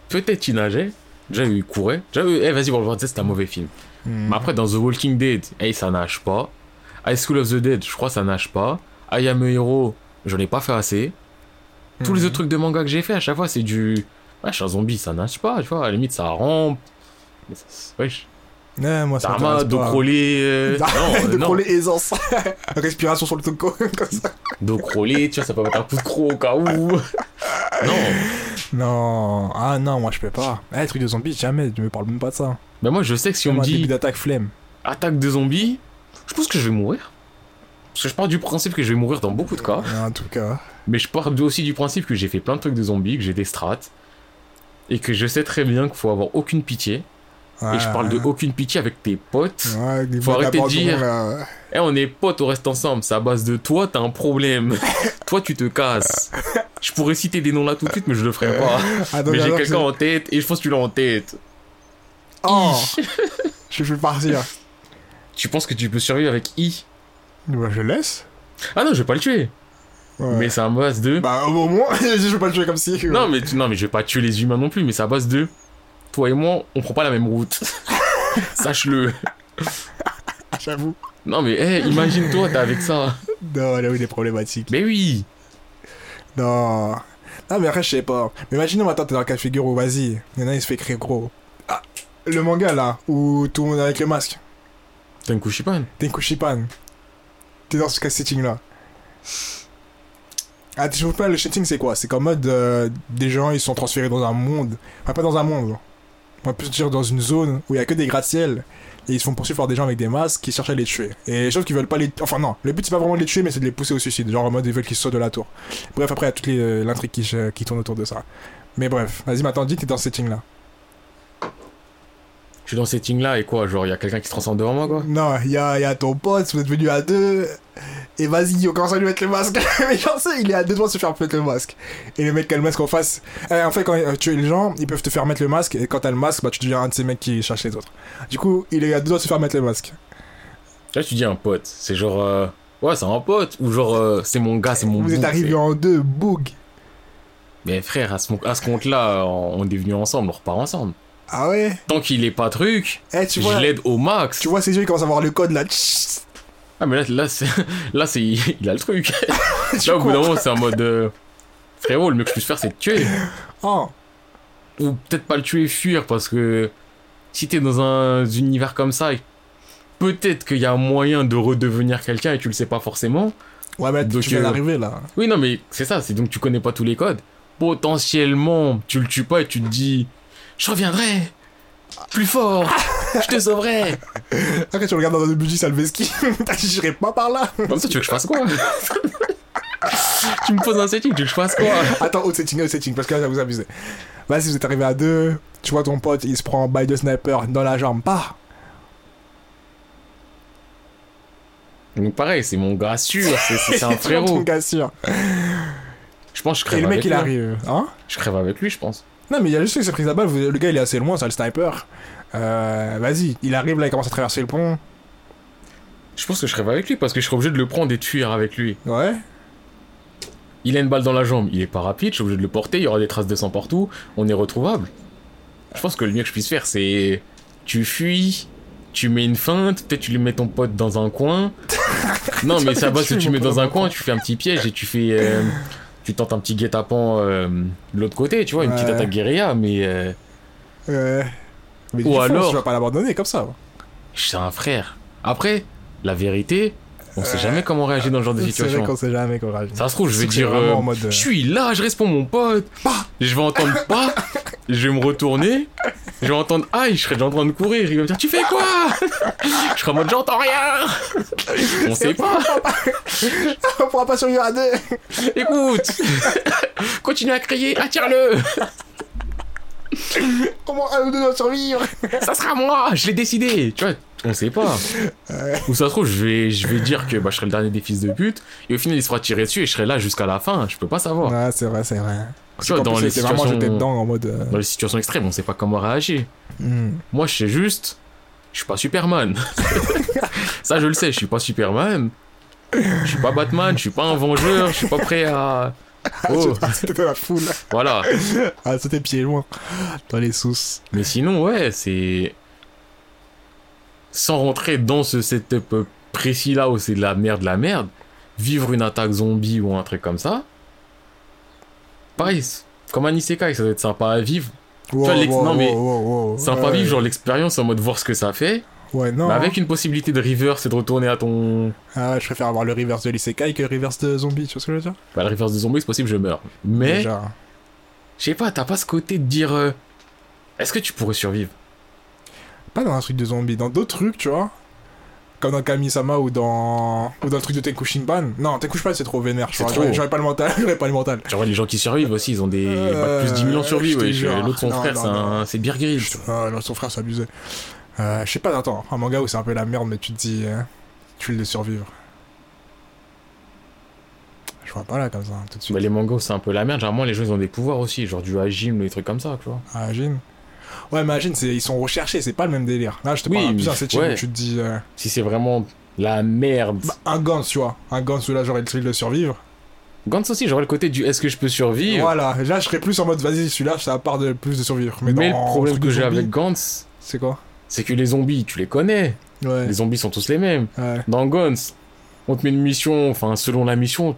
S2: peut-être qu'ils nageaient. Déjà ils couraient. Déjà eux, eh vas-y World War Z c'est un mauvais film. Mais
S1: Bah,
S2: après dans The Walking Dead, eh ça nage pas. High School of the Dead, je crois ça nage pas. I Hmm.
S1: Mhm.
S2: Am a Hero, j'en ai pas fait assez. Tous les autres trucs de manga que j'ai fait à chaque fois c'est du Ouais, je suis un zombie, ça nage pas, tu vois. À la limite, ça rampe. Mais ça, wesh.
S1: Ouais, moi, Ah, ça
S2: Dharma,
S1: m'intéresse (laughs)
S2: dos
S1: pas.
S2: crôlé. euh,
S1: Ah,
S2: non,
S1: de
S2: euh, non.
S1: crawler aisance. (laughs) Respiration sur le toco, comme ça.
S2: Dos crôlé, tu vois, ça peut mettre un coup de croc au cas
S1: (laughs)
S2: où. non,
S1: (laughs) Non, ah non, moi je peux pas. Eh, truc de zombie, jamais, tu me parles même pas de ça.
S2: mais moi, je sais que si on me
S1: Moi,
S2: dit
S1: début d'attaque
S2: (laughs)
S1: flemme.
S2: attaque de zombies, je pense que je vais mourir. Parce que je pars du principe que je vais mourir dans beaucoup de cas.
S1: En tout cas,
S2: Mais je pars aussi du principe que j'ai fait plein de trucs de zombies, que j'ai des strats. Et que je sais très bien qu'il faut avoir aucune pitié. Et je parle de aucune pitié avec tes potes.
S1: Ouais, avec des
S2: Faut
S1: boîtes à
S2: arrêter de
S1: bordure,
S2: dire.
S1: là,
S2: (laughs)
S1: ouais.
S2: Eh, on est potes, on reste ensemble. C'est à base de toi, t'as
S1: (laughs)
S2: un problème. toi, tu te casses. Je pourrais citer des noms là tout de suite, mais je le ferai
S1: (laughs)
S2: pas.
S1: Ah, donc,
S2: mais j'ai
S1: alors,
S2: quelqu'un
S1: c'est-
S2: en tête et je pense que tu l'as en tête.
S1: Oh, (laughs) je vais partir.
S2: Tu penses que tu peux survivre avec I
S1: Bah, je laisse.
S2: Ah non, je vais pas le tuer.
S1: Ouais.
S2: Mais c'est à base de.
S1: Bah, au moins, (laughs) je vais pas le tuer comme si.
S2: Non, mais tu- non, mais je vais pas tuer les humains non plus, mais c'est à base de. Toi et moi, on prend pas la même
S1: (laughs)
S2: route. Sache-le.
S1: (laughs) J'avoue.
S2: Non, mais eh, imagine-toi, t'es
S1: (laughs)
S2: avec ça.
S1: Non, là où il est problématique.
S2: Mais oui.
S1: Non. Non, mais après, je sais pas. Mais imaginons, maintenant, t'es dans le cas de figure où, vas-y, il y en a, il se fait créer gros. Ah, le manga, là, où tout le monde est avec le masque.
S2: T'as une couche pas
S1: Tenkushipan. T'es dans ce cas setting là. Ah, tu pas, le setting c'est quoi C'est qu'en mode euh, des gens ils sont transférés dans un monde. Enfin, pas dans un monde. On va plus dire dans une zone où il y a que des gratte-ciel. Et ils se font poursuivre par des gens avec des masques qui cherchent à les tuer. Et sauf qu'ils veulent pas les. Enfin, non, le but c'est pas vraiment de les tuer, mais c'est de les pousser au suicide. Genre en mode ils veulent qu'ils sautent de la tour. Bref, après, il y a toute les, euh, l'intrigue qui, euh, qui tourne autour de ça. Mais bref, vas-y, maintenant dis que t'es dans ce setting là.
S2: Je suis dans ce setting là et quoi Genre, y a quelqu'un qui se transforme devant moi quoi
S1: Non, il y a, y a ton pote, vous êtes venu à deux, et vas-y, on commence à lui mettre le masque. (laughs) Mais j'en sais, il est à deux doigts de se faire mettre le masque. Et le mec qui a le masque en face. Eh, en fait, quand euh, tu es les gens, ils peuvent te faire mettre le masque, et quand t'as le masque, bah tu deviens un de ces mecs qui cherchent les autres. Du coup, il est à deux doigts de se faire mettre le masque.
S2: Là, tu dis un pote. C'est genre. euh, Ouais, c'est un pote. Ou genre, euh, c'est mon gars, c'est mon
S1: vous
S2: bouc,
S1: êtes arrivés
S2: c'est-
S1: en deux, boog.
S2: Mais frère, à ce, mo- à ce compte-là, euh, on est venus ensemble, on repart ensemble.
S1: Ah ouais
S2: Tant qu'il est pas truc,
S1: Eh, tu
S2: je
S1: vois,
S2: l'aide au max.
S1: tu vois ses yeux, ils commencent à voir le code là. Tchit.
S2: Ah, mais là, là, c'est... (laughs) là c'est... il a le truc.
S1: Tu
S2: là, au bout d'un
S1: cours.
S2: moment, c'est en mode. euh, Frérot, le mieux que je puisse faire, c'est de tuer.
S1: Oh,
S2: Ou peut-être pas le tuer, fuir, parce que si t'es dans un univers comme ça, peut-être qu'il y a un moyen de redevenir quelqu'un et tu le sais pas forcément.
S1: ouais, mais
S2: Donc,
S1: tu viens
S2: euh,
S1: d'arriver là.
S2: Oui, non, mais c'est ça, c'est donc tu connais pas tous les codes. Potentiellement, tu le tues pas et tu te dis Je reviendrai Plus fort Je te sauverai
S1: Après, tu regardes dans le budget Salveski. (laughs) T'as dit, j'irai pas par là.
S2: (laughs) Comme ça, tu veux que je fasse quoi (laughs) Tu me poses un setting, tu veux que je fasse quoi
S1: Attends, haut setting, haut setting, parce que là, ça vous abusez. Vas-y, vous êtes arrivé à deux, tu vois ton pote, il se prend by de sniper dans la jambe, pas
S2: Donc, pareil, c'est mon gars sûr, c'est, c'est- (laughs) c'est un
S1: Ton
S2: frérot.
S1: gars sûr.
S2: Je pense que je crève
S1: Et le
S2: avec
S1: mec, il
S2: lui.
S1: arrive, hein
S2: Je crève avec lui, je pense.
S1: Non, mais il y a juste une s'est prise la balle, vous- le gars, il est assez loin, ça, le sniper. Euh, vas-y, il arrive là, il commence à traverser le pont.
S2: Je pense que je crève avec lui parce que je serais obligé de le prendre et de fuir avec lui.
S1: Ouais.
S2: Il a une balle dans la jambe, il est pas rapide, je suis obligé de le porter, il y aura des traces de sang partout, on est retrouvable. Je pense que le mieux que je puisse faire, c'est. Tu fuis, tu mets une feinte, peut-être tu lui mets ton pote dans
S1: (laughs)
S2: un coin. non, mais c'est à base que
S1: Tu
S2: tu
S1: mets
S2: mets dans
S1: mon
S2: un coin, tu fais un petit piège et tu fais. euh, tu tentes un petit guet-apens euh, de l'autre côté, tu vois, une petite
S1: Ouais.
S2: attaque guérilla, mais. euh,
S1: Euh... Mais tu
S2: Ou
S1: fonces,
S2: alors-
S1: Tu vas pas l'abandonner comme ça.
S2: c'est un frère. Après, la vérité, on sait jamais comment réagir dans ce genre de
S1: Euh, C'est vrai
S2: situation.
S1: qu'on sait jamais qu'on réagit.
S2: Ça se trouve, je
S1: C'est
S2: vais
S1: que c'est
S2: dire.
S1: vraiment
S2: euh,
S1: en mode, euh,
S2: Je suis là, je réponds mon pote.
S1: Bah.
S2: Je vais entendre pas. Je vais me retourner. Je vais entendre aïe, je serai déjà en train de courir. Il va me dire Tu fais quoi Je serai en mode J'entends rien. On sait pas.
S1: On pourra pas survivre à deux.
S2: Écoute. Continue à crier. Attire-le.
S1: Comment un ou deux doivent survivre
S2: Ça sera moi. Je l'ai décidé. Tu vois, on sait pas. Ou ça se trouve, je vais, je vais dire que bah, je serai le dernier des fils de pute. Et au final, il se fera tirer dessus et je serai là jusqu'à la fin. Je peux pas savoir.
S1: Ouais, c'est vrai, c'est vrai.
S2: Tu vois,
S1: En
S2: dans
S1: plus,
S2: les,
S1: c'était vraiment jeté
S2: situations,
S1: dedans en mode. euh,
S2: dans les situations extrêmes, on sait pas comment réagir.
S1: hmm.
S2: Moi, je sais juste, je suis
S1: (laughs)
S2: pas Superman. ça, je le sais, je suis pas Superman. Je suis pas Batman, je suis pas un vengeur, je suis pas prêt à.
S1: (laughs)
S2: Oh,
S1: C'était dans la foule.
S2: voilà.
S1: Ah, c'était pieds loin. Dans les sources.
S2: Mais sinon, ouais, c'est. Sans rentrer dans ce setup précis là où c'est de la merde, de la merde, vivre une attaque zombie ou un truc comme ça, pareil, Comme un Isekai, ça doit être sympa à vivre.
S1: Wow,
S2: vois, l'ex-
S1: wow,
S2: non, mais-
S1: wow, wow, wow.
S2: Sympa à
S1: Ouais.
S2: vivre, genre l'expérience en mode voir ce que ça fait.
S1: Ouais, non. hein.
S2: Mais avec une possibilité de reverse et de retourner à ton.
S1: Ah, je préfère avoir le reverse de l'Isekai que le reverse de zombie, tu vois ce que je veux dire
S2: Bah, le reverse de zombie, c'est possible, je meurs. Mais,
S1: Déjà.
S2: je sais pas, t'as pas ce côté de dire. euh, Est-ce que tu pourrais survivre
S1: Pas dans un truc de zombie, dans d'autres trucs, tu vois comme dans Kamisama ou dans ou dans le truc de Tekushinban. Non, Tekushinban c'est trop vénère, je
S2: C'est
S1: crois.
S2: trop.
S1: J'aurais- J'aurais pas le mental, (laughs) j'aurais pas le mental.
S2: Genre, les gens qui survivent aussi, ils ont des.
S1: Euh,
S2: bah, plus de 10 millions de survie,
S1: je te
S2: ouais.
S1: jure.
S2: L'autre, son
S1: Non,
S2: frère,
S1: non,
S2: c'est un- c'est Birgit.
S1: Ah, non, son frère s'abusait. Euh, je sais pas, attends, un manga où c'est un peu la merde, mais tu te dis, euh, tu le de survivre. Je vois pas là comme ça, tout de suite.
S2: Bah, les mangas, c'est un peu la merde. Généralement, les gens, ils ont des pouvoirs aussi, genre du hajim, des trucs comme ça, tu vois.
S1: Ah, Ajin. Ouais, mais Ajin, c'est- ils sont recherchés, c'est pas le même délire. Là, je te
S2: Oui,
S1: parle
S2: mais-
S1: plus un setting
S2: ouais.
S1: où tu te dis, euh,
S2: Si c'est vraiment la merde.
S1: bah, un Gans, tu vois. Un Gans où là, j'aurais le truc de survivre.
S2: Gantz aussi, j'aurais le côté du est-ce que je peux survivre
S1: Voilà, là, je serais plus en mode, vas-y, celui-là, ça part de plus de survivre.
S2: Mais,
S1: Mais, dans
S2: le
S1: un
S2: problème
S1: truc
S2: que
S1: de
S2: j'ai
S1: zombie,
S2: avec Gantz,
S1: C'est quoi
S2: c'est que les zombies, tu les connais.
S1: Ouais.
S2: Les zombies sont tous les mêmes.
S1: ouais.
S2: Dans Gantz, on te met une mission, enfin, selon la mission.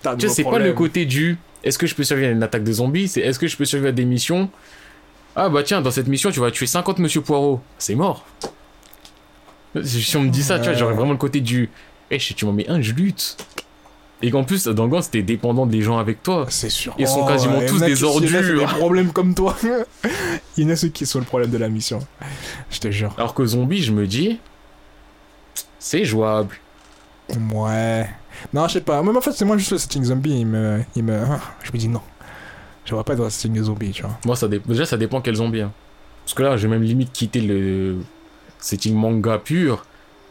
S1: T'as
S2: Tu
S1: gros
S2: sais, c'est pas
S1: problème.
S2: le côté du est-ce que je peux survivre à une attaque de zombies C'est est-ce que je peux survivre à des missions Ah bah tiens, dans cette mission, tu vas tuer 50 Monsieur Poirot. C'est mort. Si on me dit ça, tu vois,
S1: Ouais.
S2: j'aurais vraiment le côté du Eh, si tu m'en mets un, je lutte. Et qu'en plus, dans Gantz, t'es dépendant des gens avec toi.
S1: C'est sûr.
S2: Ils sont quasiment
S1: il y
S2: tous
S1: en a
S2: des hein.
S1: qui- il y en a, c'est
S2: ordures.
S1: Des problèmes comme toi. (laughs) il y en a ceux qui sont le problème de la mission. Je te jure.
S2: Alors que zombie, je me dis, c'est jouable.
S1: Ouais. Non, je sais pas. Même en fait, c'est moi juste le setting zombie. Il me. Il me... ah, je me dis non. Je vois pas dans un setting de zombie, tu vois.
S2: Moi, ça dé- déjà, ça dépend quel zombie. hein. Parce que là, j'ai même limite quitté le setting manga pur.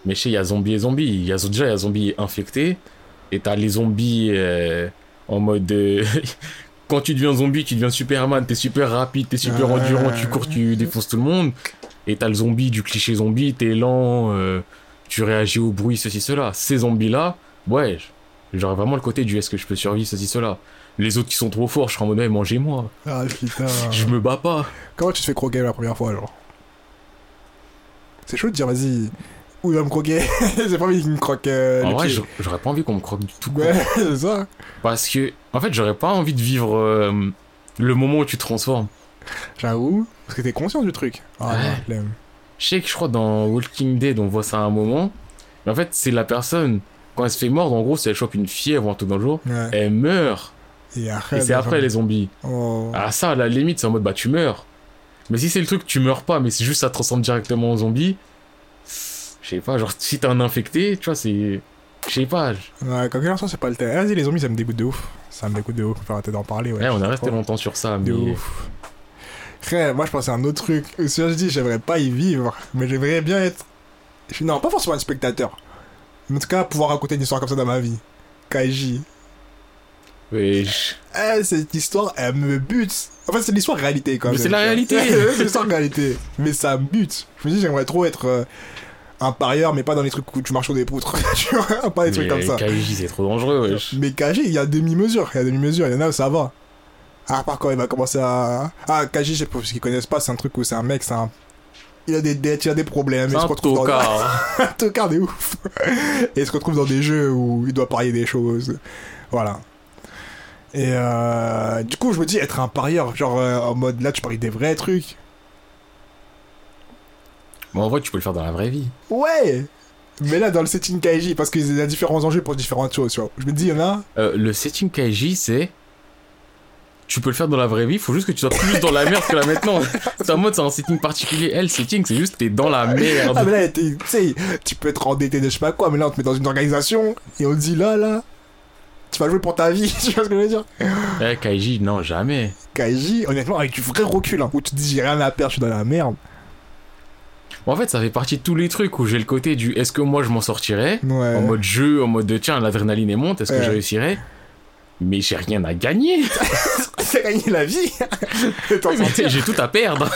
S2: Mais je sais, il y a zombie et zombie. Il Y a... Déjà, il y a zombie infecté. Et t'as les zombies euh, en mode. euh, (laughs) Quand tu deviens zombie, tu deviens Superman. T'es super rapide, t'es super
S1: Ouais.
S2: endurant, tu cours, tu défonces tout le monde. Et t'as le zombie du cliché zombie, t'es lent, euh, tu réagis au bruit, ceci, cela. Ces zombies-là, ouais, j'aurais vraiment le côté du est-ce que je peux survivre, ceci, cela. Les autres qui sont trop forts, je serais en mode, ouais, mangez-moi.
S1: Ah putain.
S2: Je me bats pas.
S1: Comment tu te fais croquer la première fois, genre C'est chaud de dire, vas-y. Où il va me croquer (laughs) J'ai pas envie qu'il me croque euh,
S2: en
S1: le
S2: vrai,
S1: pied.
S2: j'a- j'aurais pas envie qu'on me croque du tout.
S1: Ouais, (laughs) c'est ça.
S2: Parce que, en fait, j'aurais pas envie de vivre euh, le moment où tu te transformes.
S1: J'avoue. Parce que t'es conscient du truc. Ah,
S2: Ouais.
S1: non, je l'aime.
S2: Je sais que je crois dans Walking Dead, on voit ça à un moment. Mais en fait, c'est la personne, quand elle se fait mordre, en gros, si elle chope une fièvre ou un truc dans le genre,
S1: Ouais.
S2: elle meurt.
S1: Et
S2: Et
S1: arrête.
S2: c'est après les zombies.
S1: Oh.
S2: Ah, ça, à la limite, c'est en mode bah tu meurs. Mais si c'est le truc, tu meurs pas, mais c'est juste ça te transforme directement en zombie. Je sais pas, genre si t'es un infecté, tu vois, c'est. Je sais pas. je-
S1: Ouais, quand quelqu'un c'est pas le thème. Ah, Vas-y, les zombies, ça me dégoûte de ouf. Ça me dégoûte de ouf. Faut arrêter d'en parler, ouais. Oh.
S2: Ouais, Eh, on
S1: Je
S2: a
S1: sais
S2: resté
S1: pas.
S2: longtemps sur ça,
S1: De
S2: mais.
S1: ouf. Frère, moi, je pensais à un autre truc. Si je dis, j'aimerais pas y vivre, mais j'aimerais bien être. je suis- Non, pas forcément un spectateur. Mais en tout cas, pouvoir raconter une histoire comme ça dans ma vie. Kaiji.
S2: Ouais, je-
S1: Eh, cette histoire, elle me bute. En fait, c'est l'histoire réalité, quand
S2: Mais
S1: même.
S2: c'est la réalité.
S1: (laughs) c'est l'histoire réalité. Mais ça me bute. Je me dis, j'aimerais trop être euh, un parieur, mais pas dans les trucs où tu marches sur des poutres. (laughs) tu vois, pas Ah, des trucs
S2: mais
S1: comme ça.
S2: Kaiji, c'est trop dangereux, wesh.
S1: Mais Kaji, il y a demi-mesure, il y a demi-mesure, il y en a où ça va. À part quand il va commencer à. Ah, Kaji, je sais pas, pour ceux qui connaissent pas, c'est un truc où c'est un mec, c'est un. Il a des dettes, il a des problèmes,
S2: C'est
S1: il se
S2: un
S1: retrouve dans (laughs)
S2: tocard.
S1: un tocard de ouf. et il se retrouve dans des jeux où il doit parier des choses. Voilà. Et euh, du coup, je me dis être un parieur, genre euh, en mode là, tu paries des vrais trucs.
S2: Bon, en vrai, tu peux le faire dans la vraie vie.
S1: Ouais. Mais là, dans le setting Kaiji, parce qu'il y a différents enjeux pour différentes choses, tu vois. Je me dis, il y en a.
S2: Euh, le setting Kaiji, c'est. Tu peux le faire dans la vraie vie, faut juste que tu sois plus dans la merde que là maintenant.
S1: (laughs)
S2: C'est en mode, c'est un setting particulier. Elle, setting, c'est juste t'es dans la merde.
S1: Ah mais là, t'es- tu sais, tu peux être endetté de je sais pas quoi, mais là on te met dans une organisation et on te dit là, là, tu vas jouer pour ta vie, (laughs) tu vois ce que je veux dire
S2: Eh, Kaiji, non, jamais.
S1: Kaiji, honnêtement, avec du vrai recul, hein, où tu te dis j'ai rien à perdre, je suis dans la merde.
S2: Bon, en fait, ça fait partie de tous les trucs où j'ai le côté du est-ce que moi je m'en sortirais
S1: Ouais. (laughs)
S2: En mode jeu, en mode de, tiens, l'adrénaline est monte, est-ce que
S1: Ouais.
S2: je réussirais Mais j'ai rien à gagner
S1: T'as gagné la vie (laughs) Et t'en
S2: Mais
S1: sortir.
S2: J'ai tout à perdre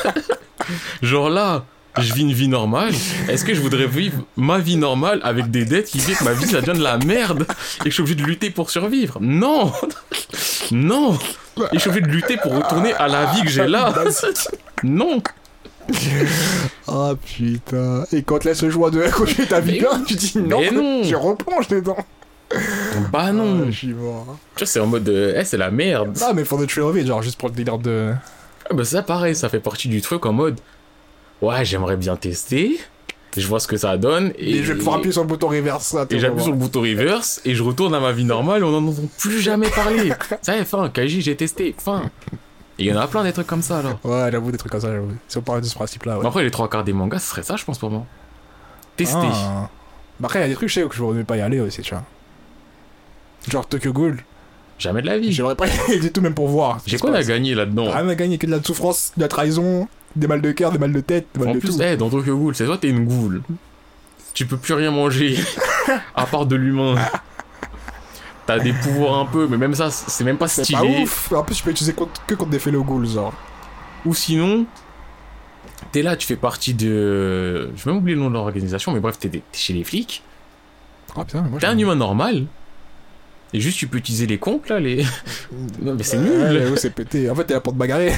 S2: (laughs) Genre là, je vis une vie normale, est-ce que je voudrais vivre ma vie normale avec des dettes qui fait que ma vie ça devient de la merde et que je suis obligé de lutter pour survivre Non Non Et je suis obligé de lutter pour retourner à la vie que j'ai là Non
S1: Ah putain. Et quand te laisse jouer de (laughs) à côté ta vie
S2: Mais
S1: là, tu dis non,
S2: Mais non.
S1: je replonge dedans.
S2: Bah non
S1: Ah, je suis mort.
S2: Tu vois, c'est en mode. euh, Eh, c'est la merde
S1: Ah, mais pour The Tree of It, genre juste pour le délire de.
S2: Ah bah ça pareil, ça fait partie du truc en mode ouais j'aimerais bien tester, je vois ce que ça donne et,
S1: Et je vais pouvoir appuyer sur le bouton reverse là. tu
S2: et
S1: vas
S2: j'appuie
S1: voir.
S2: sur le bouton reverse et je retourne à ma vie normale et on n'en entend plus jamais
S1: (laughs)
S2: parler. ça y est, fin, Kaiji j'ai testé, fin. Et il y en a plein des trucs comme ça alors.
S1: Ouais, j'avoue, des trucs comme ça, j'avoue. Si on parle de ce principe-là,
S2: Mais
S1: ouais.
S2: Après les trois quarts des mangas ce serait ça je pense pour moi. Tester.
S1: Ah. Bah après, il y a des trucs, je sais que je voudrais pas y aller aussi, tu vois. Genre Tokyo Ghoul,
S2: Jamais de la vie.
S1: j'aimerais pas (laughs) y aller du tout, même pour voir.
S2: J'ai quoi à gagner là-dedans
S1: Rien à gagner que de la souffrance, de la trahison, des mal de cœur, des mal de tête, des mal
S2: En
S1: de
S2: plus,
S1: tout.
S2: eh, dans Tokyo Ghoul, c'est toi t'es une goule. Tu peux plus
S1: (laughs)
S2: rien manger à part de l'humain. T'as des pouvoirs un peu, mais même ça, c'est même pas
S1: C'est pas
S2: stylé.
S1: ouf. En plus, je peux utiliser contre- que contre des fellow ghouls, genre.
S2: Ou sinon, t'es là, tu fais partie de. Je vais même oublier le nom de l'organisation, mais bref, t'es des- t'es chez les flics.
S1: Ah putain, mais moi
S2: T'es
S1: je-
S2: un humain normal. Et juste, tu peux utiliser les comptes là, les. (laughs) non, mais c'est
S1: Ouais,
S2: nul.
S1: j'avoue, c'est pété. En fait, t'es là pour te bagarrer,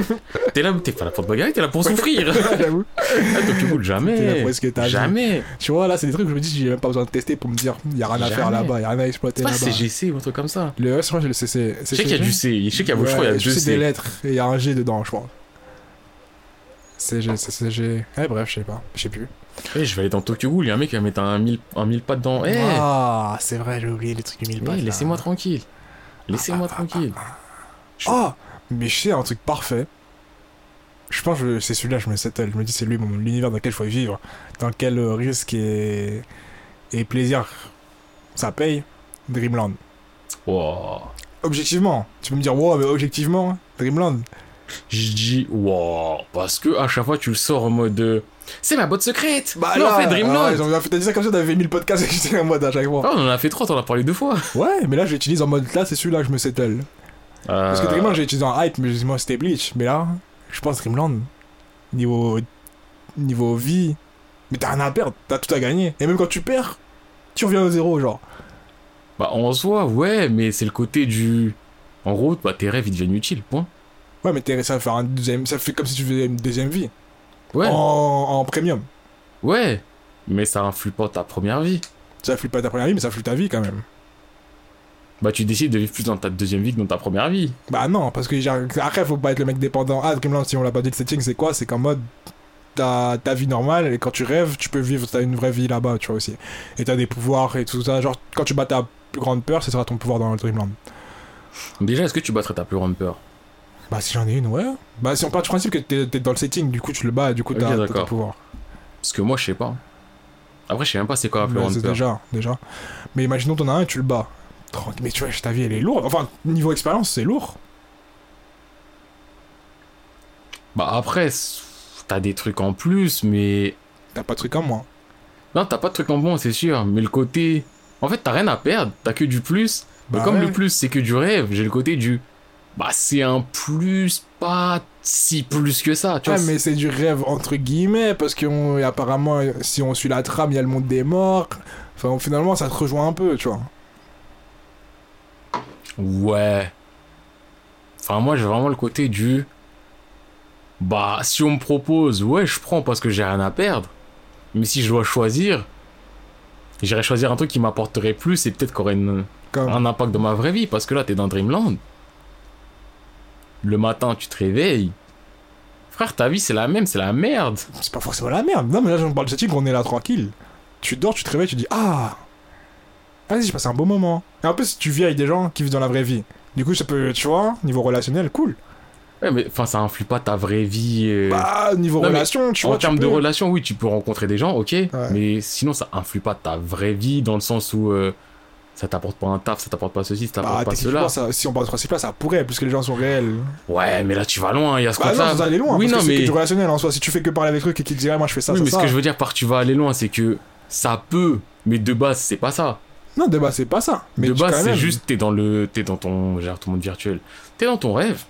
S1: (laughs)
S2: T'es là, t'es pas là pour te bagarrer, t'es là pour souffrir.
S1: j'avoue.
S2: Ah, Tokyo
S1: (laughs) T'es là
S2: Ghoul, (laughs) jamais.
S1: pour esquetter.
S2: Jamais.
S1: Tu vois, là, c'est des trucs que je me dis, j'ai même pas besoin de tester pour me dire, y a rien à faire
S2: Jamais.
S1: là-bas, y a rien à exploiter
S2: C'est pas
S1: là-bas.
S2: CGC ou un truc comme ça.
S1: Le ouais, je crois que j'ai le CC.
S2: Je sais qu'il y a du C. Je sais qu'il y a, je crois, il y a
S1: Ouais,
S2: deux
S1: sais
S2: C.
S1: des lettres et il y a un G dedans, je crois. CG, CCG. Eh, bref, je sais pas. Je sais plus.
S2: Eh, je vais aller dans Tokyo Ghoul, il y a un mec qui va mettre un mille, un mille pas dedans. Eh,
S1: Ah, c'est vrai, j'ai oublié les trucs du mille
S2: eh,
S1: pattes, là.
S2: laissez-moi tranquille. Laissez-moi tranquille.
S1: (laughs) Ah, mais je sais un truc parfait. Je pense que c'est celui-là, je me settle. Je me dis, c'est lui, mon l'univers dans lequel je veux vivre, dans lequel euh, risque et, et plaisir, ça paye. Dreamland.
S2: Wow.
S1: Objectivement, tu peux me dire, wow, mais objectivement, Dreamland.
S2: Je dis wow. Parce que à chaque fois, tu le sors en mode. euh, C'est ma botte secrète
S1: Bah
S2: Non,
S1: là,
S2: en fait, Dreamland
S1: ouais, j'en- T'as dit ça comme si t'avais fait 1000 podcasts (laughs) et j'étais en mode à chaque fois.
S2: Ah, On en a fait trois, t'en as parlé deux fois.
S1: Ouais, mais là, j'utilise en mode là, c'est celui-là que je me settle. Parce que
S2: Euh,
S1: Dreamland, j'ai utilisé en hype, mais moi, c'était Bleach. Mais là, je pense Dreamland, niveau, niveau vie, mais t'as rien à perdre, t'as tout à gagner. Et même quand tu perds, tu reviens au zéro, genre.
S2: Bah, en soi, ouais, mais c'est le côté du. En gros, bah, tes rêves, ils deviennent utiles, point.
S1: Ouais, mais t'es, ça, fait un deuxième, ça fait comme si tu faisais une deuxième vie.
S2: Ouais,
S1: En, en premium.
S2: ouais. Mais ça influe pas ta première vie.
S1: Ça flûte pas ta première vie, mais ça flûte ta vie quand même.
S2: Bah, tu décides de vivre plus dans ta deuxième vie que dans ta première vie.
S1: Bah non, parce que genre, après, faut pas être le mec dépendant. Ah, Dreamland, si on l'a pas dit, le setting, c'est quoi C'est qu'en mode, t'as ta vie normale, et quand tu rêves, tu peux vivre, t'as une vraie vie là-bas, tu vois aussi. Et t'as des pouvoirs et tout ça. Genre, quand tu bats ta plus grande peur, ce sera ton pouvoir dans Dreamland.
S2: Déjà, est-ce que tu battrais ta plus grande peur
S1: Bah, si j'en ai une, ouais. Bah, si on part du principe que t'es t'es dans le setting, du coup, tu le bats, et du coup,
S2: Ok,
S1: t'as t'as
S2: d'accord.
S1: ton pouvoir.
S2: Parce que moi, je sais pas. Après, je sais même pas c'est quoi la plus
S1: Bah,
S2: grande
S1: c'est
S2: peur.
S1: déjà, déjà. Mais imaginons, t'en as un et tu le bats. Tranquille, Mais tu vois, ta vie, elle est lourde. Enfin, niveau expérience, c'est lourd.
S2: Bah, après, c'est- t'as des trucs en plus, mais.
S1: T'as pas de truc en moins.
S2: Non, t'as pas de trucs en bon, c'est sûr. Mais le côté. En fait, t'as rien à perdre, t'as que du plus. Mais
S1: Bah
S2: comme
S1: ouais.
S2: le plus, c'est que du rêve, j'ai le côté du. Bah, c'est un plus, pas si plus que ça, tu
S1: Ah,
S2: vois.
S1: mais c'est du rêve entre guillemets, parce que on- apparemment, si on suit la trame, il y a le monde des morts. Enfin, finalement, ça te rejoint un peu, tu vois.
S2: Ouais. Enfin, moi, j'ai vraiment le côté du. Bah, si on me propose, ouais, je prends parce que j'ai rien à perdre. Mais si je dois choisir, j'irai choisir un truc qui m'apporterait plus et peut-être qu'aurait une-
S1: Comme...
S2: un impact dans ma vraie vie. Parce que là, t'es dans Dreamland. Le matin, tu te réveilles. Frère, ta vie, c'est la même, c'est la merde.
S1: C'est pas forcément la merde. Non, mais là, j'en parle de setting, on est là tranquille. Tu dors, tu te réveilles, tu dis Ah Vas-y, j'ai passé un bon moment. Et en plus, tu vis avec des gens qui vivent dans la vraie vie. Du coup, ça peut, tu vois, niveau relationnel, cool.
S2: Ouais, mais enfin, ça influe pas ta vraie vie. euh,
S1: Bah, niveau
S2: Non, mais
S1: relation, tu vois.
S2: en termes
S1: tu
S2: de
S1: peux-
S2: relations, oui, tu peux rencontrer des gens, ok, mais sinon ça influe pas ta vraie vie dans le sens où euh, ça t'apporte pas un taf, ça t'apporte pas ceci, ça t'apporte
S1: Bah,
S2: pas
S1: techniquement,
S2: cela.
S1: ça, si on parle de ce principe-là, ça pourrait, puisque les gens sont réels.
S2: Ouais, mais là tu vas loin, il y a ce
S1: Bah,
S2: compte-là.
S1: non, ça allait loin.
S2: oui,
S1: parce
S2: non,
S1: que c'est
S2: mais,
S1: que du relationnel en soi. Si tu fais que parler avec eux et qu'ils te diraient, moi, je fais ça,
S2: oui,
S1: ça,
S2: mais ce
S1: ça.
S2: que je veux dire par tu vas aller loin, c'est que ça peut, mais de base c'est pas ça.
S1: Non, de base, c'est pas ça. Mais
S2: de
S1: tu- quand
S2: base, c'est
S1: même.
S2: juste t'es dans le, t'es dans ton, j'ai ton monde virtuel, t'es dans ton rêve,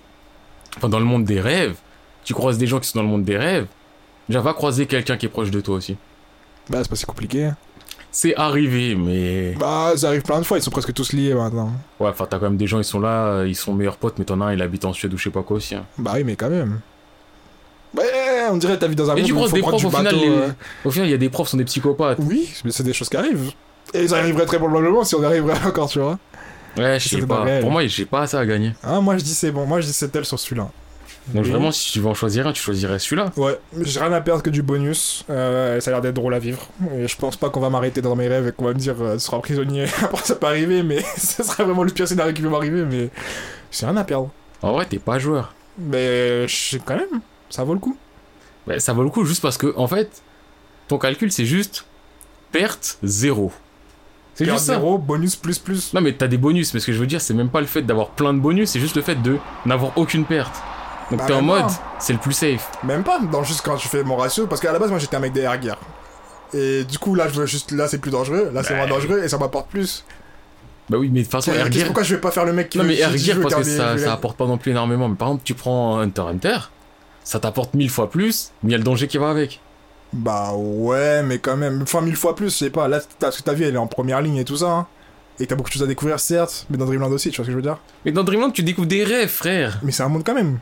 S2: enfin dans le monde des rêves. Tu croises des gens qui sont dans le monde des rêves. Déjà, va croiser quelqu'un qui est proche de toi aussi.
S1: Bah, c'est pas si compliqué.
S2: C'est arrivé, mais
S1: Bah, ça arrive plein de fois, ils sont presque tous liés maintenant.
S2: Ouais, enfin, t'as quand même des gens, ils sont là, euh, ils sont meilleurs potes, mais t'en as un, il habite en Suède ou je sais pas quoi aussi. hein.
S1: Bah oui, mais quand même. Ouais, on dirait que t'as vu dans un
S2: Et
S1: monde
S2: tu
S1: où il
S2: croises
S1: faut
S2: des
S1: prendre
S2: profs,
S1: du
S2: au final,
S1: bateau.
S2: les-
S1: euh.
S2: Au final, il y a des profs, qui sont des psychopathes.
S1: Oui, mais c'est des choses qui arrivent. Et ça arriverait très probablement si on arriverait (laughs) encore, tu vois.
S2: Ouais, je
S1: C'est
S2: sais
S1: pas réel.
S2: pas. Pour moi, j'ai pas ça à gagner.
S1: Ah, moi je dis c'est bon, moi je dis c'est tel sur celui-là.
S2: Donc
S1: Et-
S2: vraiment, si tu veux en choisir un, tu choisirais celui-là.
S1: Ouais, j'ai rien à perdre que du bonus. Euh, ça a l'air d'être drôle à vivre. Et je pense pas qu'on va m'arrêter dans mes rêves et qu'on va me dire euh, tu seras prisonnier. (laughs) Après, ça peut arriver, mais (laughs) ce serait vraiment le pire scénario qui peut m'arriver. Mais j'ai rien à perdre.
S2: En vrai, t'es pas joueur.
S1: Mais je sais quand même, ça vaut le coup.
S2: Mais Bah, ça vaut le coup juste parce que, en fait, ton calcul, c'est juste perte zéro. C'est
S1: Perte
S2: juste ça.
S1: zéro, bonus plus plus.
S2: Non, mais t'as des bonus, mais ce que je veux dire, c'est même pas le fait d'avoir plein de bonus, c'est juste le fait de n'avoir aucune perte. Donc
S1: Bah,
S2: t'es en
S1: même
S2: mode,
S1: pas.
S2: c'est le plus safe.
S1: Même pas, dans juste quand je fais mon ratio, parce qu'à la base, moi j'étais un mec des air gear. Et du coup, là, je veux juste, là, c'est plus dangereux, là, c'est
S2: Bah,
S1: moins dangereux et ça m'apporte plus.
S2: Bah oui, mais de toute façon, Air
S1: Qu'est-ce-
S2: Gear.
S1: Pourquoi je vais pas faire le mec qui
S2: Non,
S1: veut-
S2: mais
S1: qui
S2: Air
S1: dit, je
S2: Gear,
S1: veux
S2: parce que
S1: garder-
S2: ça,
S1: je veux
S2: ça
S1: la-
S2: apporte pas non plus énormément. Mais par exemple, tu prends Hunter x Hunter, ça t'apporte mille fois plus, mais il y a le danger qui va avec.
S1: Bah ouais, mais quand même, enfin mille fois plus, je sais pas. Là, t'as- parce que ta vie, elle est en première ligne et tout ça. hein. Et t'as beaucoup de choses à découvrir, certes, mais dans Dreamland aussi, tu vois ce que je veux dire
S2: Mais dans Dreamland, tu découvres des rêves, frère.
S1: Mais c'est un monde quand même.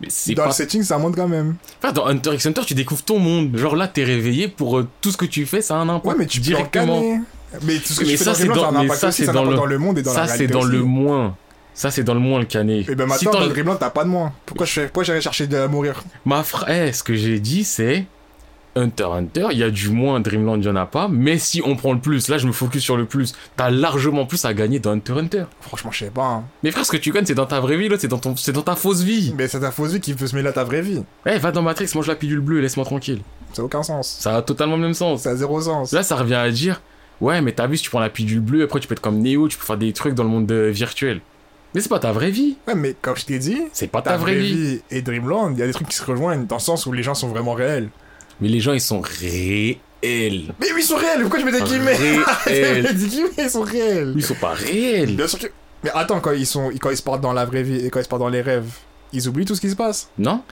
S2: Mais c'est
S1: dans
S2: pas
S1: le setting, c'est un monde quand même.
S2: Enfin, dans Hunter x Hunter, tu découvres ton monde. Genre là, t'es réveillé pour euh, tout ce que tu fais, ça a un impact
S1: Ouais, mais tu peux
S2: directement.
S1: encamer. Mais tout ce que
S2: Mais
S1: tu fais
S2: ça,
S1: dans
S2: c'est
S1: Dreamland, ça a
S2: dans-
S1: un
S2: mais
S1: impact
S2: ça,
S1: aussi,
S2: c'est
S1: ça a un
S2: dans
S1: impact
S2: le-
S1: dans le monde et dans la
S2: ça,
S1: réalité
S2: c'est dans
S1: aussi.
S2: le moins. Ça, c'est dans le moins le canet.
S1: Et ben
S2: Si
S1: maintenant,
S2: t'en-
S1: dans Dreamland, t'as pas de moins. Pourquoi je fais- pourquoi j'irais chercher de mourir
S2: Ma fra- eh, ce que j'ai dit, c'est Hunter x Hunter, il y a du moins, Dreamland, il n'y en a pas. Mais si on prend le plus, là, je me focus sur le plus. T'as largement plus à gagner dans Hunter x Hunter.
S1: Franchement, je sais pas. hein.
S2: Mais frère, ce que tu gagnes, c'est dans ta vraie vie, l'autre, c'est dans, ton... c'est dans ta fausse vie.
S1: Mais c'est ta fausse vie qui peut se mêler à ta vraie vie.
S2: Eh, va dans Matrix, mange la pilule bleue, laisse-moi tranquille.
S1: Ça a aucun sens.
S2: Ça a totalement le même sens.
S1: Ça a zéro sens.
S2: Là, ça revient à dire Ouais, mais t'as vu, si tu prends la pilule bleue, après tu peux être comme Neo, tu peux faire des trucs dans le monde euh, virtuel. Mais c'est pas ta vraie vie.
S1: Ouais, mais comme je t'ai dit,
S2: C'est pas ta, vraie, vie.
S1: et Dreamland, il y a des trucs qui se rejoignent dans le sens où les gens sont vraiment réels.
S2: Mais les gens, ils sont réels.
S1: Mais oui, ils sont réels Pourquoi je mets des guillemets
S2: (laughs)
S1: Je mets
S2: Réels.
S1: des guillemets, ils sont réels
S2: Ils sont pas réels. (laughs)
S1: Bien sûr que... Mais attends, quand ils, sont... quand ils se partent dans la vraie vie et quand ils se partent dans les rêves, ils oublient tout ce qui se passe.
S2: Non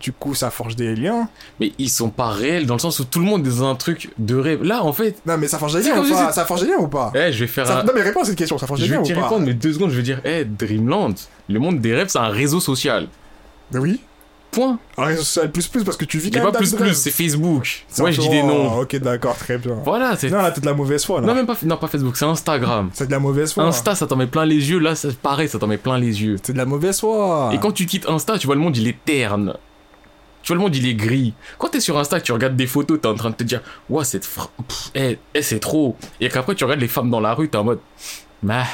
S1: Du coup, ça forge des liens.
S2: Mais ils sont pas réels dans le sens où tout le monde est dans un truc de rêve. Là, en fait,
S1: Non, mais ça forge des
S2: C'est
S1: liens ou
S2: comme si
S1: pas
S2: c'est-
S1: Ça forge des liens ou pas
S2: eh, je vais faire
S1: Ça-
S2: un.
S1: Non, mais réponds à cette question, ça forge des
S2: Je
S1: liens
S2: vais
S1: ou
S2: t'y
S1: pas
S2: répondre, mais deux secondes, je vais dire, eh, Dreamland, le monde des rêves, c'est un réseau social.
S1: Mais oui.
S2: Point.
S1: Un réseau social Ah, plus plus parce que tu vis
S2: Il y
S1: quand
S2: a
S1: même
S2: pas
S1: dans
S2: plus
S1: le
S2: plus,
S1: rêve.
S2: c'est Facebook.
S1: C'est
S2: Ouais, je dis des
S1: un-
S2: noms.
S1: Ok, d'accord, très bien.
S2: Voilà, c'est.
S1: Non, là, t'es de la mauvaise foi, là.
S2: Non, même pas, non, pas Facebook, c'est Instagram.
S1: C'est de la mauvaise foi.
S2: Insta, ça t'en met plein les yeux. Là, c'est pareil, ça t'en met plein les yeux.
S1: C'est de la mauvaise foi.
S2: Et quand tu quittes Insta, tu vois le monde, il est terne. Tu vois le monde, il est gris. Quand t'es sur Insta, tu regardes des photos, t'es en train de te dire, ouah, cette fra- pff, eh, eh, c'est trop. Et qu'après, tu regardes les femmes dans la rue, t'es en mode, bah,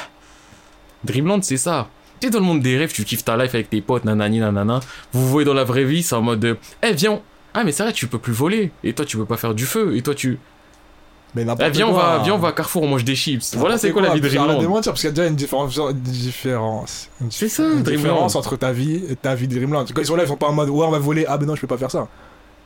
S2: Dreamland, c'est ça. T'es dans le monde des rêves, tu kiffes ta life avec tes potes, nanani, nanana. Vous vous voyez dans la vraie vie, c'est en mode, euh, eh, viens. Ah, mais c'est vrai, tu peux plus voler. Et toi, tu peux pas faire du feu. Et toi, tu.
S1: Mais n'importe
S2: Eh, viens, on
S1: quoi.
S2: va, viens, on va à Carrefour, on mange des chips. Voilà, c'est quoi, la vie de
S1: Puis arrête de
S2: Dreamland
S1: mentir, parce qu'il y a déjà une différence. une différence une
S2: C'est ça,
S1: une
S2: Dreamland.
S1: différence entre ta vie et ta vie de Dreamland. Quand ils sont là, ils sont pas en mode, ouais, on va voler, ah ben non, je peux pas faire ça.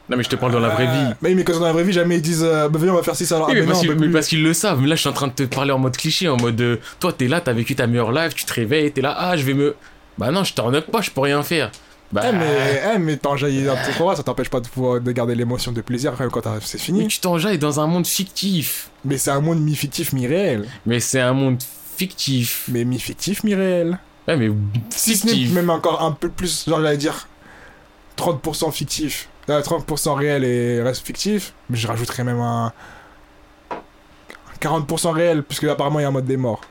S2: Non, mais je te parle dans la vraie vie.
S1: Mais, oui, mais quand ils sont dans la vraie vie, jamais ils disent, euh, bah viens, on va faire ci, ça, alors,
S2: Oui,
S1: ah
S2: mais,
S1: ben non,
S2: parce
S1: on
S2: qu'ils-
S1: peut
S2: mais
S1: plus.
S2: parce qu'ils le savent. Mais là, je suis en train de te parler en mode cliché, en mode euh, toi, t'es là, t'as vécu ta meilleure life, tu te réveilles, t'es là, ah, je vais me. Bah non, je t'en up pas, je peux rien faire. Bah,
S1: Eh, mais, eh, mais t'en jaillis un petit peu, ça t'empêche pas de, pouvoir, de garder l'émotion de plaisir quand quand t'as- c'est
S2: mais
S1: fini.
S2: tu t'enjailles dans un monde fictif.
S1: Mais c'est un monde mi-fictif, mi-réel.
S2: Mais c'est un monde fictif.
S1: Mais mi-fictif, mi-réel.
S2: Ouais, mais
S1: Si ce n'est
S2: fictif.
S1: même encore un peu plus, genre j'allais dire 30% fictif, Euh, 30% réel et reste fictif, mais je rajouterais même un 40% réel, puisque apparemment il y a un mode des morts.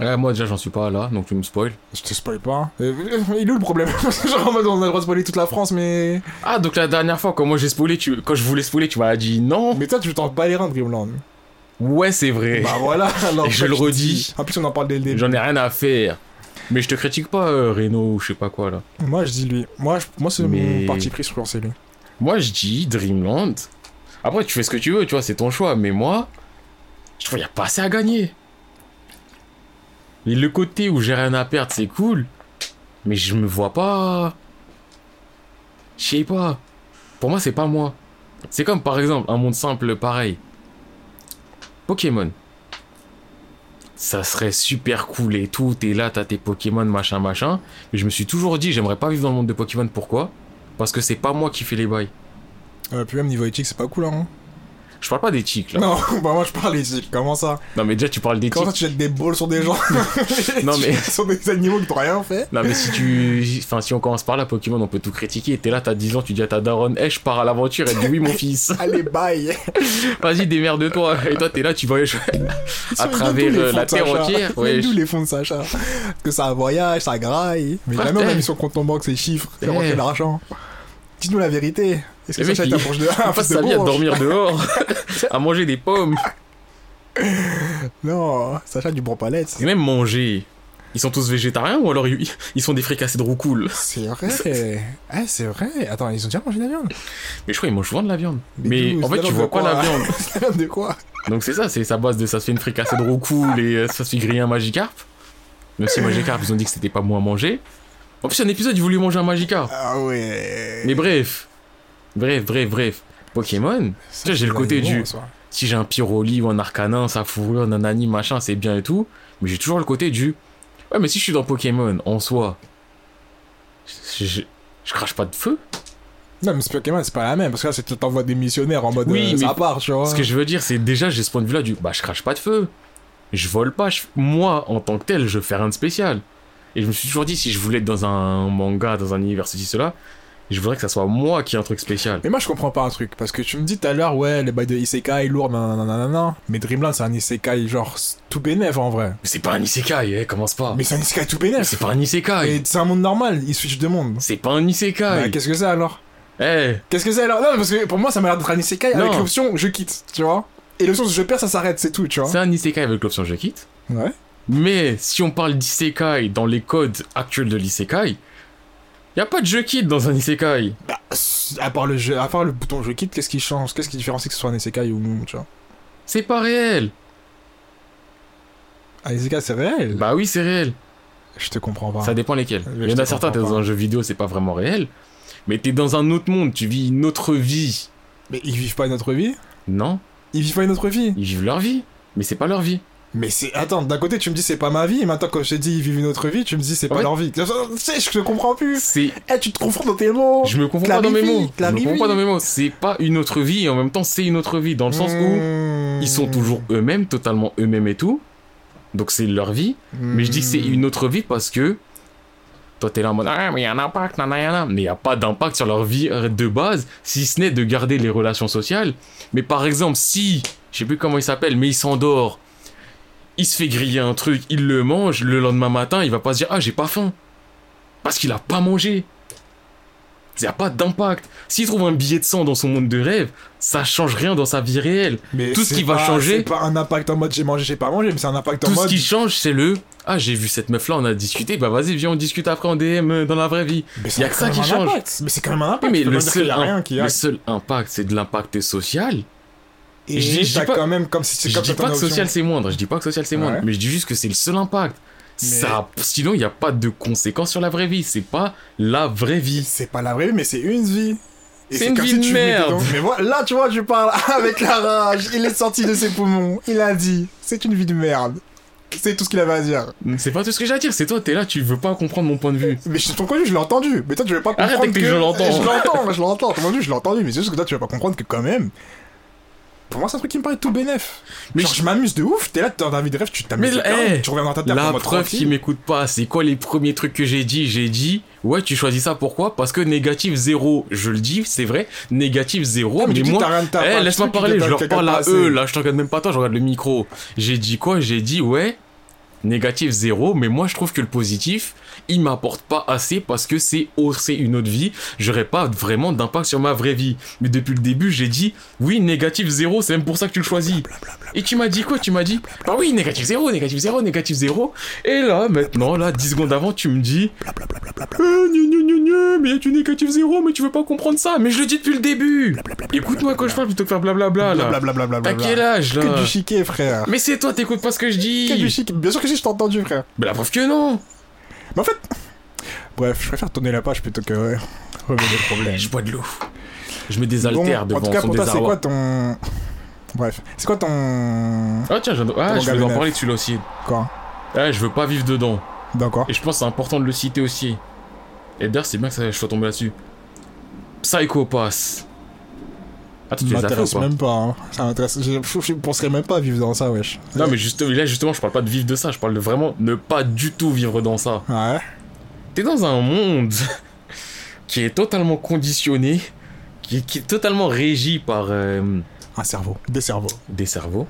S2: Ouais, moi déjà, j'en suis pas là, donc tu me spoil.
S1: Je te spoil pas. hein. Euh, il est où le problème (laughs) Genre en mode on a le droit de spoiler toute la France, mais.
S2: Ah, donc la dernière fois, quand moi j'ai spoilé, tu... quand je voulais spoiler, tu m'as dit non.
S1: Mais toi tu t'en pas les reins, Dreamland.
S2: Ouais, c'est vrai.
S1: bah
S2: (laughs)
S1: voilà, alors.
S2: Et je le redis.
S1: En plus on en parle dès le début.
S2: J'en ai rien à faire. Mais je te critique pas, euh, Reno, ou je sais pas quoi là.
S1: Moi je dis lui. Moi, je- Moi c'est
S2: Mais-
S1: mon parti pris, je pense, c'est lui.
S2: Moi, je dis Dreamland. Après, tu fais ce que tu veux, tu vois, c'est ton choix. Mais moi, je trouve qu'il n'y a pas assez à gagner. Et le côté où j'ai rien à perdre, c'est cool. Mais je me vois pas. Je sais pas. Pour moi, c'est pas moi. C'est comme par exemple un monde simple pareil. Pokémon. Ça serait super cool et tout. T'es là, t'as tes Pokémon, machin, machin. Mais je me suis toujours dit, j'aimerais pas vivre dans le monde de Pokémon. Pourquoi Parce que c'est pas moi qui fais les bails.
S1: Euh, puis même niveau éthique, c'est pas cool hein.
S2: Je parle pas des tics là. Non,
S1: Non, (laughs) bah moi je parle ici. Comment ça
S2: mais déjà tu parles des
S1: Comment ça
S2: tics.
S1: tu jettes des balles sur des gens
S2: (laughs) Non, mais-
S1: Ce sont des animaux qui n'ont rien fait.
S2: Non mais si tu, enfin si on commence par là, Pokémon on peut tout critiquer. T'es là, t'as 10 ans, tu dis à ta daronne, Eh je pars à l'aventure. Elle te dit oui mon
S1: (laughs)
S2: fils.
S1: Allez, bye
S2: Vas-y démerde-toi. Et toi t'es là, tu voyages (laughs) à travers euh, la terre entière.
S1: Ouais,
S2: Ouais,
S1: d'où
S2: je-
S1: les fonds de Sacha. Parce que ça voyage, ça graille. Mais
S2: Ah,
S1: jamais on a
S2: eh.
S1: mis son compte en banque, ses chiffres,
S2: Eh.
S1: comment on fait de l'argent. Dis-nous la vérité. Est-ce que
S2: Le mec,
S1: Sacha est un
S2: il-
S1: proche de un
S2: On
S1: fils
S2: passe
S1: de
S2: sa vie à
S1: bourge
S2: dormir
S1: (laughs)
S2: dehors, à manger des pommes
S1: Non, Sacha du bon palette.
S2: et même manger. Ils sont tous végétariens ou alors ils ils sont des fricassés de roucoule
S1: C'est
S2: (laughs)
S1: vrai. Ah, c'est vrai. Attends, ils ont déjà mangé de la viande.
S2: Mais je crois ils mangent souvent de la viande.
S1: Mais
S2: Mais,
S1: d'où-
S2: en fait
S1: de
S2: tu vois quoi
S1: quoi
S2: la viande
S1: (laughs) C'est la viande de quoi
S2: Donc c'est ça, c'est sa base de ça se fait une fricassée de roucoule et euh, ça se fait griller un Magikarp. Même si Magikarp ils ont dit que c'était pas bon à manger. En plus un épisode ils voulaient manger un Magikarp.
S1: Ah ouais.
S2: Mais bref, bref, bref, bref. Pokémon,
S1: Ça,
S2: tu vois, j'ai le
S1: c'est
S2: côté
S1: bon,
S2: du-
S1: en soi.
S2: si j'ai un Pyroli ou un Arcanin, sa fourrure, nanani, machin, c'est bien et tout. Mais j'ai toujours le côté du. Ouais, mais si je suis dans Pokémon, en soi, je, je- je crache pas de feu.
S1: Non, mais c'est Pokémon, c'est pas la même. Parce que là, c'est tu t'envoies des missionnaires en mode.
S2: Oui,
S1: euh, ça
S2: mais-
S1: part, tu vois.
S2: Ce que je veux dire, c'est déjà, j'ai ce point de vue-là du. Bah, je crache pas de feu. Je vole pas. je- Moi, en tant que tel, je fais rien de spécial. Et je me suis toujours dit, si je voulais être dans un manga, dans un univers, ceci, cela, je voudrais que ça soit moi qui ai un truc spécial.
S1: Mais moi je comprends pas un truc, parce que tu me dis tout à l'heure, ouais, les bails de Isekai lourd, nanana, mais Dreamland c'est un Isekai genre s- tout bénef en vrai.
S2: Mais c'est pas un isekai, eh, commence pas.
S1: Mais c'est un Isekai tout
S2: Mais
S1: bénef
S2: c'est pas un isekai.
S1: Et c'est un monde normal, il switch de monde.
S2: C'est pas un
S1: Bah,
S2: isekai.
S1: qu'est-ce que c'est alors
S2: Eh,
S1: Qu'est-ce que c'est alors Non, parce que pour moi ça m'a l'air d'être un Isekai avec
S2: Non.
S1: l'option je quitte, tu vois Et l'option je perds, ça s'arrête, c'est tout, tu vois
S2: c'est un isekai avec l'option je quitte.
S1: Ouais.
S2: Mais si on parle d'isekai dans les codes actuels de l'isekai, y a pas de je quitte dans un isekai.
S1: Bah, s- à part le jeu, à part le bouton je quitte, qu'est-ce qui change Qu'est-ce qui différencie que ce soit un Isekai ou non, tu vois
S2: C'est pas réel.
S1: Un Isekai c'est réel
S2: Bah oui, c'est réel.
S1: Je te comprends pas.
S2: Ça dépend lesquels.
S1: Ah. Mais
S2: Il y
S1: je
S2: en
S1: te
S2: a certains, t'es
S1: comprends
S2: dans un jeu vidéo, c'est pas vraiment réel. Mais t'es dans un autre monde, tu vis une autre vie.
S1: Mais ils vivent pas une autre vie
S2: Non,
S1: Ils vivent pas une autre vie
S2: ils vivent leur vie, mais c'est pas leur vie.
S1: Mais c'est. Attends, d'un côté tu me dis c'est pas ma vie, et maintenant quand je t'ai dit ils vivent une autre vie, tu me dis c'est pas
S2: Ouais.
S1: leur vie. Tu sais, je te comprends plus
S2: C'est.
S1: Eh, tu te confonds dans tes mots
S2: Je me confonds pas dans mes
S1: Clarifie,
S2: mots. Je me
S1: clarifie.
S2: confonds pas dans mes mots. C'est pas une autre vie et en même temps, c'est une autre vie. Dans le sens
S1: Hmm.
S2: où ils sont toujours eux-mêmes, totalement eux-mêmes et tout. Donc c'est leur vie. Mais je dis que c'est une autre vie parce que toi t'es là en mode ah mais il y a un impact nanana, nanana. mais il n'y a pas d'impact sur leur vie euh, de base si ce n'est de garder les relations sociales mais par exemple si je sais plus comment il s'appelle mais il s'endort il se fait griller un truc il le mange le lendemain matin il va pas se dire ah j'ai pas faim parce qu'il a pas mangé il n'y a pas d'impact s'il trouve un billet de sang dans son monde de rêve ça change rien dans sa vie réelle
S1: Mais
S2: tout ce
S1: c'est
S2: qui va
S1: pas-
S2: changer-
S1: C'est pas un impact en mode j'ai mangé, j'ai pas mangé, mais c'est un impact en
S2: tout
S1: mode.
S2: ce qui change c'est le ah j'ai vu cette meuf là on a discuté bah vas-y viens on discute après en DM euh, dans la vraie vie
S1: Mais
S2: y a que ça
S1: quand
S2: qui
S1: même un
S2: change.
S1: impact. Mais c'est quand même un
S2: Oui,
S1: impact.
S2: mais
S1: Ah, tu peux
S2: le
S1: pas dire qu'il
S2: seul,
S1: y a
S2: im-
S1: rien qui
S2: le
S1: a.
S2: seul impact, c'est de l'impact social.
S1: Et
S2: je dis- je dis
S1: t'as
S2: pas-
S1: quand même comme si c'est
S2: Je
S1: comme
S2: dis
S1: si t'en
S2: pas que
S1: as option.
S2: social c'est moindre, je dis pas que social c'est moindre,
S1: Ouais.
S2: mais je dis juste que c'est le seul impact.
S1: Mais-
S2: Ça, sinon, il n'y a pas de conséquences sur la vraie vie, c'est pas la vraie vie.
S1: C'est pas la vraie vie, mais c'est une vie. Et
S2: C'est une
S1: comme
S2: vie
S1: si
S2: de
S1: tu mettais
S2: merde.
S1: dans- Mais voilà, là, tu vois, je parle (laughs) avec la rage. Il est sorti de ses poumons. Il a dit, c'est une vie de merde. C'est tout ce qu'il avait à dire.
S2: C'est pas tout ce que j'ai à dire, c'est toi, t'es là, tu veux pas comprendre mon point de vue.
S1: Mais je- ton point de vue, je l'ai entendu. Mais toi, tu veux pas comprendre.
S2: Arrête avec
S1: que...
S2: tes je l'entends.
S1: Je l'entends, je l'entends. Ton point de vue, je l'ai entendu. Mais c'est juste que toi, tu vas pas comprendre que quand même. Pour moi, c'est un truc qui me paraît tout bénef.
S2: Mais
S1: Mais Genre, je,
S2: je-
S1: m'amuse de ouf. T'es là, t'es dans un vie de rêve, tu t'amuses.
S2: Mais
S1: de
S2: là,
S1: dingue,
S2: hey,
S1: tu reviens dans ta tête
S2: La preuve qui m'écoute pas, c'est quoi les premiers trucs que j'ai dit J'ai dit, ouais, tu choisis ça, pourquoi Parce que négatif zéro, je le dis, c'est vrai, négatif zéro, mais, moi, Eh, laisse-moi parler, je leur parle à eux, là, je te regarde même pas toi, je regarde le micro. J'ai dit quoi J'ai dit, ouais, négatif zéro, mais moi je trouve que le positif, il m'apporte pas assez parce que c'est autre, c'est une autre vie, j'aurais pas vraiment d'impact sur ma vraie vie. Mais depuis le début, j'ai dit, oui, négatif zéro, c'est même pour ça que tu le choisis. Et tu m'as dit quoi Tu m'as dit, bah oui, négatif zéro, négatif zéro, négatif zéro. Et là, maintenant, là, 10 secondes avant, tu me dis, euh, gna gna gna gna, mais tu négatif zéro, mais tu veux pas comprendre ça, mais je le dis depuis le début. Écoute-moi quand je parle plutôt que faire blablabla là.
S1: Blablabla.
S2: T'as quel âge là
S1: Que du chiquet, frère.
S2: Mais c'est toi, t'écoutes pas ce que je
S1: Que du
S2: dis
S1: chiquet. Bien sûr que si, je t'ai entendu, frère.
S2: Mais la preuve que non
S1: Mais en fait, bref, je préfère tourner la page plutôt que ouais, relever des problèmes.
S2: Eh, Je bois de l'eau. Je me désaltère
S1: Bon, en
S2: devant
S1: tout cas,
S2: son
S1: pour toi, c'est quoi
S2: désarroi.
S1: ton. Bref, c'est quoi ton.
S2: Ah tiens, je, viens de- ah,
S1: Ton
S2: je voulais
S1: gars
S2: en
S1: de
S2: parler de celui-là aussi.
S1: Quoi
S2: Ah, je veux pas vivre dedans.
S1: D'accord.
S2: Et je pense que c'est important de le citer aussi. Et d'ailleurs, c'est bien que ça- je sois tombé là-dessus. Psychopath. Ah, toi, tu les as fait ou
S1: m'intéresse
S2: pas
S1: même pas. hein. Ça m'intéresse. Je, je, je penserais même pas vivre dans ça, wesh.
S2: Non, mais juste, là, justement, je parle pas de vivre de ça. Je parle de vraiment ne pas du tout vivre dans ça.
S1: Ouais.
S2: T'es dans un monde (laughs) qui est totalement conditionné, qui, qui est totalement régi par euh,
S1: Un cerveau. Des cerveaux.
S2: des cerveaux.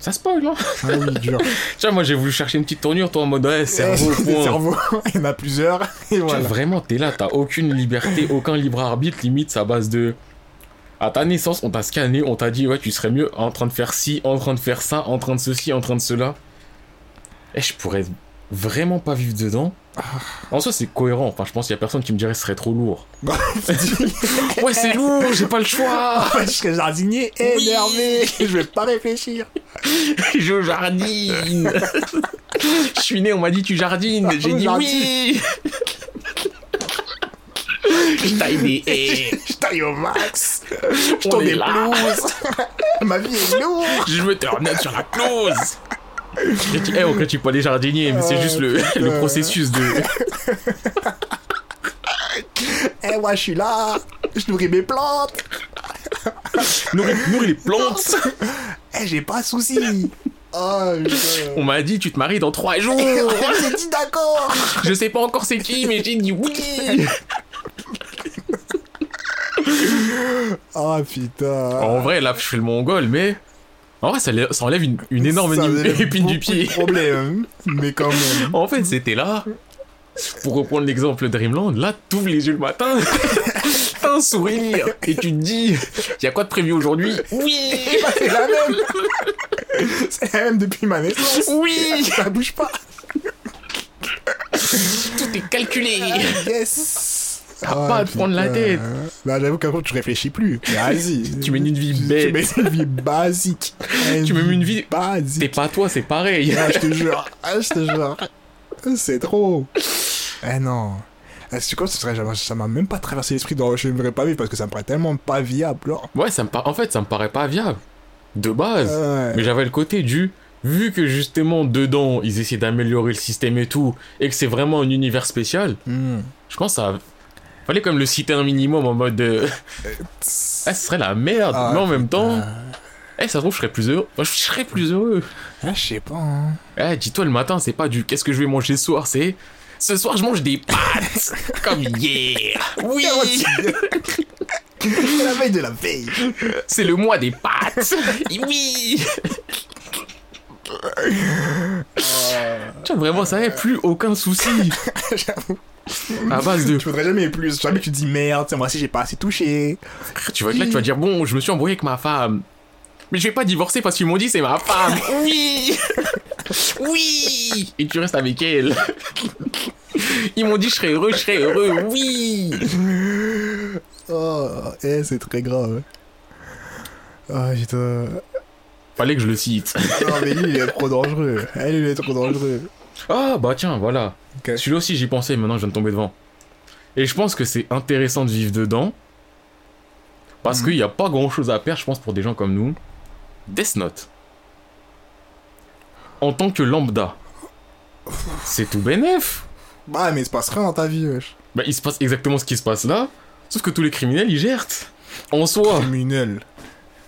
S2: Ça spoil, hein (laughs)
S1: Ah oui, dur.
S2: Tiens, moi, j'ai voulu chercher une petite tournure, toi, en mode, ouais,
S1: (laughs)
S2: cerveau,
S1: Des
S2: point.
S1: cerveaux. Il y en a plusieurs. Et
S2: Tu vois,
S1: voilà.
S2: Vraiment, t'es là, t'as aucune liberté, aucun libre arbitre, limite, ça base de. À ta naissance, on t'a scanné, on t'a dit, ouais, tu serais mieux en train de faire ci, en train de faire ça, en train de ceci, en train de cela. Et je pourrais vraiment pas vivre dedans.
S1: Ah.
S2: En soi, c'est cohérent. Enfin, je pense qu'il y a personne qui me dirait que ce serait trop lourd.
S1: (laughs)
S2: ouais, c'est lourd, j'ai pas le choix.
S1: je serais jardinier (laughs) énervé.
S2: (laughs)
S1: je vais pas réfléchir. (laughs)
S2: Je jardine. je suis né, on m'a dit, tu jardines. J'ai dit
S1: Jardine. (laughs)
S2: oui. je taille des haies.
S1: (laughs) Je taille au max. Je
S2: On
S1: tourne
S2: est
S1: des
S2: là.
S1: pelouses. (laughs) Ma vie est lourde.
S2: Je veux te remettre sur la clause Et tu- Eh, on critique pas les jardiniers, mais c'est
S1: Ah,
S2: juste (laughs) le,
S1: putain.
S2: le processus de.
S1: Eh, moi, je suis là. Je nourris mes plantes.
S2: Nourris, nourris les plantes
S1: Eh, j'ai pas de (laughs) soucis. Oh,
S2: On
S1: putain.
S2: m'a dit, tu te maries dans trois jours
S1: (laughs) On s'est dit d'accord.
S2: Je sais pas encore c'est qui, mais j'ai dit oui
S1: Oh, putain.
S2: En vrai, là, je fais le mongol, mais. En vrai, ça, lè- ça enlève une, une énorme
S1: Ça
S2: éni-
S1: avait
S2: épine du
S1: beaucoup de
S2: pied.
S1: problèmes, mais quand même.
S2: En fait, c'était là. Pour reprendre l'exemple Dreamland, là, t'ouvres les yeux le matin, (laughs) t'as un sourire, et tu te dis, y a quoi de prévu aujourd'hui Oui
S1: C'est la même. (laughs) C'est la même depuis ma naissance.
S2: Oui
S1: Ça bouge pas.
S2: Tout est calculé
S1: Yes.
S2: T'as Ah, pas à te prendre la tête.
S1: Là, Ah, Bah, j'avoue qu'un coup, tu réfléchis
S2: (laughs)
S1: plus. Mais Vas-y.
S2: Tu mènes une vie
S1: Tu mènes
S2: bête.
S1: une vie basique.
S2: Tu mènes une vie- T'es
S1: basique.
S2: pas toi, c'est pareil.
S1: Ah, je te jure. Ah, je te jure. C'est trop. Eh non. Ah, c'est quoi, ce serait jamais- ça m'a même pas traversé l'esprit dans je n'aimerais pas vivre parce que ça me paraît tellement pas viable. hein. genre.
S2: (laughs) Ouais, ça me par- en fait, ça me paraît pas viable. De base.
S1: Ouais.
S2: Mais j'avais le côté du. Vu que justement, dedans, ils essaient d'améliorer le système et tout, et que c'est vraiment un univers spécial,
S1: Hmm.
S2: je pense que ça. Fallait comme le citer un minimum en mode. euh, Ah, ce serait la merde.
S1: Ah,
S2: mais en même temps,
S1: putain.
S2: eh, ça se trouve, je serais plus heureux. Moi, Je serais plus heureux.
S1: Ah, je sais pas. hein.
S2: Eh, dis-toi, le matin, c'est pas du qu'est-ce que je vais manger ce soir, c'est. Ce soir, je mange des
S1: (laughs)
S2: pâtes. comme hier. Oui.
S1: la veille de la veille.
S2: C'est le mois
S1: (laughs)
S2: des pâtes. oui. Tiens, vraiment, ça est, plus aucun (laughs) souci. À base de.
S1: Tu voudrais jamais plus. Jamais tu te dis merde, tiens, moi aussi j'ai pas assez touché.
S2: Tu vois que là, tu vas dire bon, je me suis embrouillé avec ma femme. Mais je vais pas divorcer parce qu'ils m'ont dit c'est ma femme. (laughs) Oui. Oui. Et tu restes avec elle. Ils m'ont dit je serais heureux, je serais heureux. Oui.
S1: Oh, eh, c'est très grave. Oh putain.
S2: Fallait que je le cite.
S1: Non, mais lui, il est trop dangereux. Elle, il est trop dangereux.
S2: Ah bah tiens, voilà.
S1: Ok.
S2: Celui-là aussi j'y pensais, maintenant je viens de tomber devant. Et je pense que c'est intéressant de vivre dedans. Parce qu'il n'y a pas grand-chose à perdre, je pense, pour des gens comme nous. Death Note. En tant que lambda. C'est tout bénef.
S1: Bah, mais il se passe rien dans ta vie, wesh.
S2: Bah il se passe exactement ce qui se passe là. Sauf que tous les criminels, ils gèrent. En soi.
S1: Criminel.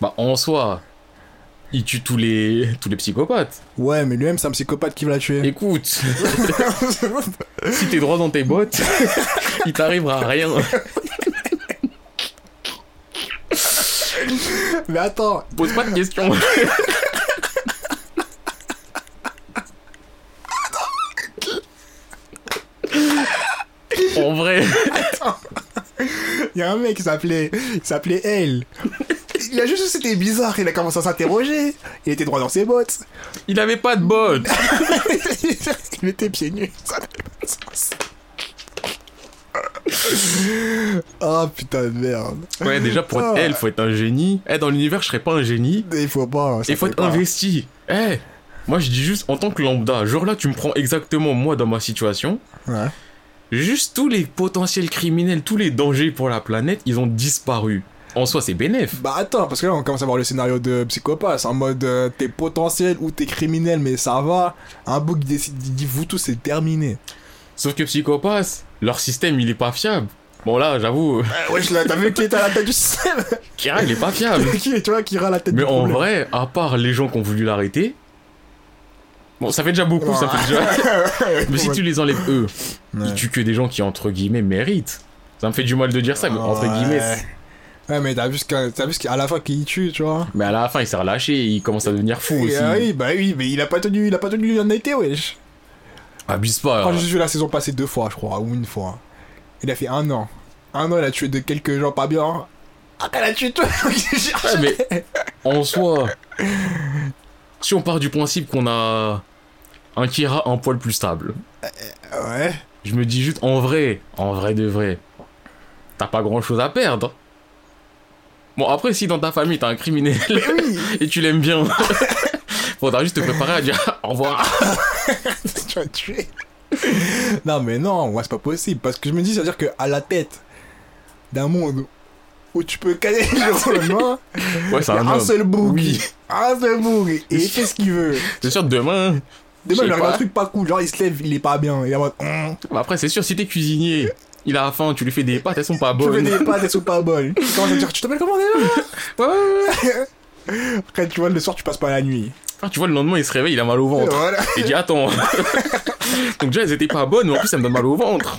S2: Bah en soi. Ils tuent tous les, tous les psychopathes.
S1: Ouais, mais lui-même, c'est un psychopathe qui va la tuer.
S2: Écoute, (laughs) si t'es droit dans tes bottes, (laughs) il t'arrivera rien.
S1: mais attends,
S2: Pose pas
S1: (laughs)
S2: de questions. en vrai,
S1: il y a un mec qui s'appelait. Il s'appelait Elle. Il a juste c'était bizarre, il a commencé à s'interroger. Il était droit dans ses bottes. (laughs)
S2: il avait pas de bottes.
S1: il était pieds nus. Ça n'avait pas de sens. Ah putain de merde.
S2: Ouais, déjà pour
S1: Ah.
S2: être elle, faut être un génie. Eh, dans l'univers, je serais pas un génie.
S1: Il faut pas. hein, ça
S2: Il faut
S1: fait
S2: être
S1: pas.
S2: investi. Eh, moi je dis juste en tant que lambda, genre là, tu me prends exactement moi dans ma situation.
S1: Ouais.
S2: Juste tous les potentiels criminels, tous les dangers pour la planète, ils ont disparu. En soi, c'est bénéf.
S1: Bah attends, parce que là on commence à voir le scénario de Psychopass en mode euh, t'es potentiel ou t'es criminel, mais ça va. Un bouc qui décide, il dit vous tous, c'est terminé.
S2: Sauf que Psychopass, leur système, il est pas fiable. Bon, là, j'avoue, (laughs)
S1: Ah, Ouais, wesh, là, t'as vu qui est à la tête du système
S2: Kira, il est pas fiable.
S1: Qui est, tu vois, qui ira à la tête
S2: Ah, Mais
S1: du
S2: en
S1: problème.
S2: vrai, à part les gens qui ont voulu l'arrêter, bon, ça fait déjà beaucoup, ça fait déjà. (laughs) Mais si tu les enlèves eux, ils
S1: Ouais.
S2: tuent que des gens qui, entre guillemets, méritent. Ça me fait du mal de dire ça, mais entre
S1: Ouais.
S2: guillemets. c'est-
S1: Ouais, mais t'as vu ce qu'à t'as vu ce qu'à la fin qu'il tue, tu vois.
S2: Mais à la fin, il s'est relâché et il commence à devenir fou
S1: Et,
S2: aussi.
S1: euh, oui, bah oui, mais il a pas tenu, il a pas tenu l'honnêteté, wesh.
S2: Abuse pas.
S1: Quand j'ai vu la saison passer deux fois, je crois, ou une fois. Il a fait un an. Un an, il a tué de quelques gens pas bien. Ah, qu'elle a tué toi (laughs)
S2: Ouais, Ah, mais en soi, si on part du principe qu'on a un Kira un poil plus stable,
S1: Ouais.
S2: je me dis juste en vrai, en vrai de vrai, t'as pas grand chose à perdre. Bon, après, si dans ta famille t'as un criminel (laughs)
S1: Eh Oui, (laughs)
S2: et tu l'aimes bien, (laughs) faudra juste te préparer à dire au revoir.
S1: tu as tué. non, mais non, moi, c'est pas possible. Parce que je me dis, c'est-à-dire qu'à la tête d'un monde où tu peux caler (laughs) les gens sur le lendemain,
S2: Ouais, c'est
S1: il y a
S2: un
S1: un
S2: homme.
S1: seul boug.
S2: Oui.
S1: (laughs) Un seul boug. Et il fait ce qu'il veut.
S2: C'est sûr, demain.
S1: Demain,
S2: Je sais
S1: il regarde un
S2: pas.
S1: truc pas cool. Genre, il se lève, il est pas bien. Il est en mode, Hum,
S2: Bah Après, c'est sûr, si t'es cuisinier, il a faim, tu lui fais des pâtes, elles sont pas
S1: tu veux
S2: bonnes.
S1: des pâtes, elles sont pas
S2: (laughs)
S1: bonnes. Il commence à dire, tu t'appelles comment déjà
S2: Ouais, ouais, ouais.
S1: Après, tu vois, le soir, tu passes pas la nuit.
S2: Ah, tu vois, le lendemain, il se réveille, il a mal au
S1: Et
S2: ventre.
S1: voilà.
S2: Il
S1: (laughs)
S2: dit attends. Donc déjà elles étaient pas bonnes, mais en plus ça me donne mal au ventre.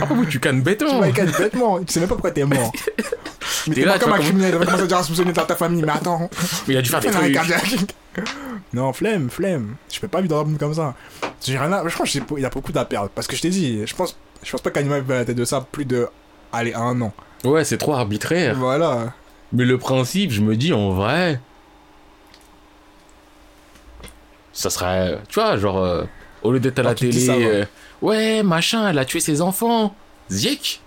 S2: Après vous tu cannes
S1: Tu
S2: bêtement.
S1: m'as écarté bêtement, tu sais même pas pourquoi t'es
S2: (laughs)
S1: mort. Mais
S2: T'es
S1: t'es
S2: là,
S1: pas
S2: tu
S1: comme un
S2: vois, comme-
S1: criminel, t'as commencé à dire à soupçonner dans ta famille, mais attends,
S2: Mais il a dû faire Ah, des
S1: t'as (laughs) un
S2: trucs.
S1: cardiaque. Non, flemme, flemme. Je peux pas vivre dans un monde comme ça. J'ai rien à... Je pense qu'il y a beaucoup à perdre. Parce que je t'ai dit, je pense, je pense pas qu'Anima va à la tête de ça plus de. Allez, un an.
S2: Ouais c'est trop arbitraire.
S1: Voilà.
S2: Mais le principe je me dis en vrai, ça serait, tu vois genre euh, au lieu d'être à
S1: Quand
S2: la
S1: Oh, tu dis
S2: télé,
S1: ça, ouais.
S2: euh, ouais machin elle a tué ses enfants, ziek.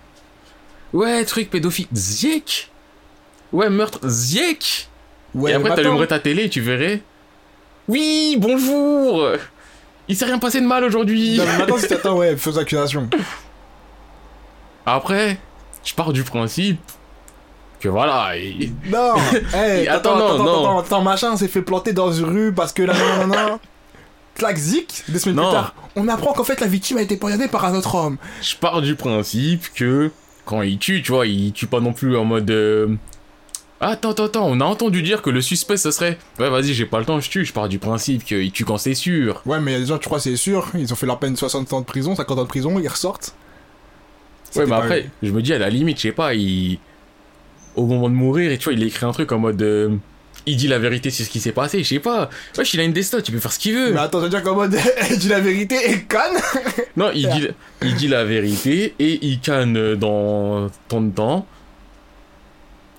S2: Ouais truc pédophile, ziek. Ouais meurtre, ziek.
S1: Ouais,
S2: et après,
S1: mais
S2: t'allumerais
S1: attends.
S2: ta télé et tu verrais. Oui, bonjour Il s'est rien passé de mal aujourd'hui
S1: Non, mais maintenant, si t'attends, ouais, fausse accusation.
S2: (laughs) Après, je pars du principe que voilà. et- (laughs)
S1: Non, hey,
S2: Et attends, non,
S1: attends,
S2: non.
S1: attends, attends, machin s'est fait planter dans une rue parce que là, non, non, non. Clac, zic, des semaines
S2: Non.
S1: plus tard, on apprend qu'en fait la victime a été poignardée par un autre homme.
S2: Je pars du principe que quand il tue, tu vois, il tue pas non plus en mode. euh, Attends, attends, attends, on a entendu dire que le suspect, ça serait. Ouais, vas-y, j'ai pas le temps, je tue. Je pars du principe qu'il tue quand c'est sûr.
S1: Ouais, mais il y a des gens, tu crois, c'est sûr, ils ont fait leur peine 60 ans de prison, 50 ans de prison, ils ressortent. C'était
S2: Ouais, mais
S1: pas
S2: après,
S1: eux.
S2: je me dis, à la limite, je sais pas, il. Au moment de mourir, et tu vois, il écrit un truc en mode. euh, Il dit la vérité sur ce qui s'est passé, je sais pas. Wesh, il a une destin, tu peux faire ce qu'il veut.
S1: Mais attends, ça veut dire qu'en (laughs) mode, elle dit la vérité et conne
S2: Non, il dit, il dit la vérité et il canne dans tant de temps.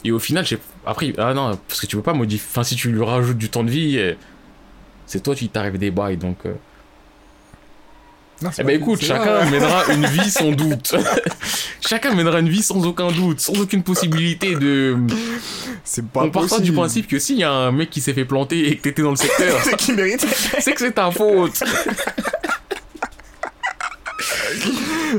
S2: Et au final, je sais- Après, ah non, parce que tu peux pas modifier. Enfin, si tu lui rajoutes du temps de vie, euh, c'est toi qui t'arrive des bails, donc. euh.
S1: Non, c'est
S2: Eh
S1: pas- Ah
S2: ben écoute,
S1: c'est-
S2: chacun
S1: ouais.
S2: mènera une vie sans doute. (laughs) chacun mènera une vie sans aucun doute, sans aucune possibilité de.
S1: C'est pas
S2: on part
S1: possible.
S2: du principe que s'il y a un mec qui s'est fait planter et que t'étais dans le secteur,
S1: (laughs) C'est qui mérite.
S2: c'est que c'est ta faute.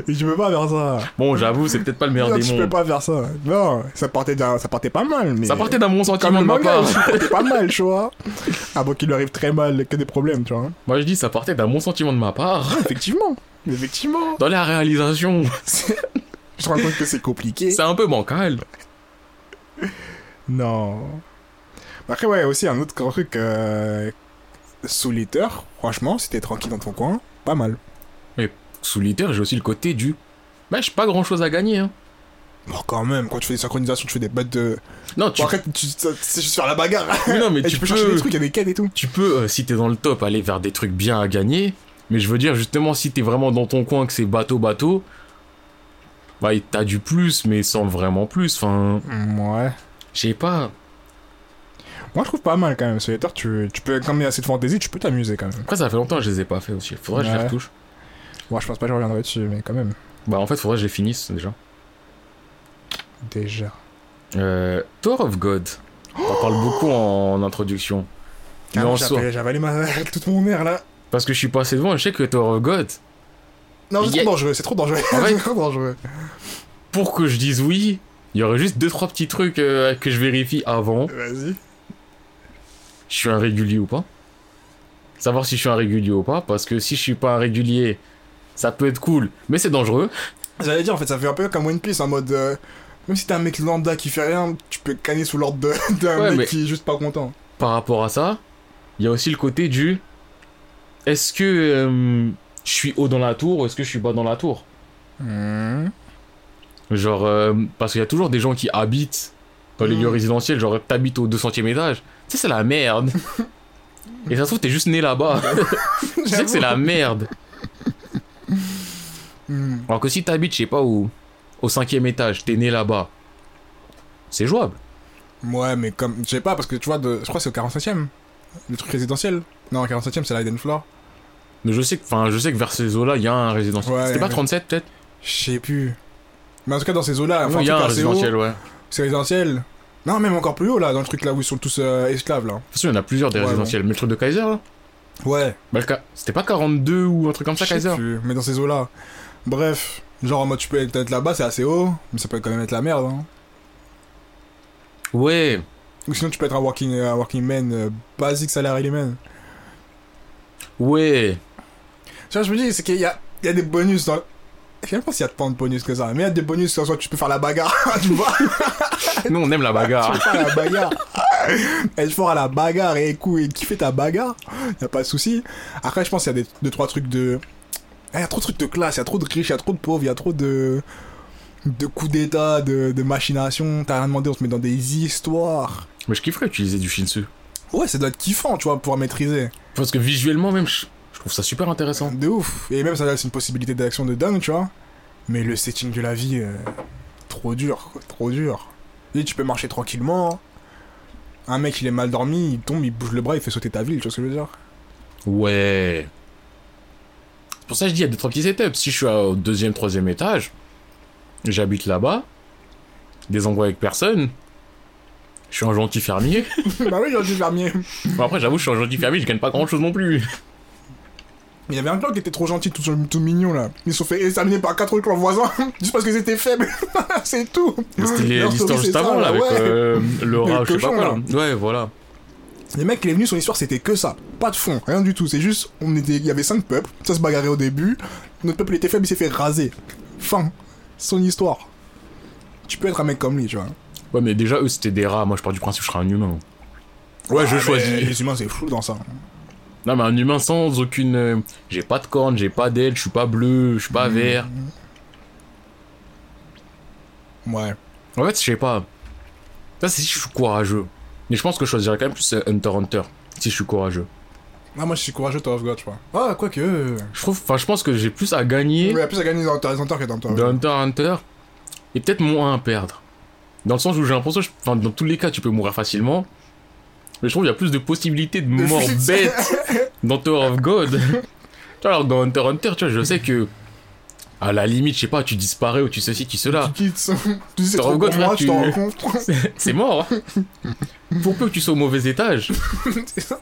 S1: Je peux pas faire ça.
S2: Bon, j'avoue, c'est peut-être pas le meilleur
S1: Non,
S2: des
S1: tu peux
S2: mondes.
S1: pas faire ça. Non, ça partait, d'un- ça partait pas mal, mais.
S2: Ça partait d'un bon
S1: comme
S2: sentiment
S1: le
S2: de ma
S1: manga,
S2: part.
S1: aussi, ça partait pas mal, tu (laughs) vois. Ah bon, qu'il lui arrive très mal, que des problèmes, tu vois.
S2: Moi, je dis, ça partait d'un bon sentiment de ma part.
S1: Effectivement. Effectivement.
S2: Dans la réalisation,
S1: (laughs) Je te rends compte que c'est compliqué.
S2: c'est un peu bancal.
S1: Non. Après, ouais, aussi un autre grand truc. Euh... Solitaire, franchement, si t'es tranquille dans ton coin, pas mal.
S2: Solitaire, j'ai aussi le côté du. Bah, j'ai pas grand chose à gagner. Hein.
S1: Bon, quand même, quand tu fais des synchronisations, tu fais des bêtes de.
S2: Non, tu,
S1: Bon, après, tu- ça- c'est juste faire la bagarre.
S2: oui, non, mais
S1: Et (laughs) tu, peux chercher des trucs, il y a des quêtes et tout.
S2: tu peux, euh, si t'es dans le top, aller vers des trucs bien à gagner. Mais je veux dire, justement, si t'es vraiment dans ton coin, que c'est bateau-bateau, bah, et t'as du plus, mais sans vraiment plus. Enfin,
S1: Mm, ouais.
S2: je sais pas.
S1: Moi, je trouve pas mal quand même. Solitaire, tu, tu peux, quand il y a assez de fantaisie, tu peux t'amuser quand même.
S2: Après, ça fait longtemps que je les ai pas fait aussi. Faudrait que je
S1: Ouais.
S2: les retouche.
S1: Moi, je pense pas que je reviendrai dessus, mais quand même.
S2: Bah, en fait, faudrait que je les finisse déjà.
S1: Déjà.
S2: Euh, Tower of God. On parle beaucoup en introduction. Mais
S1: Carrément,
S2: en
S1: Oh Ah, j'ai
S2: soi.
S1: appelé- j'ai avalé ma... toute mon air là.
S2: Parce que je suis passé devant et je sais que Tower of God,
S1: Non, c'est
S2: Y a-
S1: trop dangereux, c'est trop dangereux.
S2: En fait-
S1: c'est (laughs) trop dangereux.
S2: pour que je dise oui, il y aurait juste deux trois petits trucs euh, que je vérifie avant.
S1: Vas-y.
S2: Je suis un régulier ou pas Savoir si je suis un régulier ou pas, parce que si je suis pas un régulier, ça peut être cool, mais c'est dangereux.
S1: J'allais dire, en fait, ça fait un peu comme One Piece en mode. euh, même si t'es un mec lambda qui fait rien, tu peux canner sous l'ordre de- (laughs) d'un
S2: Ouais,
S1: mec
S2: mais-
S1: qui est juste pas content.
S2: Par rapport à ça, il y a aussi le côté du est-ce que euh, je suis haut dans la tour ou est-ce que je suis bas dans la tour Hmm.
S1: (laughs)
S2: Genre, euh, parce qu'il y a toujours des gens qui habitent dans les
S1: Mm.
S2: lieux résidentiels, genre t'habites au 200 e étage. Tu sais, c'est
S1: (laughs)
S2: la merde. Et ça se trouve, t'es juste né là-bas. tu sais que c'est la merde.
S1: Hmm.
S2: Alors que si t'habites, je sais pas où, au 5 étage, t'es né là-bas, c'est jouable.
S1: Ouais, mais comme. Je sais pas, parce que tu vois, de... je crois que c'est au 45 e Le truc résidentiel. Non, au 45 e c'est la Hidden Floor.
S2: Mais je sais que, enfin, je sais que vers ces eaux-là, il y a un résidentiel.
S1: Ouais,
S2: C'était pas
S1: ouais.
S2: 37 peut-être
S1: Je sais plus. Mais en tout cas, dans ces eaux-là,
S2: Non,
S1: Ah, enfin, en
S2: il y
S1: tout
S2: a un
S1: cas, c'est haut,
S2: résidentiel, ouais. De
S1: c'est résidentiel. Non, même encore plus haut, là, dans le truc là où ils sont tous euh, esclaves, là.
S2: toute façon, il y en a plusieurs des
S1: Ouais,
S2: résidentiels. Mais le truc de Kaiser, là
S1: Ouais.
S2: Bah, le ca- C'était pas 42 ou un truc comme ça,
S1: Je sais
S2: Kaiser
S1: plus, Mais dans ces eaux-là. Bref, genre en mode tu peux être être là-bas, c'est assez haut, mais ça peut quand même être la merde. Hein.
S2: Ouais.
S1: Ou sinon tu peux être un working, un working man euh, basique salarié man.
S2: Ouais.
S1: (laughs) Tu vois, je me dis, c'est qu'il y a, il y a des bonus dans. Je sais même pas s'il y a tant de bonus que ça, mais il y a des bonus que soit tu peux faire la bagarre, (laughs) tu vois.
S2: Nous, on aime la
S1: tu (laughs)
S2: bagarre.
S1: peux faire la bagarre. Être fort à la bagarre et, écoute, et kiffer ta bagarre, y a pas de souci. Après, je pense qu'il y a des, deux, trois trucs de. Il y a trop de trucs de classe, il y a trop de riches, il y a trop de pauvres, il y a trop de. de coups d'état, de, de machinations. T'as rien demandé, on se met dans des histoires.
S2: Mais je kifferais utiliser du Shinsu.
S1: Ouais, ça doit être kiffant, tu vois, pouvoir maîtriser.
S2: Parce que visuellement, même, je, je trouve ça super intéressant.
S1: De ouf. Et même ça c'est une possibilité d'action de dingue, tu vois. Mais le setting de la vie, euh, trop dur, quoi, trop dur. Et tu peux marcher tranquillement. Un mec, il est mal dormi, il tombe, il bouge le bras, il fait sauter ta ville, tu vois ce que je veux dire (laughs)
S2: Ouais. C'est pour ça que je dis, il y a des trois petits setups. Si je suis au deuxième, troisième étage, j'habite là-bas, des endroits avec personne, je suis un gentil (laughs) fermier.
S1: Bah oui, j'aurais dû faire mieux.
S2: Bon, après, j'avoue, je suis un gentil fermier, je gagne pas grand-chose non plus.
S1: Il y avait un clan qui était trop gentil, tout, tout mignon là. Ils se sont fait exterminer par quatre autres clans voisins, (laughs) juste parce qu'ils étaient faibles. (laughs) c'est tout.
S2: C'était
S1: Leur story,
S2: l'histoire
S1: c'est
S2: juste
S1: ça,
S2: avant, là, avec
S1: ouais.
S2: euh, (laughs) le
S1: Le
S2: rat, je sais pas
S1: cochon,
S2: quoi. là. Ouais, voilà.
S1: Les mecs, il est venu, son histoire, c'était que ça. Pas de fond, rien du tout. C'est juste, on était, il y avait cinq peuples, ça se bagarrait au début. Notre peuple était faible, il s'est fait raser. Fin. Son histoire. Tu peux être un mec comme lui, tu vois.
S2: Ouais, mais déjà, eux, c'était des rats. Moi, je pars du principe, je serais un humain. Ouais, je
S1: Ah, mais
S2: choisis.
S1: Les humains, c'est fou dans ça.
S2: Non, mais un humain sans aucune. euh, J'ai pas de cornes, j'ai pas d'ailes, je suis pas bleu, je suis pas vert.
S1: Ouais.
S2: En fait, je sais pas. Ça, c'est si je suis courageux. Mais je pense que je choisirais quand même plus euh, Hunter x Hunter. Si je suis courageux.
S1: Ah, moi, je suis courageux, toi, of God, tu vois. Ah, quoique.
S2: Je trouve. Enfin, je pense que j'ai plus à gagner
S1: Il y a plus à gagner dans Terminator que dans toi.
S2: de Hunter x Hunter. Et peut-être moins à perdre. Dans le sens où j'ai l'impression. que je- Enfin, dans tous les cas, tu peux mourir facilement. Mais je trouve qu'il y a plus de possibilités de mort
S1: fuite.
S2: bête dans Tower of God. tu vois, alors que dans Hunter x Hunter, tu vois, je sais que. À la limite, je sais pas, tu disparais ou tu ceci, tu cela.
S1: Tu quittes. (laughs) tu dis, c'est
S2: T'en
S1: trop
S2: rigoles,
S1: pour moi,
S2: frère,
S1: tu t'en rends
S2: tu-
S1: compte.
S2: C'est mort. Pour peu que tu sois au mauvais étage,
S1: (laughs) C'est ça.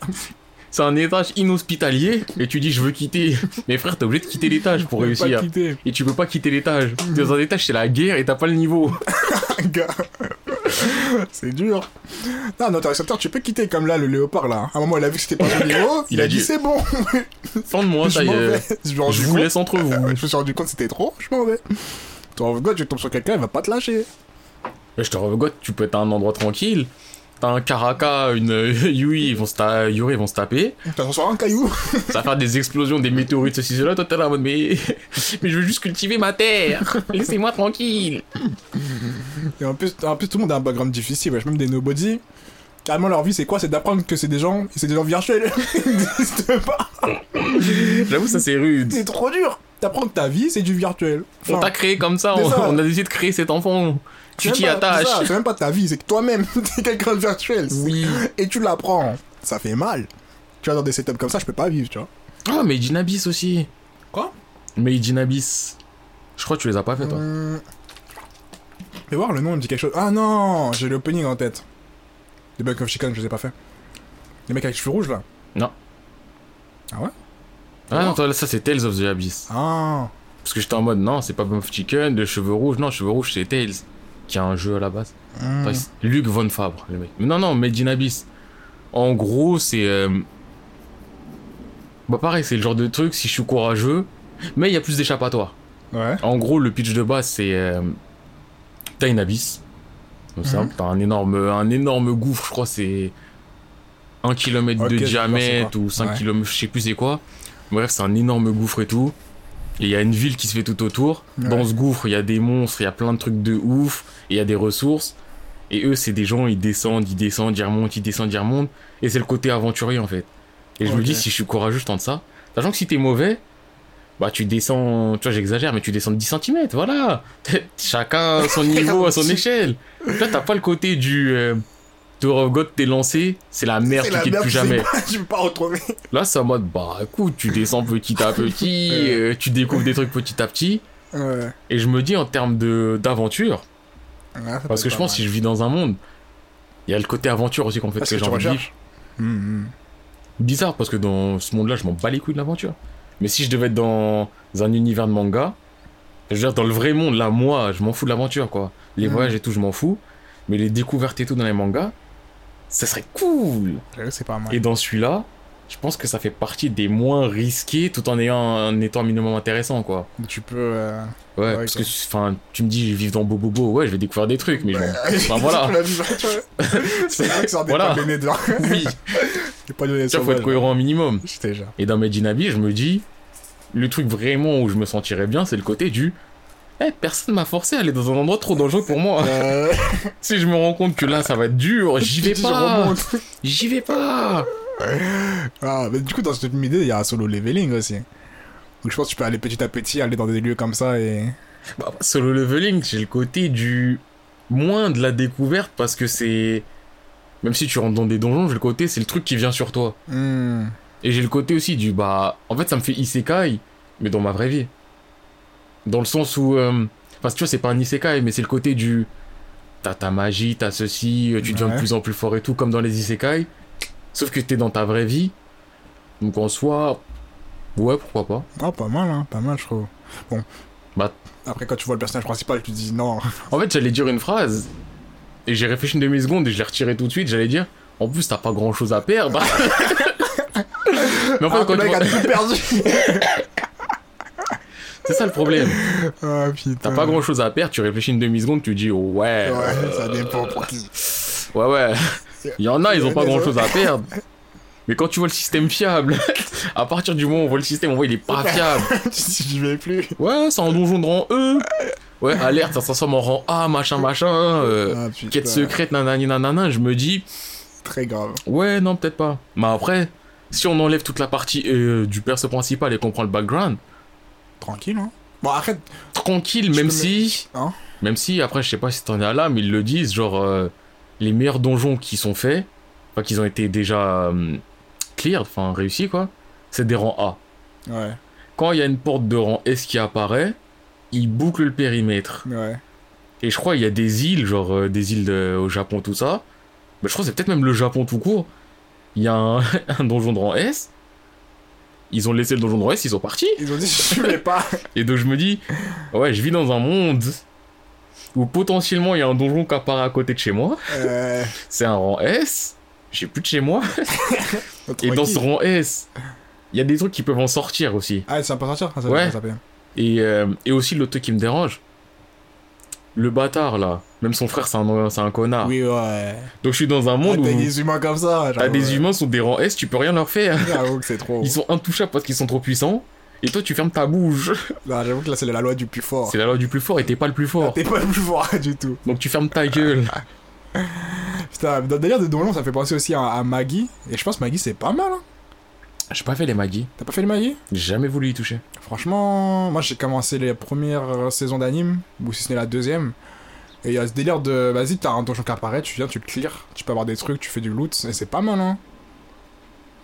S2: c'est un étage inhospitalier et tu dis je veux quitter. Mais frère, t'es obligé de quitter l'étage (laughs) pour
S1: Tu peux Pas
S2: réussir.
S1: quitter, (laughs)
S2: Et tu peux pas quitter l'étage. T'es dans un étage, c'est la guerre et t'as pas
S1: (laughs)
S2: le niveau.
S1: gars. c'est dur. Non, dans Interceptor, tu peux quitter comme là, le léopard là. À un moment, il a vu que c'était pas
S2: (laughs)
S1: son niveau. il,
S2: Il
S1: a,
S2: a
S1: dit,
S2: dit-
S1: c'est bon.
S2: Fin de moi,
S1: je
S2: Oh, ça y
S1: m'en vais.
S2: est.
S1: Je me
S2: Je
S1: rendis
S2: vous
S1: compte-
S2: laisse entre vous.
S1: Ouais, je me suis rendu compte que c'était trop, je m'en vais. Toi, en God, je tombe sur quelqu'un, il va pas te lâcher.
S2: Et Je te regote, tu peux être à un endroit tranquille. T'as un Karaka, une euh, (laughs) Yui, ils vont se ta- Yuri, ils vont se taper.
S1: T'as sur un caillou.
S2: Ça va faire des explosions, des météorites, ceci, cela. Toi, t'es là en mode, mais... (laughs) mais je veux juste cultiver
S1: (laughs)
S2: ma terre. Laissez-moi tranquille.
S1: Et en plus, en plus, tout le monde a un background difficile, wesh, même des nobody. Carrément, leur vie, c'est quoi C'est d'apprendre que c'est des gens, c'est des gens virtuels. (laughs) Ils n'existent pas.
S2: J'avoue, ça, c'est rude.
S1: C'est trop dur. T'apprends que ta vie, c'est du virtuel.
S2: On t'a créé comme ça,
S1: c'est
S2: on,
S1: ça.
S2: on a décidé de créer cet enfant. Tu
S1: c'est
S2: t'y
S1: même pas- c'est ça,
S2: attaches.
S1: C'est même pas ta vie, c'est que toi-même, (laughs) t'es quelqu'un de virtuel.
S2: Oui.
S1: Et tu l'apprends. Ça fait mal. Tu vois, dans des setups comme ça, je peux pas vivre, tu vois.
S2: Ah, Made in Abyss aussi.
S1: Quoi
S2: Made in Abyss. Je crois que tu les as pas fait, toi.
S1: Hum. Fais voir, le nom il me dit quelque chose. Ah non, j'ai l'opening en tête. The Buck of Chicken, je les ai pas fait. Les mecs avec les cheveux rouges là.
S2: Ah non, toi, ça c'est Tales of the Abyss.
S1: Ah,
S2: Parce que j'étais en mode, non, c'est pas Buff Chicken, de cheveux rouges. Non, cheveux rouges, c'est Tales. Qui a un jeu à la base.
S1: hum.
S2: Enfin, c'est Luc Von Fabre, le mec. Mais non, non, Made in Abyss. En gros, c'est. euh, Bah, pareil, c'est le genre de truc, si je suis courageux. Mais il y a plus d'échappatoire.
S1: Ouais.
S2: En gros, le pitch de base, c'est. euh, t'as une abysse. Comme ça.
S1: Mhm.
S2: T'as un énorme, un énorme gouffre, je crois, c'est. 1 km
S1: Ok, je
S2: de
S1: vois c'est
S2: diamètre
S1: quoi.
S2: ou 5
S1: Ouais.
S2: km, je sais plus c'est quoi. Bref, c'est un énorme gouffre et tout. Et il y a une ville qui se fait tout autour.
S1: Ouais.
S2: Dans ce gouffre, il y a des monstres, il y a plein de trucs de ouf, et il y a des ressources. Et eux, c'est des gens, ils descendent, ils descendent, ils remontent, ils descendent, ils remontent. Et c'est le côté aventurier, en fait. Et je me
S1: Ok.
S2: dis, si je suis courageux, je tente ça. Sachant que si t'es mauvais, bah tu descends, tu vois, j'exagère, mais tu descends de 10 cm, voilà. (laughs) Chacun à son niveau,
S1: (laughs)
S2: à son échelle. Donc Là, t'as pas le côté du euh, Tour of God, t'es lancé, c'est la merde,
S1: C'est
S2: tu
S1: la
S2: quittes
S1: merde,
S2: plus
S1: je sais (laughs)
S2: jamais.
S1: pas, Je peux pas retrouver.
S2: Là, c'est en mode, bah écoute, tu descends petit à
S1: (laughs)
S2: petit,
S1: Ouais.
S2: euh, tu découvres des trucs petit à petit.
S1: Ouais.
S2: Et je me dis en termes de- d'aventure,
S1: Ah, ça
S2: parce
S1: peut
S2: que
S1: être
S2: je
S1: pas
S2: pense
S1: mal.
S2: si je vis dans un monde, il y a le côté aventure aussi qu'on fait
S1: Ah,
S2: que
S1: ce
S2: j'ai
S1: que tu
S2: envie de vivre.
S1: recherches. Hum, hum.
S2: Bizarre parce que dans ce monde-là, je m'en bats les couilles de l'aventure. Mais si je devais être dans un univers de manga, je veux dire, dans le vrai monde, là, moi, je m'en fous de l'aventure, quoi. Les
S1: Mhm.
S2: voyages et tout, je m'en fous. Mais les découvertes et tout dans les mangas, ça serait cool.
S1: J'avoue, C'est pas mal.
S2: Et dans celui-là, je pense que ça fait partie des moins risqués tout en ayant un étant minimum intéressant, quoi.
S1: Tu peux. euh,
S2: Ouais,
S1: Ouais,
S2: parce
S1: quoi.
S2: que enfin, tu me dis, je vis dans Bobobo, ouais, je vais découvrir des trucs, mais je m'en-
S1: (laughs)
S2: enfin,
S1: tu
S2: Bah, voilà.
S1: l'as vu, bah, tu
S2: (laughs)
S1: vois. C'est vrai que ça en est
S2: Voilà.
S1: pas donné dedans.
S2: oui,
S1: (laughs) J'ai pas donné
S2: tu vois, faut être cohérent un minimum.
S1: J'étais déjà.
S2: Et dans Medinabi, je me dis, le truc vraiment où je me sentirais bien, c'est le côté du. Eh, personne m'a forcé à aller dans un endroit trop dangereux pour moi. (laughs)
S1: Euh,
S2: si je me rends compte que là, ça va
S1: (laughs)
S2: être dur, j'y vais
S1: tu dis,
S2: pas.
S1: remonte.
S2: J'y vais pas.
S1: Ah, mais du coup, dans cette même idée, il y a un solo leveling aussi. Donc je pense que tu peux aller petit à petit, aller dans des lieux comme ça et.
S2: Bah, solo leveling, j'ai le côté du moins de la découverte parce que c'est. Même si tu rentres dans des donjons, j'ai le côté, c'est le truc qui vient sur toi.
S1: Hmm.
S2: Et j'ai le côté aussi du bah. En fait, ça me fait isekai, mais dans ma vraie vie. Dans le sens où. euh, Enfin, tu vois, c'est pas un isekai, mais c'est le côté du. T'as ta magie, t'as ceci, euh, tu deviens de
S1: Ouais.
S2: plus en plus fort et tout, comme dans les isekai. Sauf que t'es dans ta vraie vie. Donc en soi. Ouais, pourquoi pas.
S1: Ah, pas mal, hein, pas mal, je trouve. Bon.
S2: Bah-
S1: Après, quand tu vois le personnage principal, tu te dis non.
S2: En fait, j'allais dire une phrase. Et j'ai réfléchi une demi-seconde et je l'ai retirée tout de suite. J'allais dire. En plus, t'as pas grand chose à perdre. (laughs) mais en fait,
S1: Ah,
S2: quand
S1: (laughs) le
S2: tu
S1: mec
S2: vois-
S1: a tout perdu.
S2: (laughs) C'est ça le problème.
S1: ah, putain.
S2: T'as pas grand chose à perdre, tu réfléchis une demi-seconde, tu dis oh ouais.
S1: Ouais, ça dépend pour (laughs) qui.
S2: Ouais, ouais. Il y en a, ils ont pas
S1: Désolé.
S2: grand chose à perdre. Mais quand tu vois le système fiable, (laughs) à partir du moment où on voit le système, on voit il est pas fiable.
S1: tu dis, j'y vais plus.
S2: Ouais, c'est un donjon de rang E. Ouais, alerte, ça se transforme en rang A, machin, machin. euh,
S1: ah, putain.
S2: quête secrète, nanani, nanana. Je me dis,
S1: Très grave.
S2: ouais, non, peut-être pas. Mais après, si on enlève toute la partie euh, du perso principal et qu'on prend le background,
S1: Tranquille, hein. Bon, arrête.
S2: tranquille,
S1: Je
S2: même
S1: peux
S2: si.
S1: Hein
S2: même si, après, je sais pas si t'en es à là, mais ils le disent, genre, euh, les meilleurs donjons qui sont faits, enfin, qu'ils ont été déjà euh, clear, enfin, réussis, quoi, c'est des rangs A.
S1: Ouais,
S2: Quand il y a une porte de rang S qui apparaît, ils bouclent le périmètre.
S1: ouais.
S2: Et je crois, il y a des îles, genre, euh, des îles de- au Japon, tout ça. Mais je crois que c'est peut-être même le Japon tout court. Il y a un, (laughs) un donjon de rang S. Ils ont laissé le donjon de rang S, ils sont partis.
S1: Ils ont dit, (laughs) je vais pas.
S2: Et donc je me dis, ouais, je vis dans un monde où potentiellement il y a un donjon qui apparaît à côté de chez moi.
S1: Euh,
S2: C'est un rang S. J'ai plus de chez moi. Et
S1: tranquille.
S2: dans ce rang S, il y a des trucs qui peuvent en sortir aussi.
S1: Ah, c'est un pas sortir, ça ça
S2: Ouais.
S1: s'appelle.
S2: Et, euh, et aussi l'autre truc qui me dérange, le bâtard là. Même son frère, c'est un, c'est un connard.
S1: Oui, ouais.
S2: Donc je suis dans un
S1: Ah,
S2: Ah. monde
S1: t'as
S2: où
S1: des humains Oh. comme ça.
S2: t'as des humains sont des rangs S, tu peux rien leur faire.
S1: (laughs) J'avoue que c'est trop.
S2: Ils sont intouchables parce qu'ils sont trop puissants. Et toi, tu fermes ta bouche.
S1: Non, j'avoue que là, c'est la loi du plus fort.
S2: C'est la loi du plus fort et t'es pas le plus
S1: Ah,
S2: fort.
S1: (laughs) T'es pas le plus fort du tout.
S2: Donc tu fermes ta gueule.
S1: Putain, dans le délire de Donjon, ça fait penser aussi à, à Maggie. Et je pense que Maggie, c'est pas mal. Hein.
S2: J'ai pas fait les Maggie.
S1: T'as pas fait le Maggie
S2: J'ai jamais voulu y toucher.
S1: Franchement, moi, j'ai commencé les premières euh, saisons d'anime, ou si ce n'est la deuxième. Et il y a ce délire de vas-y, t'as un donjon qui apparaît, tu viens, tu le clear, tu peux avoir des trucs, tu fais du loot, et c'est pas mal, hein.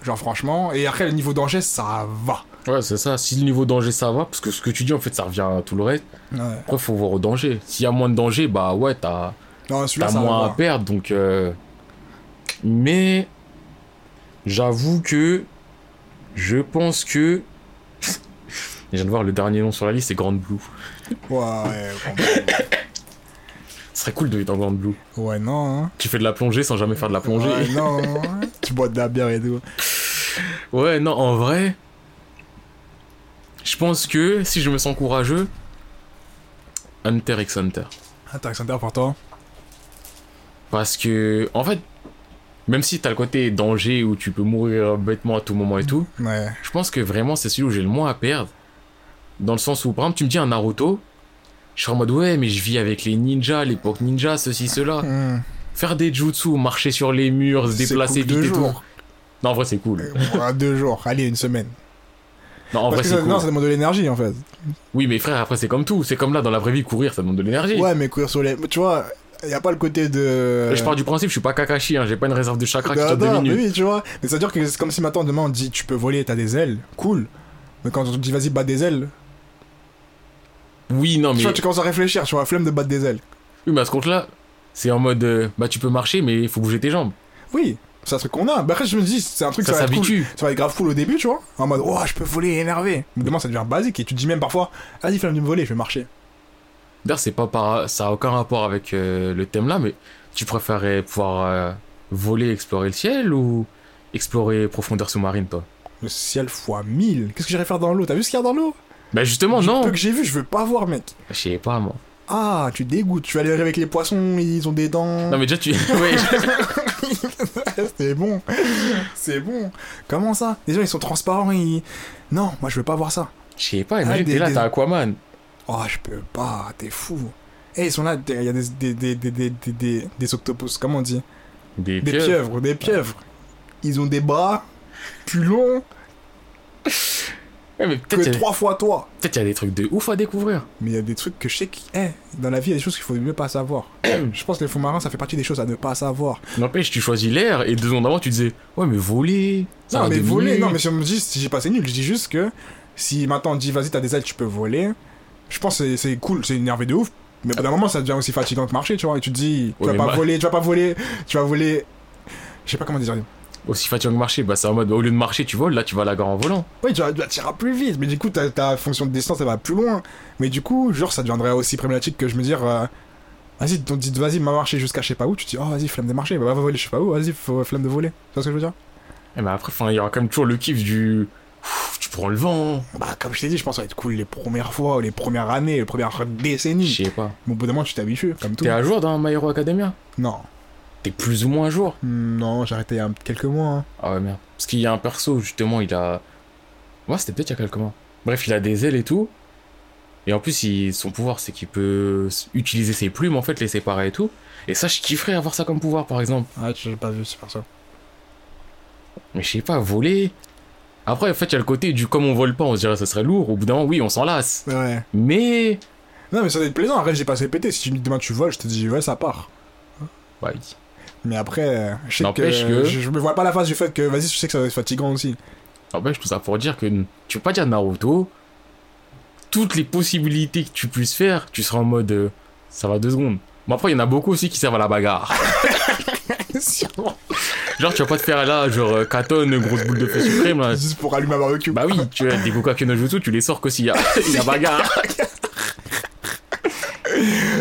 S1: Genre, franchement. Et après, le niveau danger, ça va.
S2: Ouais, c'est ça. Si le niveau danger ça va, parce que ce que tu dis en fait ça revient à tout le reste.
S1: Ouais.
S2: Après, faut voir au danger. S'il y a moins de danger, bah ouais, t'as
S1: Non,
S2: t'as
S1: celui-là, ça
S2: moins à
S1: va.
S2: perdre donc. euh, Mais. J'avoue que. Je pense que. (laughs) Je viens de voir le dernier nom sur la liste, c'est Grand Blue.
S1: Ouais, ouais, comprends.
S2: Ce serait cool de être en Grand Blue.
S1: ouais, non. hein.
S2: Tu fais de la plongée sans jamais faire de la plongée. (laughs)
S1: Ouais, non. hein. tu bois de la bière et tout.
S2: Ouais, non, en vrai, je pense que si je me sens courageux, Hunter x Hunter.
S1: Hunter x Hunter pour toi
S2: Parce que, en fait, même si t'as le côté danger où tu peux mourir bêtement à tout moment et tout,
S1: Ouais.
S2: je pense que vraiment c'est celui où j'ai le moins à perdre. Dans le sens où, par exemple, tu me dis un Naruto, je serais en mode ouais, mais je vis avec les ninjas, l'époque ninja, ceci, cela.
S1: Hmm.
S2: Faire des jutsu, marcher sur les murs, se
S1: C'est
S2: déplacer
S1: cool deux
S2: vite et tout.
S1: jours.
S2: Non, en vrai, c'est cool.
S1: Euh, ouais, deux jours, allez, une semaine.
S2: Non, en vrai,
S1: Parce que
S2: c'est
S1: ça,
S2: cool.
S1: non, ça demande de l'énergie en fait.
S2: Oui, mais frère, après, c'est comme tout. C'est comme là, dans la vraie vie, courir, ça demande de l'énergie.
S1: Ouais, mais courir sur les. Tu vois, y a pas le côté de.
S2: Et Je pars du principe, je suis pas Kakashi, hein, j'ai pas une réserve de chakra qui
S1: Bah,
S2: dure deux
S1: bah, mais
S2: minutes.
S1: oui, tu vois. Mais ça veut dire que c'est comme si maintenant, demain, on te dit tu peux voler, t'as des ailes, cool. Mais quand on te dit vas-y, bat des ailes,
S2: Oui, non,
S1: tu
S2: Oh, mais,
S1: vois, tu commences à réfléchir, tu vois, flemme de battre des ailes.
S2: oui, mais à ce compte-là, c'est en mode euh, bah, tu peux marcher, mais il faut bouger tes jambes.
S1: Oui, c'est un truc qu'on a. Bah, après, je me dis, c'est un truc
S2: Ça
S1: ça va être cool.
S2: s'habitue.
S1: Ça va être grave cool au début, tu vois. En mode, oh, je peux voler, énervé. Mais demain, ça devient basique et tu te dis même parfois, vas-y, flemme de me voler, je vais marcher.
S2: D'ailleurs, c'est pas par... ça a aucun rapport avec euh, le thème là, mais tu préférais pouvoir euh, voler, explorer le ciel ou explorer profondeur sous-marine, toi
S1: Le ciel fois 1000. Qu'est-ce que j'irai faire dans l'eau T'as vu ce qu'il y a dans l'eau
S2: Bah justement,
S1: Du
S2: non.
S1: peu que j'ai vu, je veux pas voir, mec.
S2: Je sais pas moi.
S1: Ah, tu dégoûtes. Tu vas aller avec les poissons, ils ont des dents.
S2: Non mais déjà tu. (laughs) ouais, je-
S1: (laughs) C'est bon.
S2: (laughs)
S1: C'est bon. Comment ça Les gens, ils sont transparents. Ils... Non, moi, je veux pas voir ça.
S2: je sais pas. Imagine
S1: Ah, des-
S2: t'es là,
S1: des-
S2: t'as Aquaman.
S1: Oh, je peux pas. T'es fou. Et ils sont là. Il y a des, des, des, des, des, des, des- des octopus. Comment on dit
S2: Des,
S1: Des
S2: pieuvres.
S1: pieuvres. Des pieuvres. Ils ont des bras plus longs
S2: Ouais, mais
S1: que
S2: peut-être il y a-
S1: trois fois toi.
S2: peut-être il y a des trucs de ouf à découvrir.
S1: Mais il y a des trucs que je sais que. Eh, dans la vie, il y a des choses qu'il faut mieux pas
S2: (clears throat)
S1: savoir. je pense que les fonds marins, ça fait partie des choses à ne pas savoir.
S2: N'empêche, tu choisis l'air et deux secondes avant tu disais ouais mais voler. ça
S1: Non,
S2: va
S1: mais
S2: deux
S1: voler,
S2: minutes.
S1: non, mais si on me dit, si j'ai passé nul, je dis juste que si maintenant on dit vas-y, t'as des ailes, tu peux voler, je pense que c'est- c'est cool, c'est énervé de ouf, mais au bout d'un moment ça devient aussi fatigant de marcher, tu vois, et tu te dis, tu
S2: Ouais,
S1: vas
S2: mais
S1: pas
S2: ma-
S1: voler, tu vas pas voler, tu vas voler. Je sais pas comment dire.
S2: Aussi fatigant que marcher, bah c'est en mode bah, au lieu de marcher tu voles, là tu vas à la gare en volant.
S1: Oui, tu vas, tu vas tirer plus vite, mais du coup, ta, ta fonction de distance, elle va plus loin. Mais du coup, genre, ça deviendrait aussi problématique que je me dire, euh, vas-y, on te dit, vas-y, m'a marché jusqu'à je sais pas où, tu te dis, oh, vas-y, flemme de marcher, bah, va voler, je sais pas où, vas-y, faut- flemme de voler. Tu vois ce que je veux dire?
S2: Eh ben après, enfin, il y aura quand même toujours le kiff du. Ouf, tu prends le vent.
S1: Bah, comme je t'ai dit, je pense que ça va être cool les premières fois, les premières années, les premières décennies.
S2: Je sais pas.
S1: Mais au bout d'un moment, tu t'habitues, comme tout.
S2: T'es à jour dans My Hero Academia
S1: Non. Hmm,
S2: T'es plus ou moins à jour
S1: Non, j'ai arrêté il y a quelques mois. hein.
S2: Ah ouais, merde. Parce qu'il y a un perso, justement, il a. Ouais, c'était peut-être il y a quelques mois. Bref, il a des ailes et tout. Et en plus, il- son pouvoir, c'est qu'il peut s- utiliser ses plumes, en fait, les séparer et tout. Et ça, je kifferais avoir ça comme pouvoir, par exemple.
S1: Ah, tu l'as pas vu, c'est pour ça.
S2: Mais je sais pas, voler. Après, en fait, il y a le côté du comme on vole pas, on se dirait ça serait lourd. Au bout d'un moment, oui, on s'en lasse.
S1: Ouais.
S2: Mais.
S1: Non, mais ça doit être plaisant. Après, j'ai passé pété. Si tu me dis demain tu voles, je te dis ouais, ça part.
S2: Ouais.
S1: Mais après, euh, je sais que,
S2: N'empêche que-
S1: Je, je me vois pas la face du fait que vas-y, je sais que ça va être fatigant aussi. (laughs)
S2: N'empêche, tout ça pour dire que tu peux pas dire Naruto. Toutes les possibilités que tu puisses faire, tu seras en mode euh, ça va deux secondes. Bon, après, il y en a beaucoup aussi qui servent à la bagarre. (laughs) genre, tu vas pas te faire là, genre euh, Katon, grosse boule de feu suprême. Là.
S1: Juste pour allumer un barbecue.
S2: Bah oui, tu as des Gokaku no Jutsu, tu les sors que s'il y a (laughs) il y a bagarre.
S1: (laughs)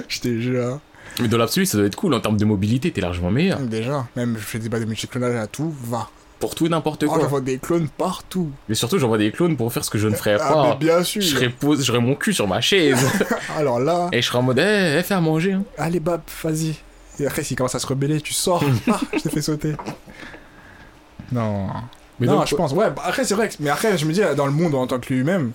S1: Je te jure.
S2: Mais dans l'absolu, ça doit être cool en termes de mobilité, t'es largement meilleur.
S1: Déjà, même je fais des bases de multiclonage à tout, va.
S2: Pour tout et n'importe
S1: Oh,
S2: quoi.
S1: j'envoie des clones partout.
S2: Mais surtout, j'envoie des clones pour faire ce que je ne ferais
S1: Ah, mais
S2: pas.
S1: bien
S2: Je
S1: sûr.
S2: serais, pose, j'aurais mon cul sur
S1: (laughs)
S2: ma chaise.
S1: Alors là,
S2: Et je serais en mode, eh, eh, fais à manger. hein.
S1: allez, bab, vas-y. Et après, s'il commence à se rebeller, tu
S2: (laughs)
S1: sors. ah, je t'ai fait sauter. Non.
S2: Mais
S1: non,
S2: donc,
S1: je pense, ouais, bah, après c'est vrai, que- mais après je me dis, dans le monde en tant que lui-même.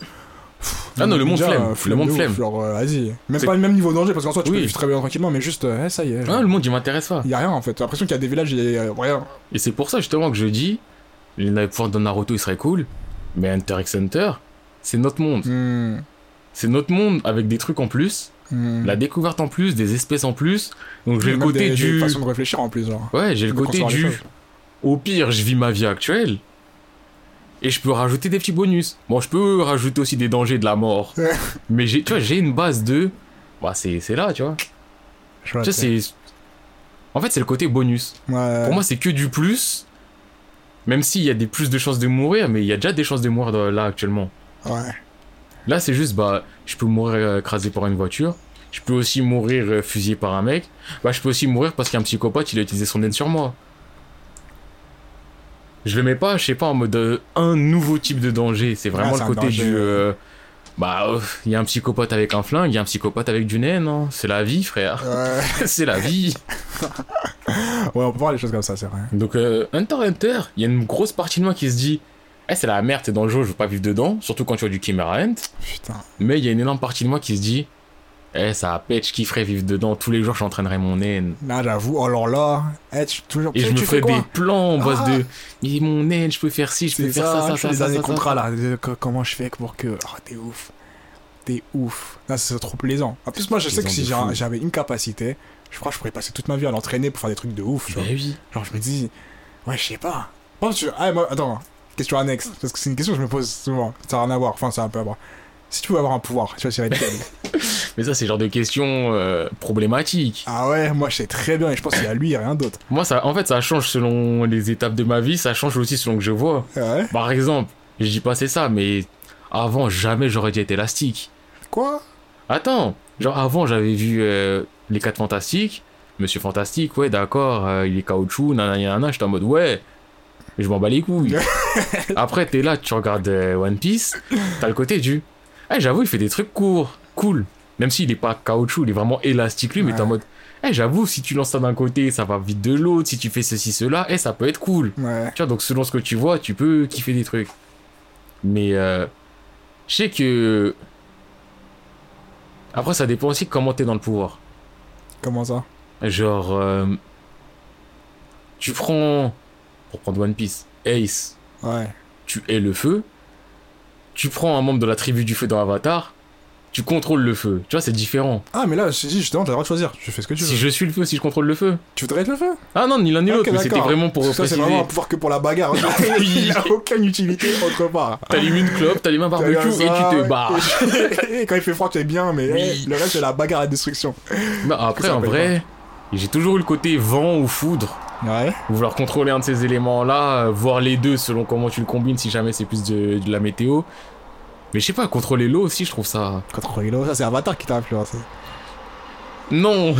S1: pff,
S2: Ah non, le monde flemme, le
S1: flemme
S2: monde
S1: de ouf,
S2: flemme.
S1: Genre, euh, vas-y. Même
S2: C'est-
S1: pas le même niveau de danger, parce qu'en soi, tu
S2: Oui.
S1: peux vivre très bien tranquillement, mais juste, euh, eh, ça y est.
S2: Ah, le monde, il m'intéresse pas.
S1: Il y a rien en fait. T'as l'impression qu'il y a des villages, il y a rien.
S2: Et c'est pour ça justement que je dis, les na- pouvoirs de Naruto ils seraient cool, mais Hunter x Hunter, c'est notre monde.
S1: Hmm,
S2: C'est notre monde avec des trucs en plus,
S1: hmm.
S2: la découverte en plus, des espèces en plus. Donc j'ai le
S1: Même
S2: côté
S1: des,
S2: du.
S1: Des façons de réfléchir en plus, genre.
S2: Ouais, j'ai le
S1: de
S2: côté
S1: concevoir les
S2: du.
S1: choses.
S2: Au pire, je vis ma vie actuelle. Et je peux rajouter des petits bonus. Bon, je peux rajouter aussi des dangers de
S1: (laughs)
S2: la mort. mais j'ai, tu vois, j'ai une base de. Bah, c'est, c'est là, tu vois.
S1: Je vois,
S2: Tu sais,
S1: t'sais.
S2: c'est. En fait, c'est le côté bonus.
S1: Ouais.
S2: Pour moi, c'est que du plus. Même s'il y a des plus de chances de mourir, mais il y a déjà des chances de mourir dans- là actuellement.
S1: Ouais.
S2: Là, c'est juste, bah, je peux mourir euh, écrasé par une voiture. Je peux aussi mourir euh, fusillé par un mec. Bah, je peux aussi mourir parce qu'un psychopathe, il a utilisé son aide sur moi. Je le mets pas, je sais pas, en mode euh, un nouveau type de danger. C'est
S1: Ah,
S2: vraiment
S1: c'est
S2: le
S1: un
S2: côté
S1: danger,
S2: du. euh, Bah, il y a un psychopathe avec un flingue, il y a un psychopathe avec du nez, non C'est la vie, frère. (laughs)
S1: Ouais.
S2: c'est la vie.
S1: ouais, on peut voir les choses comme ça, c'est vrai.
S2: Donc, euh, Hunter x Hunter, il y a une grosse partie de moi qui se dit Eh, c'est la merde, t'es dans le jeu, je veux pas vivre dedans, surtout quand tu vois du Chimera Hunt.
S1: Putain.
S2: Mais il y a une énorme partie de moi qui se dit Eh, ça pète, je kifferais vivre dedans, tous les jours j'entraînerais mon haine.
S1: Là, j'avoue, oh là là. Eh, tu, toujours...
S2: Et
S1: tu-
S2: je me
S1: tu
S2: ferais
S1: fais quoi
S2: des plans en base
S1: Ah.
S2: de Mais mon naine, je peux faire ci, je peux
S1: C'est
S2: faire
S1: ça, hein,
S2: ça,
S1: je
S2: ça,
S1: fais
S2: ça,
S1: les
S2: ça,
S1: derniers
S2: ça, ça,
S1: contrats là. de- co- Comment je fais pour que. Oh, t'es ouf. T'es ouf. Là, c'est trop plaisant. En plus, moi, je sais que
S2: Plaisant
S1: si
S2: de
S1: j'ai-
S2: fou.
S1: j'avais une capacité, je crois que je pourrais passer toute ma vie à l'entraîner pour faire des trucs de ouf. tu
S2: Bah
S1: vois.
S2: oui.
S1: Genre, je me dis, ouais, je sais pas. Oh, tu... ah, moi, attends, question annexe, parce que c'est une question que je me pose souvent. Ça n'a rien à voir, enfin, ça a un peu à voir. Si tu veux avoir un pouvoir, tu vois, ça va être
S2: (laughs)
S1: quel
S2: Mais ça, c'est le genre de questions euh, problématiques.
S1: Ah ouais, moi, je sais très bien, et je pense qu'il y a lui et rien d'autre.
S2: Moi, ça, en fait, ça change selon les étapes de ma vie, ça change aussi selon que je vois.
S1: Ah Ouais.
S2: Par exemple, je dis pas c'est ça, mais avant, jamais j'aurais dû être élastique.
S1: Quoi
S2: Attends, genre avant, j'avais vu euh, Les 4 Fantastiques, Monsieur Fantastique, ouais, d'accord, euh, il est caoutchouc, nanana, nanana, j'étais en mode, ouais, je m'en bats les couilles. Après, t'es là, tu regardes euh, One Piece, t'as le côté du, eh, j'avoue, il fait des trucs courts, cool. Même s'il est pas caoutchouc, il est vraiment élastique lui, mais t'es en
S1: Ouais.
S2: mode, eh, j'avoue, si tu lances ça d'un côté, ça va vite de l'autre, si tu fais ceci, cela, eh, ça peut être cool.
S1: Ouais.
S2: Tu vois, donc selon ce que tu vois, tu peux kiffer des trucs. Mais euh, je sais que. Après, ça dépend aussi comment t'es dans le pouvoir.
S1: Comment ça
S2: Genre. euh, tu prends. Pour prendre One Piece, Ace,
S1: Ouais.
S2: tu hais le feu. Tu prends un membre de la tribu du feu dans Avatar. Tu contrôles le feu. Tu vois, c'est différent.
S1: Ah, mais là, je te dis, justement, t'as le droit de choisir. Tu fais ce que tu veux.
S2: Si je suis le feu, si je contrôle le feu.
S1: Tu voudrais être le feu
S2: Ah non, ni l'un ni
S1: Ok,
S2: l'autre, mais c'était
S1: d'accord.
S2: vraiment pour
S1: Parce que Ça, c'est
S2: préciser. Ah
S1: vraiment un pouvoir que pour la bagarre. hein.
S2: (laughs)
S1: Il n'a aucune utilité autre part.
S2: T'allumes une clope, t'allumes un barbecue et Ah, tu te barres.
S1: (laughs) Et quand il fait froid, tu es bien, mais
S2: Oui.
S1: hey, le reste, c'est la bagarre et la destruction.
S2: Bah après,
S1: Ça
S2: en
S1: s'appelle
S2: vrai, j'ai toujours eu le côté vent ou foudre.
S1: Ouais.
S2: Vouloir contrôler un de ces éléments-là, euh, voir les deux selon comment tu le combines, si jamais c'est plus de, de la météo. Mais je sais pas, contrôler l'eau aussi, je trouve ça.
S1: Contre Hilo, ça, c'est Avatar qui t'a influencé.
S2: (laughs) Non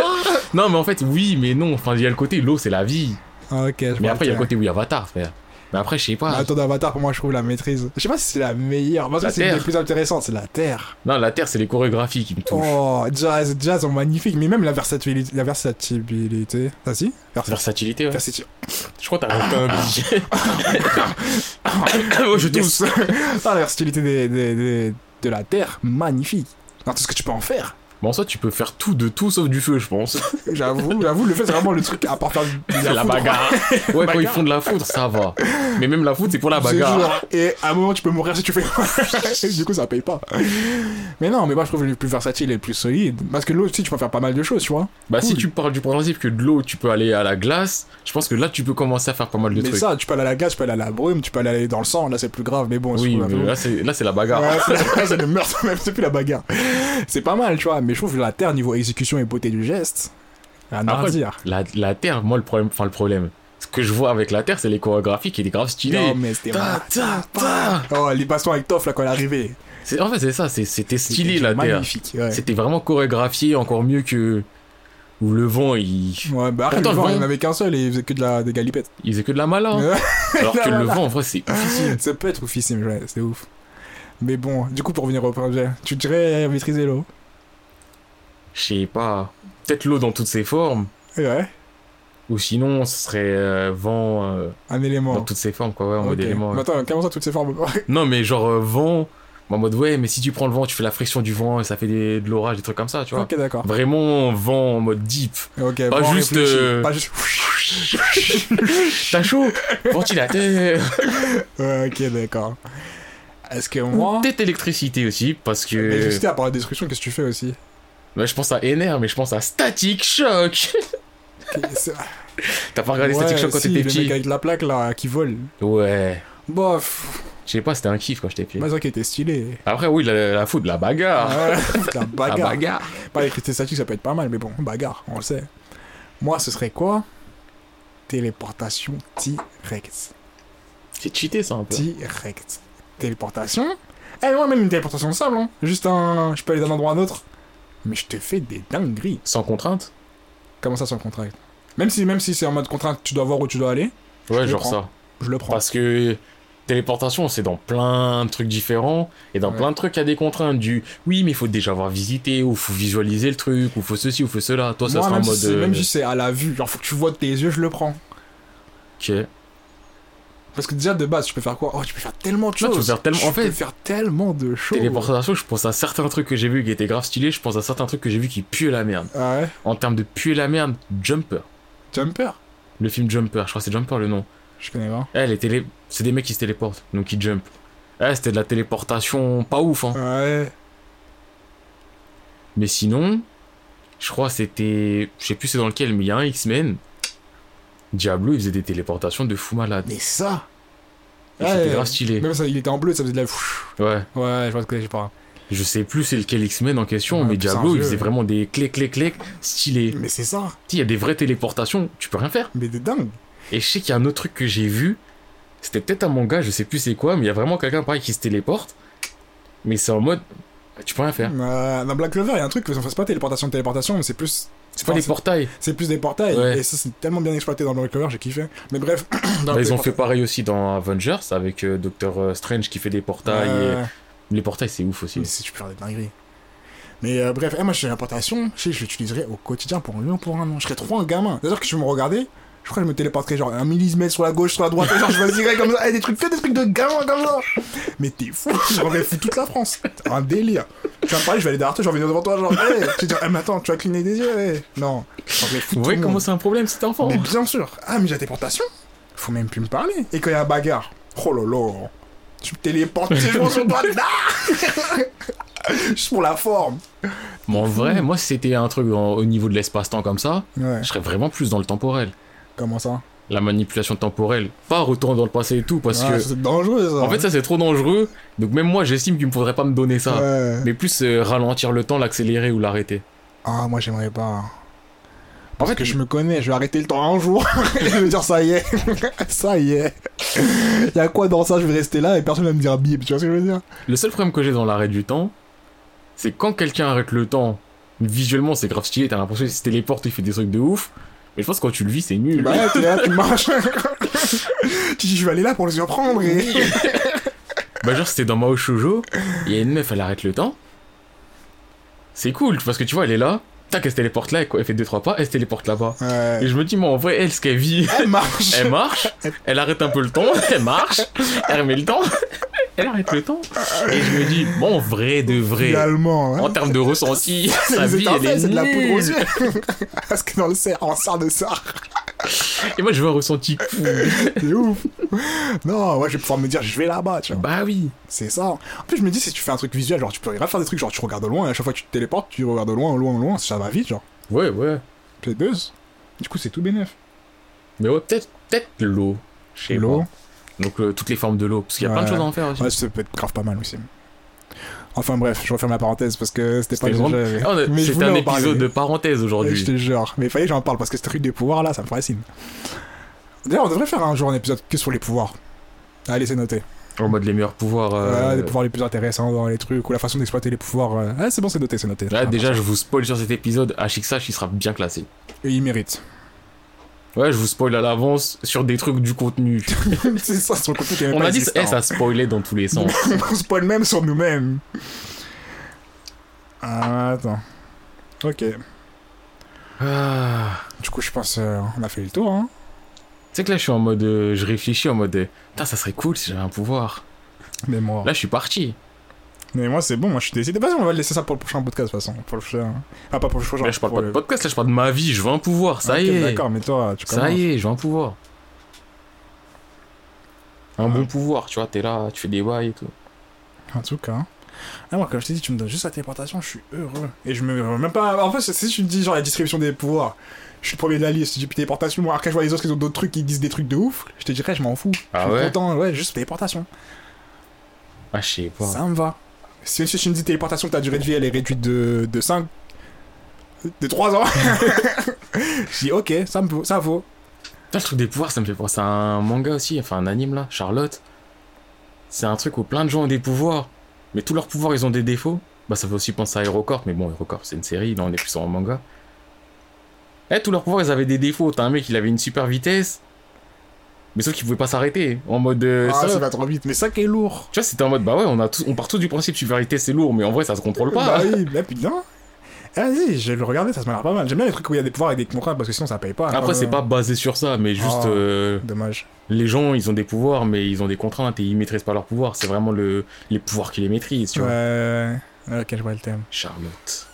S2: (laughs) Non, mais en fait, oui, mais non. Enfin, il y a le côté l'eau, c'est la Bah, vie.
S1: Ah, ok, je
S2: Mais
S1: vois,
S2: après, il y a
S1: ok.
S2: le côté oui, Avatar, frère. Mais après, je sais
S1: Mais
S2: pas.
S1: Attends, Avatar, pour moi, je trouve la maîtrise. Je sais pas si c'est la meilleure. Parce
S2: La
S1: que c'est une des
S2: Terre.
S1: plus intéressantes, c'est la Terre.
S2: Non, la Terre, c'est les chorégraphies qui me touchent.
S1: Oh, jazz, jazz, sont magnifiques. Mais même la versatilité. La versatilité. Ah, si Versatilité.
S2: Versatilité, ouais.
S1: Versatilité.
S2: Je crois que t'as (laughs) t'as un budget. (laughs) Moi, (coughs) je tousse.
S1: Yes. (laughs) Ah, la versatilité des, des- des- de la Terre, magnifique. Non, tout ce que tu peux en faire.
S2: Bon, en soi, tu peux faire tout de tout sauf du feu, je pense.
S1: J'avoue, j'avoue, le fait, c'est vraiment le truc, à part faire du- de
S2: la
S1: foudre.
S2: bagarre. Ouais, quand ils
S1: Bagarre.
S2: font de la foudre, ça va. Mais même la foudre, c'est pour la
S1: C'est
S2: bagarre.
S1: genre, et à un moment, tu peux mourir si tu fais. (laughs) du coup, ça paye pas. Mais non, mais moi, je trouve le plus versatile et le plus solide. Parce que l'eau aussi, tu peux faire pas mal de choses, tu vois.
S2: Bah, si
S1: Cool.
S2: tu parles du principe que de l'eau, tu peux aller à la glace, je pense que là, tu peux commencer à faire pas mal de
S1: mais
S2: trucs.
S1: ça, tu peux aller à la glace, tu peux aller à la brume, tu peux aller dans le sang. Là, c'est plus grave, mais bon,
S2: oui,
S1: c'est-
S2: mais là, c'est là, c'est la bagarre.
S1: Ouais, c'est la- c'est le meurtre, (laughs) même, c'est plus la bagarre. C'est pas mal, tu vois. Mais je trouve que la terre, niveau exécution et beauté du geste, rien à hein.
S2: Après,
S1: dire.
S2: la, la Terre, moi, le problème, enfin, le problème, ce que je vois avec la Terre, c'est les chorégraphies qui est grave stylé.
S1: Non, mais c'était
S2: Ta,
S1: mal.
S2: ta, ta.
S1: Oh, les passants avec Toff, là, quand elle est arrivée.
S2: C'est- En fait, c'est ça, c'est- c'était stylé
S1: C'était
S2: la Terre.
S1: Magnifique, ouais.
S2: C'était vraiment chorégraphié, encore mieux que. Où le vent, il,
S1: Ouais, bah,
S2: Pourtant,
S1: le
S2: le
S1: vent, il
S2: vent-
S1: n'y en avait qu'un seul et il faisait que de la, des galipettes.
S2: il faisait que de la mala. hein.
S1: (laughs)
S2: Alors que le vent, en vrai, c'est difficile.
S1: Ça peut être oufissime, ouais, c'est ouf. Mais bon, du coup, pour revenir au projet, tu dirais maîtriser l'eau.
S2: Je sais pas. Peut-être l'eau dans toutes ses formes.
S1: Eh Ouais,
S2: Ou sinon, ce serait euh, vent euh,
S1: un
S2: dans
S1: élément.
S2: toutes ses formes, quoi, ouais, en mode
S1: Ok.
S2: élément. ouais.
S1: Mais Attends, comment ça, toutes ces formes (laughs)
S2: Non, mais genre euh, vent, en mode ouais, mais si tu prends le vent, tu fais la friction du vent et ça fait des- de l'orage, des trucs comme ça, tu vois.
S1: Ok, d'accord.
S2: Vraiment vent en mode deep.
S1: Ok,
S2: Pas
S1: bon,
S2: juste,
S1: réfléchis.
S2: euh,
S1: Pas juste.
S2: T'as chaud Ventilateur
S1: (laughs) Ouais, ok, d'accord. Est-ce que moi.
S2: Peut-être électricité aussi, parce
S1: Mais
S2: que.
S1: juste à part la destruction, qu'est-ce que tu fais aussi
S2: Bah, je pense à énerve, mais je pense à static shock (laughs)
S1: Ok, c'est-
S2: T'as pas regardé
S1: Ouais,
S2: static shock quand
S1: si,
S2: t'étais
S1: le mec
S2: petit
S1: avec la plaque là qui vole.
S2: Ouais.
S1: Bof,
S2: Je sais pas, c'était un kiff quand j'étais petit.
S1: moi ça qui était stylé.
S2: Après, oui, la, la foudre, la bagarre.
S1: Ouais, la
S2: La
S1: Ah, bagarre.
S2: Ah. bagarre.
S1: Pas l'électricité statique, ça peut être pas mal, mais bon, bagarre, on le sait. Moi, ce serait quoi Téléportation direct.
S2: C'est cheaté ça un peu.
S1: Direct. Téléportation Eh, moi, même une téléportation simple, hein. Juste un. Je peux aller d'un endroit à un autre. Mais je te fais des dingueries.
S2: Sans contrainte
S1: Comment ça, sans contrainte Même si, même si c'est en mode contrainte, tu dois voir où tu dois aller,
S2: Ouais,
S1: le
S2: genre
S1: prends.
S2: ça.
S1: je le prends.
S2: Parce que Téléportation, c'est dans plein de trucs différents et dans
S1: Ouais.
S2: plein de trucs, il y a des contraintes du oui, mais il faut déjà avoir visité ou faut visualiser le truc ou faut ceci ou faut cela. Toi, ça
S1: Moi,
S2: sera en
S1: même,
S2: mode.
S1: si c'est-
S2: euh,
S1: même si c'est à la vue, genre faut que tu vois de tes yeux, je le prends.
S2: ok.
S1: Parce que déjà de base, tu peux faire quoi Oh, tu peux faire tellement de
S2: Non,
S1: choses.
S2: tu peux faire tellement-
S1: Tu
S2: en fait-
S1: peux faire tellement de choses.
S2: Téléportation, je pense à certains trucs que j'ai vus qui étaient grave stylés, je pense à certains trucs que j'ai vus qui puaient la merde.
S1: Ah ouais.
S2: En termes de puer la merde, Jumper.
S1: Jumper.
S2: Le film Jumper, je crois que c'est Jumper le nom.
S1: Je connais pas.
S2: Eh, les télé... C'est des mecs qui se téléportent, donc qui jump. Eh, c'était de la téléportation pas ouf, hein.
S1: Ouais.
S2: Mais sinon, je crois que c'était. Je sais plus c'est dans lequel, mais il y a un X-Men. Diablo, il faisait des téléportations de fou malade.
S1: Mais ça.
S2: Et C'était
S1: Ah, Ouais.
S2: grave stylé.
S1: Même ça, il était en bleu, ça faisait de la. Pfff.
S2: Ouais.
S1: Ouais, je vois ce que je sais pas.
S2: Je sais plus c'est lequel X-Men en question,
S1: Ouais,
S2: mais
S1: puis c'est un
S2: Diablo, il
S1: jeu,
S2: faisait
S1: ouais.
S2: vraiment des clés, clés, clés stylés.
S1: Mais c'est ça.
S2: Si, Il y a des vraies téléportations, tu peux rien faire.
S1: Mais des dingues.
S2: Et je sais qu'il y a un autre truc que j'ai vu. C'était peut-être un manga, je sais plus c'est quoi, mais il y a vraiment quelqu'un pareil qui se téléporte. Mais c'est en mode. Tu peux rien faire.
S1: Euh, dans Black Clover, il y a un truc que ça fasse pas téléportation, téléportation, mais c'est plus.
S2: C'est pas
S1: Enfin,
S2: les portails.
S1: C'est plus des portails.
S2: Ouais.
S1: Et ça, c'est tellement bien exploité dans Black Clover, j'ai kiffé. Mais bref. (coughs) dans
S2: Bah,
S1: le
S2: ils ont
S1: téléport-
S2: fait pareil aussi dans Avengers avec euh, Doctor euh, Strange qui fait des portails.
S1: Ouais.
S2: Et... Les portails, c'est ouf aussi.
S1: Mais si tu peux faire des dingueries. Mais euh, bref, eh, moi j'ai l'importation, je sais que je l'utiliserais au quotidien pour un an, pour un an. Je serais trop un gamin. D'ailleurs que je me regardais, je crois que je me téléporterais genre un millimètre sur la gauche, sur la droite, et genre je vasirais comme ça, Eh, des trucs, que des trucs de gamin comme ça. Mais t'es fou, j'aurais fou toute la France. C'est Un délire. Tu vas me parler, je vais aller derrière toi, je vais venir devant toi, genre, hey, tu dis, eh, mais attends, tu vas cligner des yeux, hey. Non. J'aurais fou tout
S2: Vous
S1: le
S2: voyez comment
S1: monde.
S2: c'est un problème, cet enfant
S1: Mais bien sûr. Ah, mais j'ai la téléportation. Faut même plus me parler. Et quand il y a bagarre, oh lolo, tu me téléportes tes gens sur toi. Ah Juste pour la forme.
S2: Mais en vrai, moi, si c'était un truc en- au niveau de l'espace-temps comme ça,
S1: Ouais.
S2: je serais vraiment plus dans le temporel.
S1: Comment ça
S2: La manipulation temporelle. Pas retour dans le passé et tout, parce
S1: Ah,
S2: que.
S1: C'est dangereux ça.
S2: En fait, ça, c'est trop dangereux. Donc, même moi, j'estime qu'il me faudrait pas me donner ça.
S1: Ouais.
S2: Mais plus euh, ralentir le temps, l'accélérer ou l'arrêter.
S1: Ah, moi j'aimerais pas.
S2: En
S1: En fait, que je me connais, je vais arrêter le temps un jour. (laughs) et je vais dire ça y est. (laughs) ça y est. Y a quoi dans ça Je vais rester là et personne va me dire bip. Tu vois ce que je veux dire
S2: Le seul problème que j'ai dans l'arrêt du temps, c'est quand quelqu'un arrête le temps, visuellement c'est grave stylé, t'as l'impression qu'il se téléporte, il fait des trucs de ouf. Mais je pense que quand tu le vis, c'est nul.
S1: Bah, ouais, t'es là, tu marches. (laughs) tu dis, je vais aller là pour le surprendre. Et... (laughs)
S2: Bah, genre, c'était dans Mao Shoujo, il y a une meuf, elle arrête le temps. C'est cool, parce que tu vois, elle est là, tac, elle se téléporte là, elle elle fait 2-3 pas, elle se téléporte là-bas. Et
S1: Ouais.
S2: je me dis, mais en vrai, elle, ce
S1: (laughs)
S2: qu'elle vit,
S1: Elle marche.
S2: elle marche, elle arrête un peu le temps, elle marche, elle remet le temps, (laughs) elle arrête le temps. Et je me dis, bon, vrai de vrai.
S1: Finalement, hein.
S2: En termes de ressenti,
S1: Mais
S2: sa
S1: les
S2: vie, elle
S1: étincelles, (laughs)
S2: est
S1: c'est de la poudre aux
S2: nulle.
S1: yeux. (laughs) Parce que dans le cerf, en cerf de cerf,
S2: Et moi, je veux un ressenti cool.
S1: c'est ouf. Non, moi je vais pouvoir me dire, je vais là-bas, tu vois.
S2: bah oui.
S1: C'est ça. En plus, je me dis, si tu fais un truc visuel, genre tu peux grave faire des trucs, genre tu regardes au loin, et à chaque fois que tu te téléportes, tu regardes au loin, au loin, au loin, ça va vite, genre.
S2: Ouais, ouais.
S1: C'est deux. Du coup, c'est tout bénef.
S2: Mais ouais, peut-être peut l'eau. Je sais
S1: L'eau.
S2: pas. Donc, euh, toutes les formes de l'eau. Parce qu'il y a
S1: Ouais.
S2: plein de choses à en faire aussi.
S1: Ouais, ça peut être grave pas mal aussi. Enfin bref, je referme la parenthèse parce que c'était pas le
S2: C'était vraiment-
S1: sujet, mais-
S2: Ah, on a-
S1: mais je
S2: C'était
S1: voulais
S2: un
S1: en
S2: épisode
S1: parler.
S2: de parenthèse
S1: Ouais, Je
S2: aujourd'hui.
S1: te jure. Mais il fallait que j'en parle parce que ce truc des pouvoirs là, ça me fascine. D'ailleurs, on devrait faire un jour un épisode que sur les pouvoirs. Allez, c'est noté.
S2: En mode les meilleurs pouvoirs. euh,
S1: Ouais, les pouvoirs les plus intéressants dans les trucs ou la façon d'exploiter les pouvoirs. euh. Ah, c'est bon, c'est noté, c'est noté.
S2: Là, déjà, je vous spoil sur cet épisode. HXH, il sera bien classé.
S1: Et il
S2: (laughs)
S1: mérite.
S2: Ouais, je vous spoil à l'avance sur des trucs du
S1: (laughs)
S2: contenu.
S1: c'est ça, sur le contenu qui est même
S2: On
S1: pas
S2: a dit,
S1: existant.
S2: eh, ça eh, spoilait dans tous
S1: (laughs)
S2: les sens.
S1: On spoil même sur nous-mêmes. Ah, attends. Ok.
S2: Ah.
S1: Du coup, je pense euh, on a fait le tour. Hein.
S2: Tu sais que là, je suis en mode. euh, je réfléchis en mode. euh, Putain, ça serait cool si j'avais un pouvoir.
S1: Mais moi.
S2: Là, je suis parti.
S1: Mais moi, c'est bon, moi je suis décidé. Vas-y, on va laisser ça pour le prochain podcast de toute façon. Pour le prochain. Ah, pas pour le prochain.
S2: Là, je parle
S1: pour
S2: pas de
S1: le-
S2: podcast, là, je parle de ma vie. Je veux un pouvoir, ça
S1: Ok,
S2: y est.
S1: D'accord, mais toi, tu
S2: Ça
S1: commences.
S2: y est, je veux un pouvoir. Un
S1: Ouais.
S2: bon pouvoir, tu vois, t'es là, tu fais des bails et tout.
S1: En tout cas. Ah, moi, comme je t'ai dit, tu me donnes juste la téléportation, je suis heureux. Et je me. Même pas. En fait, si tu me dis, genre, la distribution des pouvoirs, je suis le premier de la liste, j'ai plus téléportation. Moi, alors quand je vois les autres qui ont d'autres trucs qui disent des trucs de ouf, je te dirais, je m'en fous.
S2: Ah
S1: je suis
S2: ouais
S1: content, ouais, juste téléportation.
S2: Ah, je sais pas.
S1: Ça me va. Si, si tu me dis téléportation, ta durée de vie, elle est réduite de, de 5. de 3
S2: (laughs)
S1: ans. je dis, ok, ça, me vaut, ça vaut.
S2: Putain, le truc des pouvoirs, ça me fait penser à un manga aussi, enfin un anime là, Charlotte. C'est un truc où plein de gens ont des pouvoirs, mais tous leurs pouvoirs ils ont des défauts. Bah, ça fait aussi penser à HeroCorp, mais bon, HeroCorp c'est une série, là on est plus sur un manga. Eh, tous leurs pouvoirs ils avaient des défauts. T'as un mec, il avait une super vitesse. Mais sauf qu'ils pouvaient pas s'arrêter. En mode. euh,
S1: Ah,
S2: ça
S1: ça
S2: va.
S1: va trop vite, mais ça qui est lourd.
S2: Tu vois, c'était en mode, bah ouais, on, a tous- on part tous du principe supériorité, c'est lourd, mais en vrai, ça se contrôle
S1: (laughs)
S2: pas.
S1: Bah oui, mais putain. Ah, Vas-y, je vais le regarder, ça se m'a l'air pas mal. J'aime bien les trucs où il y a des pouvoirs et des contrats parce que sinon ça paye pas.
S2: Après,
S1: Euh,
S2: c'est pas basé sur ça, mais juste
S1: Ah.
S2: euh,
S1: Dommage.
S2: les gens, ils ont des pouvoirs, mais ils ont des contraintes et ils maîtrisent pas leurs pouvoirs. C'est vraiment le, les pouvoirs qui les maîtrisent, tu vois.
S1: Ouais. Ok, je vois le thème.
S2: Charlotte.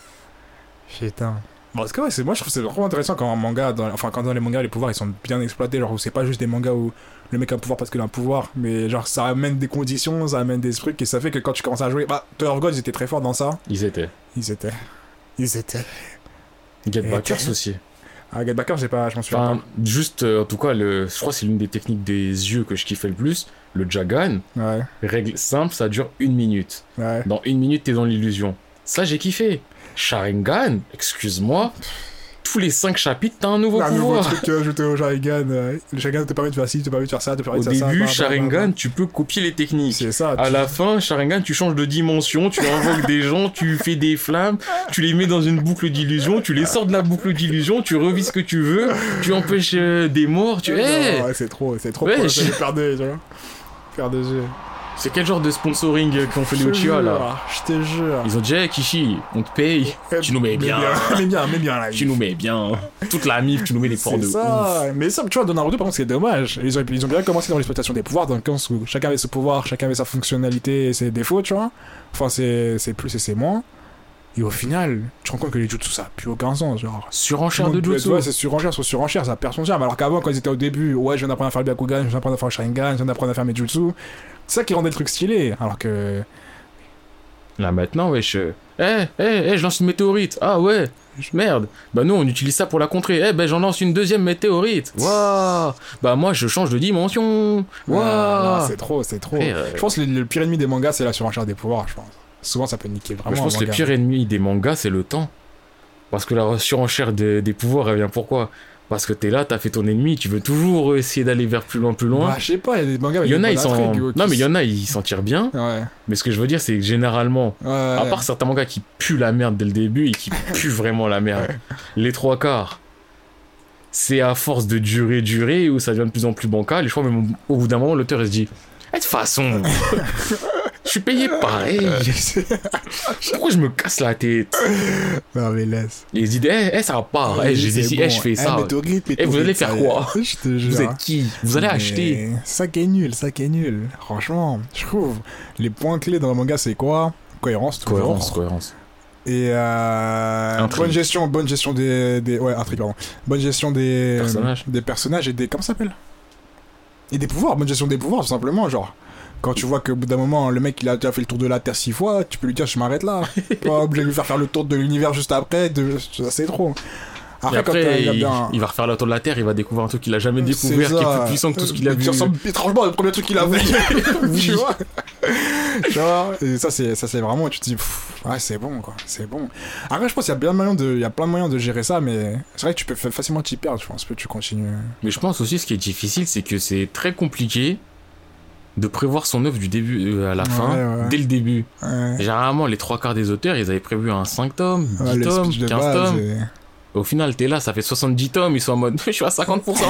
S1: Putain. Bon, en tout cas, ouais, c'est- moi je trouve que c'est vraiment intéressant quand un manga, dans, enfin quand dans les mangas les pouvoirs ils sont bien exploités, genre où c'est pas juste des mangas où le mec a un pouvoir parce qu'il a un pouvoir, mais genre ça amène des conditions, ça amène des trucs et ça fait que quand tu commences à jouer, bah Tower of God ils étaient très forts dans ça,
S2: Ils étaient.
S1: ils étaient, ils étaient.
S2: Get
S1: Et
S2: Backers
S1: t'as-
S2: aussi.
S1: Ah Get Backer, j'ai pas, je m'en suis
S2: Enfin, juste, euh, en tout cas, le, je crois que c'est l'une des techniques des yeux que je kiffe le plus. Le Jagan,
S1: Ouais,
S2: règle simple, ça dure une minute.
S1: ouais.
S2: Dans une minute, t'es dans l'illusion. Ça, j'ai kiffé. Sharingan, excuse-moi. Tous les cinq chapitres, t'as un nouveau
S1: Un
S2: pouvoir.
S1: nouveau truc euh, ajouté au Sharingan. euh, le Sharingan te permet de faire ci, te permet de faire ça, te permet
S2: Au
S1: de faire ça.
S2: début,
S1: blablabla.
S2: Sharingan, tu peux copier les techniques.
S1: C'est ça.
S2: À
S1: Ah, tu-
S2: la fin, Sharingan, tu changes de dimension, tu invoques des gens, tu fais des flammes, tu les mets dans une boucle d'illusion, tu les sors de la boucle d'illusion, tu revis ce que tu veux, tu empêches euh, des morts, tu...
S1: Non,
S2: Eh
S1: ouais, c'est trop, c'est trop
S2: Ouais,
S1: pour
S2: je-
S1: je... faire des, tu vois. Faire des jeux.
S2: C'est quel genre de sponsoring euh, qu'ont fait
S1: Je
S2: les
S1: te
S2: Uchiha, là
S1: jure, Je te jure.
S2: Ils ont dit, Eh, Kishi, on te paye, tu nous mets bien,
S1: Mais bien, mais bien, là.
S2: tu nous mets bien, toute la mif, tu nous mets des ports
S1: C'est
S2: de ouf.
S1: ça. Mais ça, tu vois, dans Naruto, par contre, c'est dommage. Ils ont, ils ont bien commencé dans l'exploitation des pouvoirs, dans le sens où chacun avait son pouvoir, chacun avait sa fonctionnalité et ses défauts, tu vois. Enfin, c'est c'est plus et c'est moins. Et au final, tu te rends compte que les jutsu, ça a plus aucun sens, genre.
S2: Surenchère de
S1: Tout le monde
S2: Jutsu.
S1: peut- Ouais, c'est surenchère sur surenchère, ça perd son charme. Alors qu'avant, quand ils étaient au début, ouais, je viens d'apprendre à faire le Byakugan, je viens d'apprendre à faire le Sharingan, je viens d'apprendre à faire mes Jutsu. C'est ça qui rendait le truc stylé. Alors que.
S2: Là maintenant, wesh. euh, Eh, eh, eh, je lance une météorite. Ah ouais. Merde. Bah nous, on utilise ça pour la contrer. Eh ben, j'en lance une deuxième météorite. Waouh. Bah moi, je change de dimension.
S1: Ah, non,
S2: Waouh.
S1: c'est trop, c'est trop.
S2: Frère, euh,
S1: Je pense que le, le pire ennemi des mangas, c'est la surenchère des pouvoirs, je pense. Souvent, ça peut niquer
S2: moi,
S1: vraiment.
S2: je
S1: un
S2: pense que le
S1: manga.
S2: pire ennemi des mangas, c'est le temps. Parce que la surenchère des, des pouvoirs, elle vient pourquoi Parce que t'es là, t'as fait ton ennemi, tu veux toujours essayer d'aller vers plus loin, plus loin.
S1: Bah, je sais pas, il y a des mangas avec
S2: il y en a,
S1: des
S2: ils
S1: bonnes
S2: s'en.
S1: intrigues,
S2: Non,
S1: ouais,
S2: mais
S1: qui-
S2: il y en a, ils s'en tirent bien.
S1: Ouais.
S2: Mais ce que je veux dire, c'est que généralement,
S1: Ouais.
S2: À
S1: (laughs)
S2: part certains mangas qui puent la merde dès le début et qui puent vraiment la merde. Les trois quarts, c'est à force de durer, durer, où ça devient de plus en plus bancal. Et je crois même au bout d'un moment, l'auteur, il se dit Eh, De
S1: (laughs)
S2: toute façon, je suis payé pareil. Pourquoi je me casse la tête
S1: non, mais laisse.
S2: Et il se dit Eh, eh, ça va pas. Eh, j'ai
S1: C'est
S2: dit
S1: bon.
S2: Eh, je fais
S1: Eh,
S2: ça.
S1: météorite,
S2: vous allez
S1: météorite,
S2: faire
S1: ça y est. (laughs)
S2: quoi
S1: Je te jure. hein.
S2: Vous êtes qui Vous allez
S1: Mais
S2: acheter
S1: Ça qui est nul, ça qui est nul. Franchement, je trouve. Les points clés dans le manga, c'est quoi Cohérence, toujours.
S2: Cohérence, cohérence.
S1: Et euh,
S2: Intrigue.
S1: bonne gestion, bonne gestion des, des ouais, intrigue, pardon. Bonne gestion des
S2: Personnages.
S1: des personnages et des comment ça s'appelle Et des pouvoirs, bonne gestion des pouvoirs tout simplement, genre. Quand tu vois qu'au bout d'un moment, le mec il a déjà fait le tour de la Terre six fois, tu peux lui dire je m'arrête
S2: (laughs)
S1: là. pas obligé de lui faire faire le tour de l'univers juste après, de... ça, c'est trop.
S2: Et
S1: Après, quand t'as-
S2: après,
S1: il y a
S2: il,
S1: bien.
S2: il va refaire la tour de la Terre, il va découvrir un truc qu'il a jamais
S1: C'est
S2: découvert, qui est
S1: ça.
S2: plus puissant que tout ce qu'il a
S1: Mais
S2: vu.
S1: Qui ressemble étrangement au premier truc qu'il a vu. (laughs) tu
S2: (laughs) Oui.
S1: vois Tu vois Et ça, c'est, ça, c'est vraiment. Tu te dis, pff, ouais, c'est bon, quoi. C'est bon. Après, je pense qu'il y a bien moyen de, il y a plein de moyens de gérer ça, mais c'est vrai que tu peux fa- facilement t'y perdre, je pense, que tu continues.
S2: Mais je pense aussi ce qui est difficile, c'est que c'est très compliqué de prévoir son œuvre du début euh, à la
S1: Ouais,
S2: fin,
S1: ouais.
S2: dès le début.
S1: Ouais.
S2: Généralement, les trois quarts des auteurs, ils avaient prévu un 5 tomes, 10
S1: Ouais, le
S2: tomes,
S1: speech de
S2: 15
S1: base, euh.
S2: tomes.
S1: et-
S2: Au final, t'es là, ça fait 70 tomes, ils sont en mode (laughs) je suis
S1: (laughs)
S2: à 50%.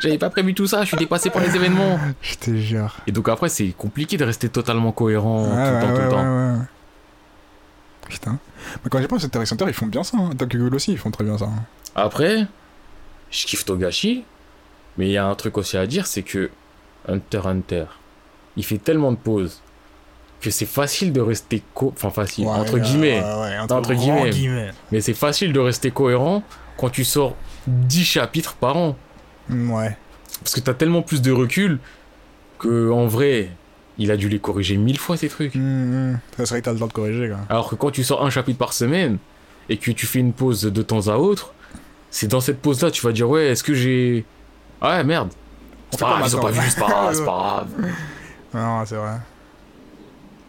S2: J'avais pas prévu tout ça, je suis dépassé par les événements.
S1: Je te jure.
S2: Et donc après, c'est compliqué de rester totalement cohérent
S1: Ouais,
S2: tout le temps,
S1: ouais,
S2: tout le
S1: ouais,
S2: temps.
S1: ouais, ouais. Putain. Mais quand j'y pense, Terry Center, ils font bien ça. Hein. Tokyo Ghoul aussi, ils font très bien ça. hein.
S2: Après, je kiffe Togashi, mais il y a un truc aussi à dire, c'est que Hunter x Hunter, il fait tellement de pauses que c'est facile de rester co- enfin facile
S1: Ouais,
S2: entre
S1: ouais,
S2: guillemets,
S1: ouais, ouais,
S2: Entre
S1: grands
S2: guillemets. mais c'est facile de rester cohérent quand tu sors 10 chapitres par an
S1: guillemets. Mm, Ouais.
S2: parce que t'as tellement plus de recul que en vrai, il a dû les corriger mille fois ces trucs.
S1: Hum, hum. Ça serait que t'as le temps de corriger, quoi.
S2: Alors que quand tu sors un chapitre par semaine et que tu fais une pause de temps à autre, c'est dans cette pause là tu vas dire ouais est-ce que j'ai ah merde c'est pas
S1: pas
S2: grave, ils ont pas
S1: maintenant.
S2: vu c'est pas grave c'est pas grave
S1: Non, c'est vrai.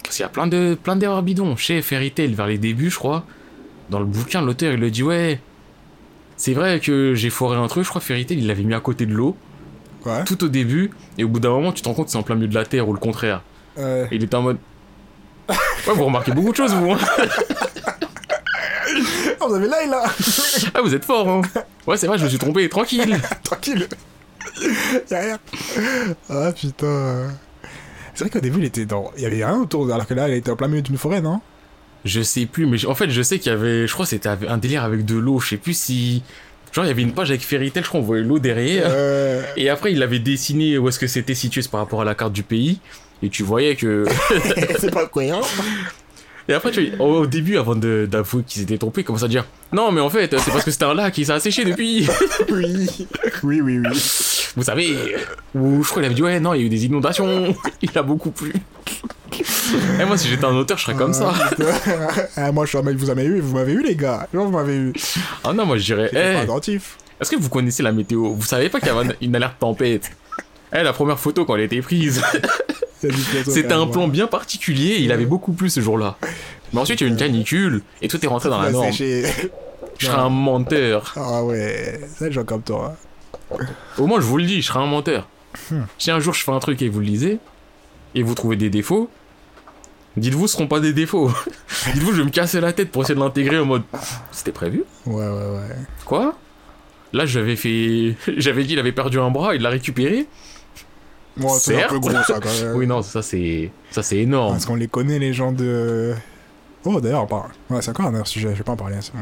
S2: parce qu'il y a plein de plein d'erreurs bidons chez Fairy Tail vers les débuts je crois dans le bouquin l'auteur il le dit ouais c'est vrai que j'ai foiré un truc je crois que Fairy Tail il l'avait mis à côté de l'eau
S1: Ouais.
S2: tout au début et au bout d'un moment tu te rends compte que c'est en plein milieu de la terre ou le contraire
S1: (laughs) Euh,
S2: et il était en mode ouais vous remarquez beaucoup de choses vous hein.
S1: Ah, vous avez là, il a (laughs)
S2: ah vous êtes fort hein ouais c'est vrai je me suis trompé tranquille
S1: Tranquille (laughs) Y'a rien. Ah putain. C'est vrai qu'au début, il était dans. Il y avait rien autour, alors que là, il était en plein milieu d'une forêt, (laughs) non
S2: Je sais plus, mais je- en fait, je sais qu'il y avait. Je crois que c'était avec- un délire avec de l'eau. Je sais plus si. Genre, il y avait une page avec Fairy Tail, je crois qu'on voyait l'eau derrière.
S1: Euh,
S2: Et après, il avait dessiné où est-ce que c'était situé c'est par rapport à la carte du pays. Et tu voyais que.
S1: (laughs) C'est pas (laughs) cohérent.
S2: Et après, tu vois, au au début, avant de- d'avouer qu'ils étaient trompés, ils commencent à dire Non, mais en fait, c'est parce que c'était un lac, il s'est asséché depuis.
S1: Ah Oui. Oui, oui, oui.
S2: Vous savez. Ou je crois qu'il avait dit Ouais, non, il y a eu des inondations, (laughs) il a beaucoup plu. Et moi, si j'étais un auteur, je serais comme ça.
S1: Ah, putain. Ah, moi, je suis en mode, vous avez eu, vous m'avez eu, les gars. Genre, vous m'avez eu.
S2: Ah non, moi, je dirais
S1: J'étais
S2: Eh,
S1: pas attentif.
S2: Est-ce que vous connaissez la météo Vous savez pas qu'il y avait une- une alerte tempête Eh, la première photo quand elle a
S1: (laughs)
S2: été prise,
S1: Il y a du poison,
S2: c'était
S1: quand
S2: un
S1: même,
S2: plan bien particulier, et il avait beaucoup plus ce jour-là. Mais ensuite, il y a eu une canicule, et tout est rentré dans
S1: hein.
S2: la
S1: Là,
S2: norme.
S1: c'est chez- (laughs)
S2: Je serais un menteur.
S1: Ah ouais, ça, les gens comme toi.
S2: Au moins, je vous le dis, je serais un menteur.
S1: Hmm.
S2: Si un jour je fais un truc et vous le lisez, et vous trouvez des défauts, dites-vous, ce seront pas des défauts. (laughs) dites-vous, je vais me casser la tête pour essayer de l'intégrer en mode. C'était prévu
S1: Ouais, ouais, ouais.
S2: Quoi Là, j'avais fait. (laughs) J'avais dit, il avait perdu un bras, il l'a récupéré.
S1: Bon, c'est un peu
S2: Certes.
S1: gros, ça,
S2: (laughs)
S1: quand même.
S2: Oui, non, ça c'est. Ça c'est énorme.
S1: Parce qu'on les connaît, les gens de. Oh, d'ailleurs, on parle. Ouais, c'est encore un autre sujet, je vais pas en parler. c'est bon.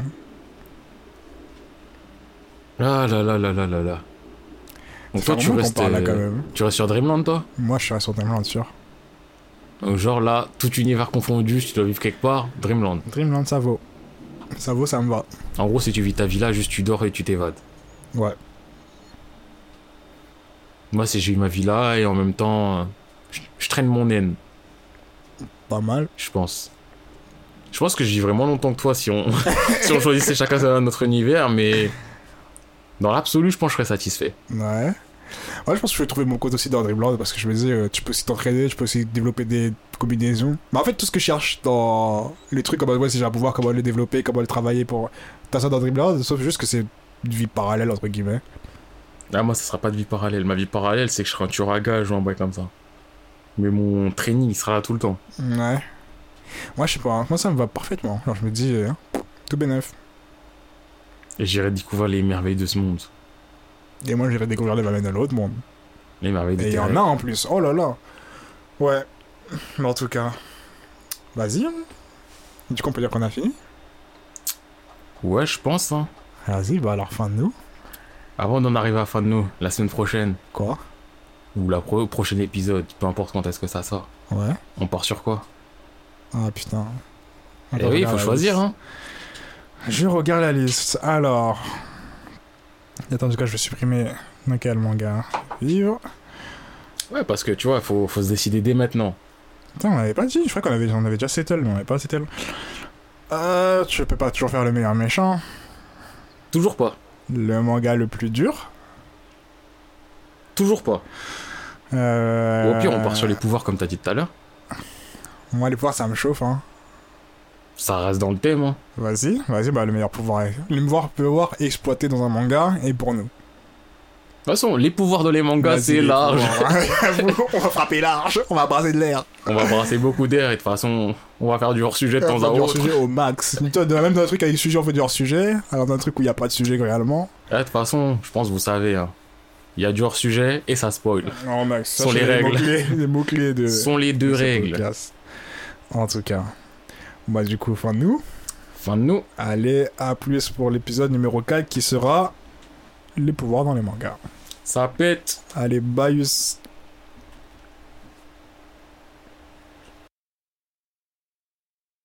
S2: Ah là là là là là là.
S1: Ça
S2: Donc
S1: fait
S2: toi
S1: un
S2: tu
S1: moment qu'on
S2: restes,
S1: parle là,
S2: euh,
S1: quand même.
S2: tu restes sur Dreamland toi
S1: Moi, je suis sur Dreamland, sûr.
S2: Donc, Genre là, tout univers confondu, si tu dois vivre quelque part, Dreamland.
S1: Dreamland, ça vaut. Ça vaut, ça me va.
S2: En gros, si tu vis ta vie là, juste tu dors et tu t'évades.
S1: Ouais.
S2: Moi, c'est j'ai eu ma vie là et en même temps, euh, je, je traîne mon haine,
S1: Pas mal.
S2: je pense. Je pense que je vis vraiment longtemps que toi si on, (laughs) si on choisissait chacun sa- notre univers, mais dans l'absolu, je pense que je serais satisfait.
S1: Ouais. Ouais, je pense que je vais trouver mon compte aussi dans Dreamland parce que je me disais, euh, tu peux aussi t'entraîner, tu peux aussi développer des combinaisons. Mais en fait, tout ce que je cherche dans les trucs, comme ouais, si j'ai un pouvoir, comment le développer, comment le travailler pour. T'as ça dans Dreamland, sauf juste que c'est une vie parallèle, entre guillemets.
S2: Ah, moi, ça sera pas de vie parallèle. Ma vie parallèle, c'est que je serai un tueur à gages ou un bail comme ça. Mais mon training, il sera là tout le temps.
S1: Ouais. Moi, je sais pas, hein. moi ça me va parfaitement. Alors, je me dis, euh, tout bénef.
S2: Et j'irai découvrir les merveilles de ce monde.
S1: Et moi, j'irai découvrir les mamelles de l'autre monde.
S2: Les merveilles de
S1: Et il y en a en plus. Oh là là. Ouais. Mais en tout cas, vas-y. hein. Du coup, on peut dire qu'on a fini.
S2: Ouais, je pense. Hein.
S1: Vas-y, bah alors, fin de nous.
S2: Avant d'en arriver à la fin de nous, la semaine prochaine,
S1: Quoi
S2: ou la pro- prochain épisode, peu importe quand est-ce que ça sort,
S1: Ouais.
S2: on part sur quoi
S1: Ah putain.
S2: Eh oui, il faut choisir. Hein.
S1: Je regarde la liste. Alors. Attends, en tout cas, je vais supprimer. Dans quel manga Vivre.
S2: Ouais, parce que tu vois, faut, faut se décider dès maintenant.
S1: Putain, on avait pas dit. Je crois qu'on avait, on avait déjà settle, mais on avait pas settle. Euh, tu peux pas toujours faire le meilleur méchant.
S2: Toujours pas.
S1: Le manga le plus dur.
S2: Toujours pas.
S1: Euh...
S2: Ou au pire, on part sur les pouvoirs comme t'as dit tout à l'heure.
S1: Moi, les pouvoirs, ça me chauffe, hein.
S2: Ça reste dans le thème. Hein.
S1: Vas-y, vas-y, bah le meilleur pouvoir est... Le pouvoir peut voir exploité dans un manga et pour nous.
S2: De toute façon, les pouvoirs dans les mangas,
S1: Vas-y,
S2: c'est
S1: les
S2: large.
S1: pouvoirs, hein. (laughs) J'avoue, on va frapper large, on va brasser de l'air.
S2: (laughs) On va brasser beaucoup d'air et de toute façon, on va faire du hors-sujet de
S1: On
S2: temps à
S1: va hors
S2: autre.
S1: sujet au max. Toi, de- même dans un truc avec sujet, on fait du hors sujet. Alors dans un truc où il n'y a pas de sujet réellement.
S2: Ah, De toute façon, je pense que vous savez, hein. il y a du hors-sujet et ça spoil.
S1: Non, max.
S2: Sont les règles.
S1: Les mots clés de.
S2: (laughs) Ce sont les deux
S1: de ce
S2: règles.
S1: podcast. En tout cas. Bah du coup, fin de nous.
S2: Fin de nous.
S1: Allez, à plus pour l'épisode numéro 4 qui sera les pouvoirs dans les mangas.
S2: Ça pète.
S1: Allez, bye. us.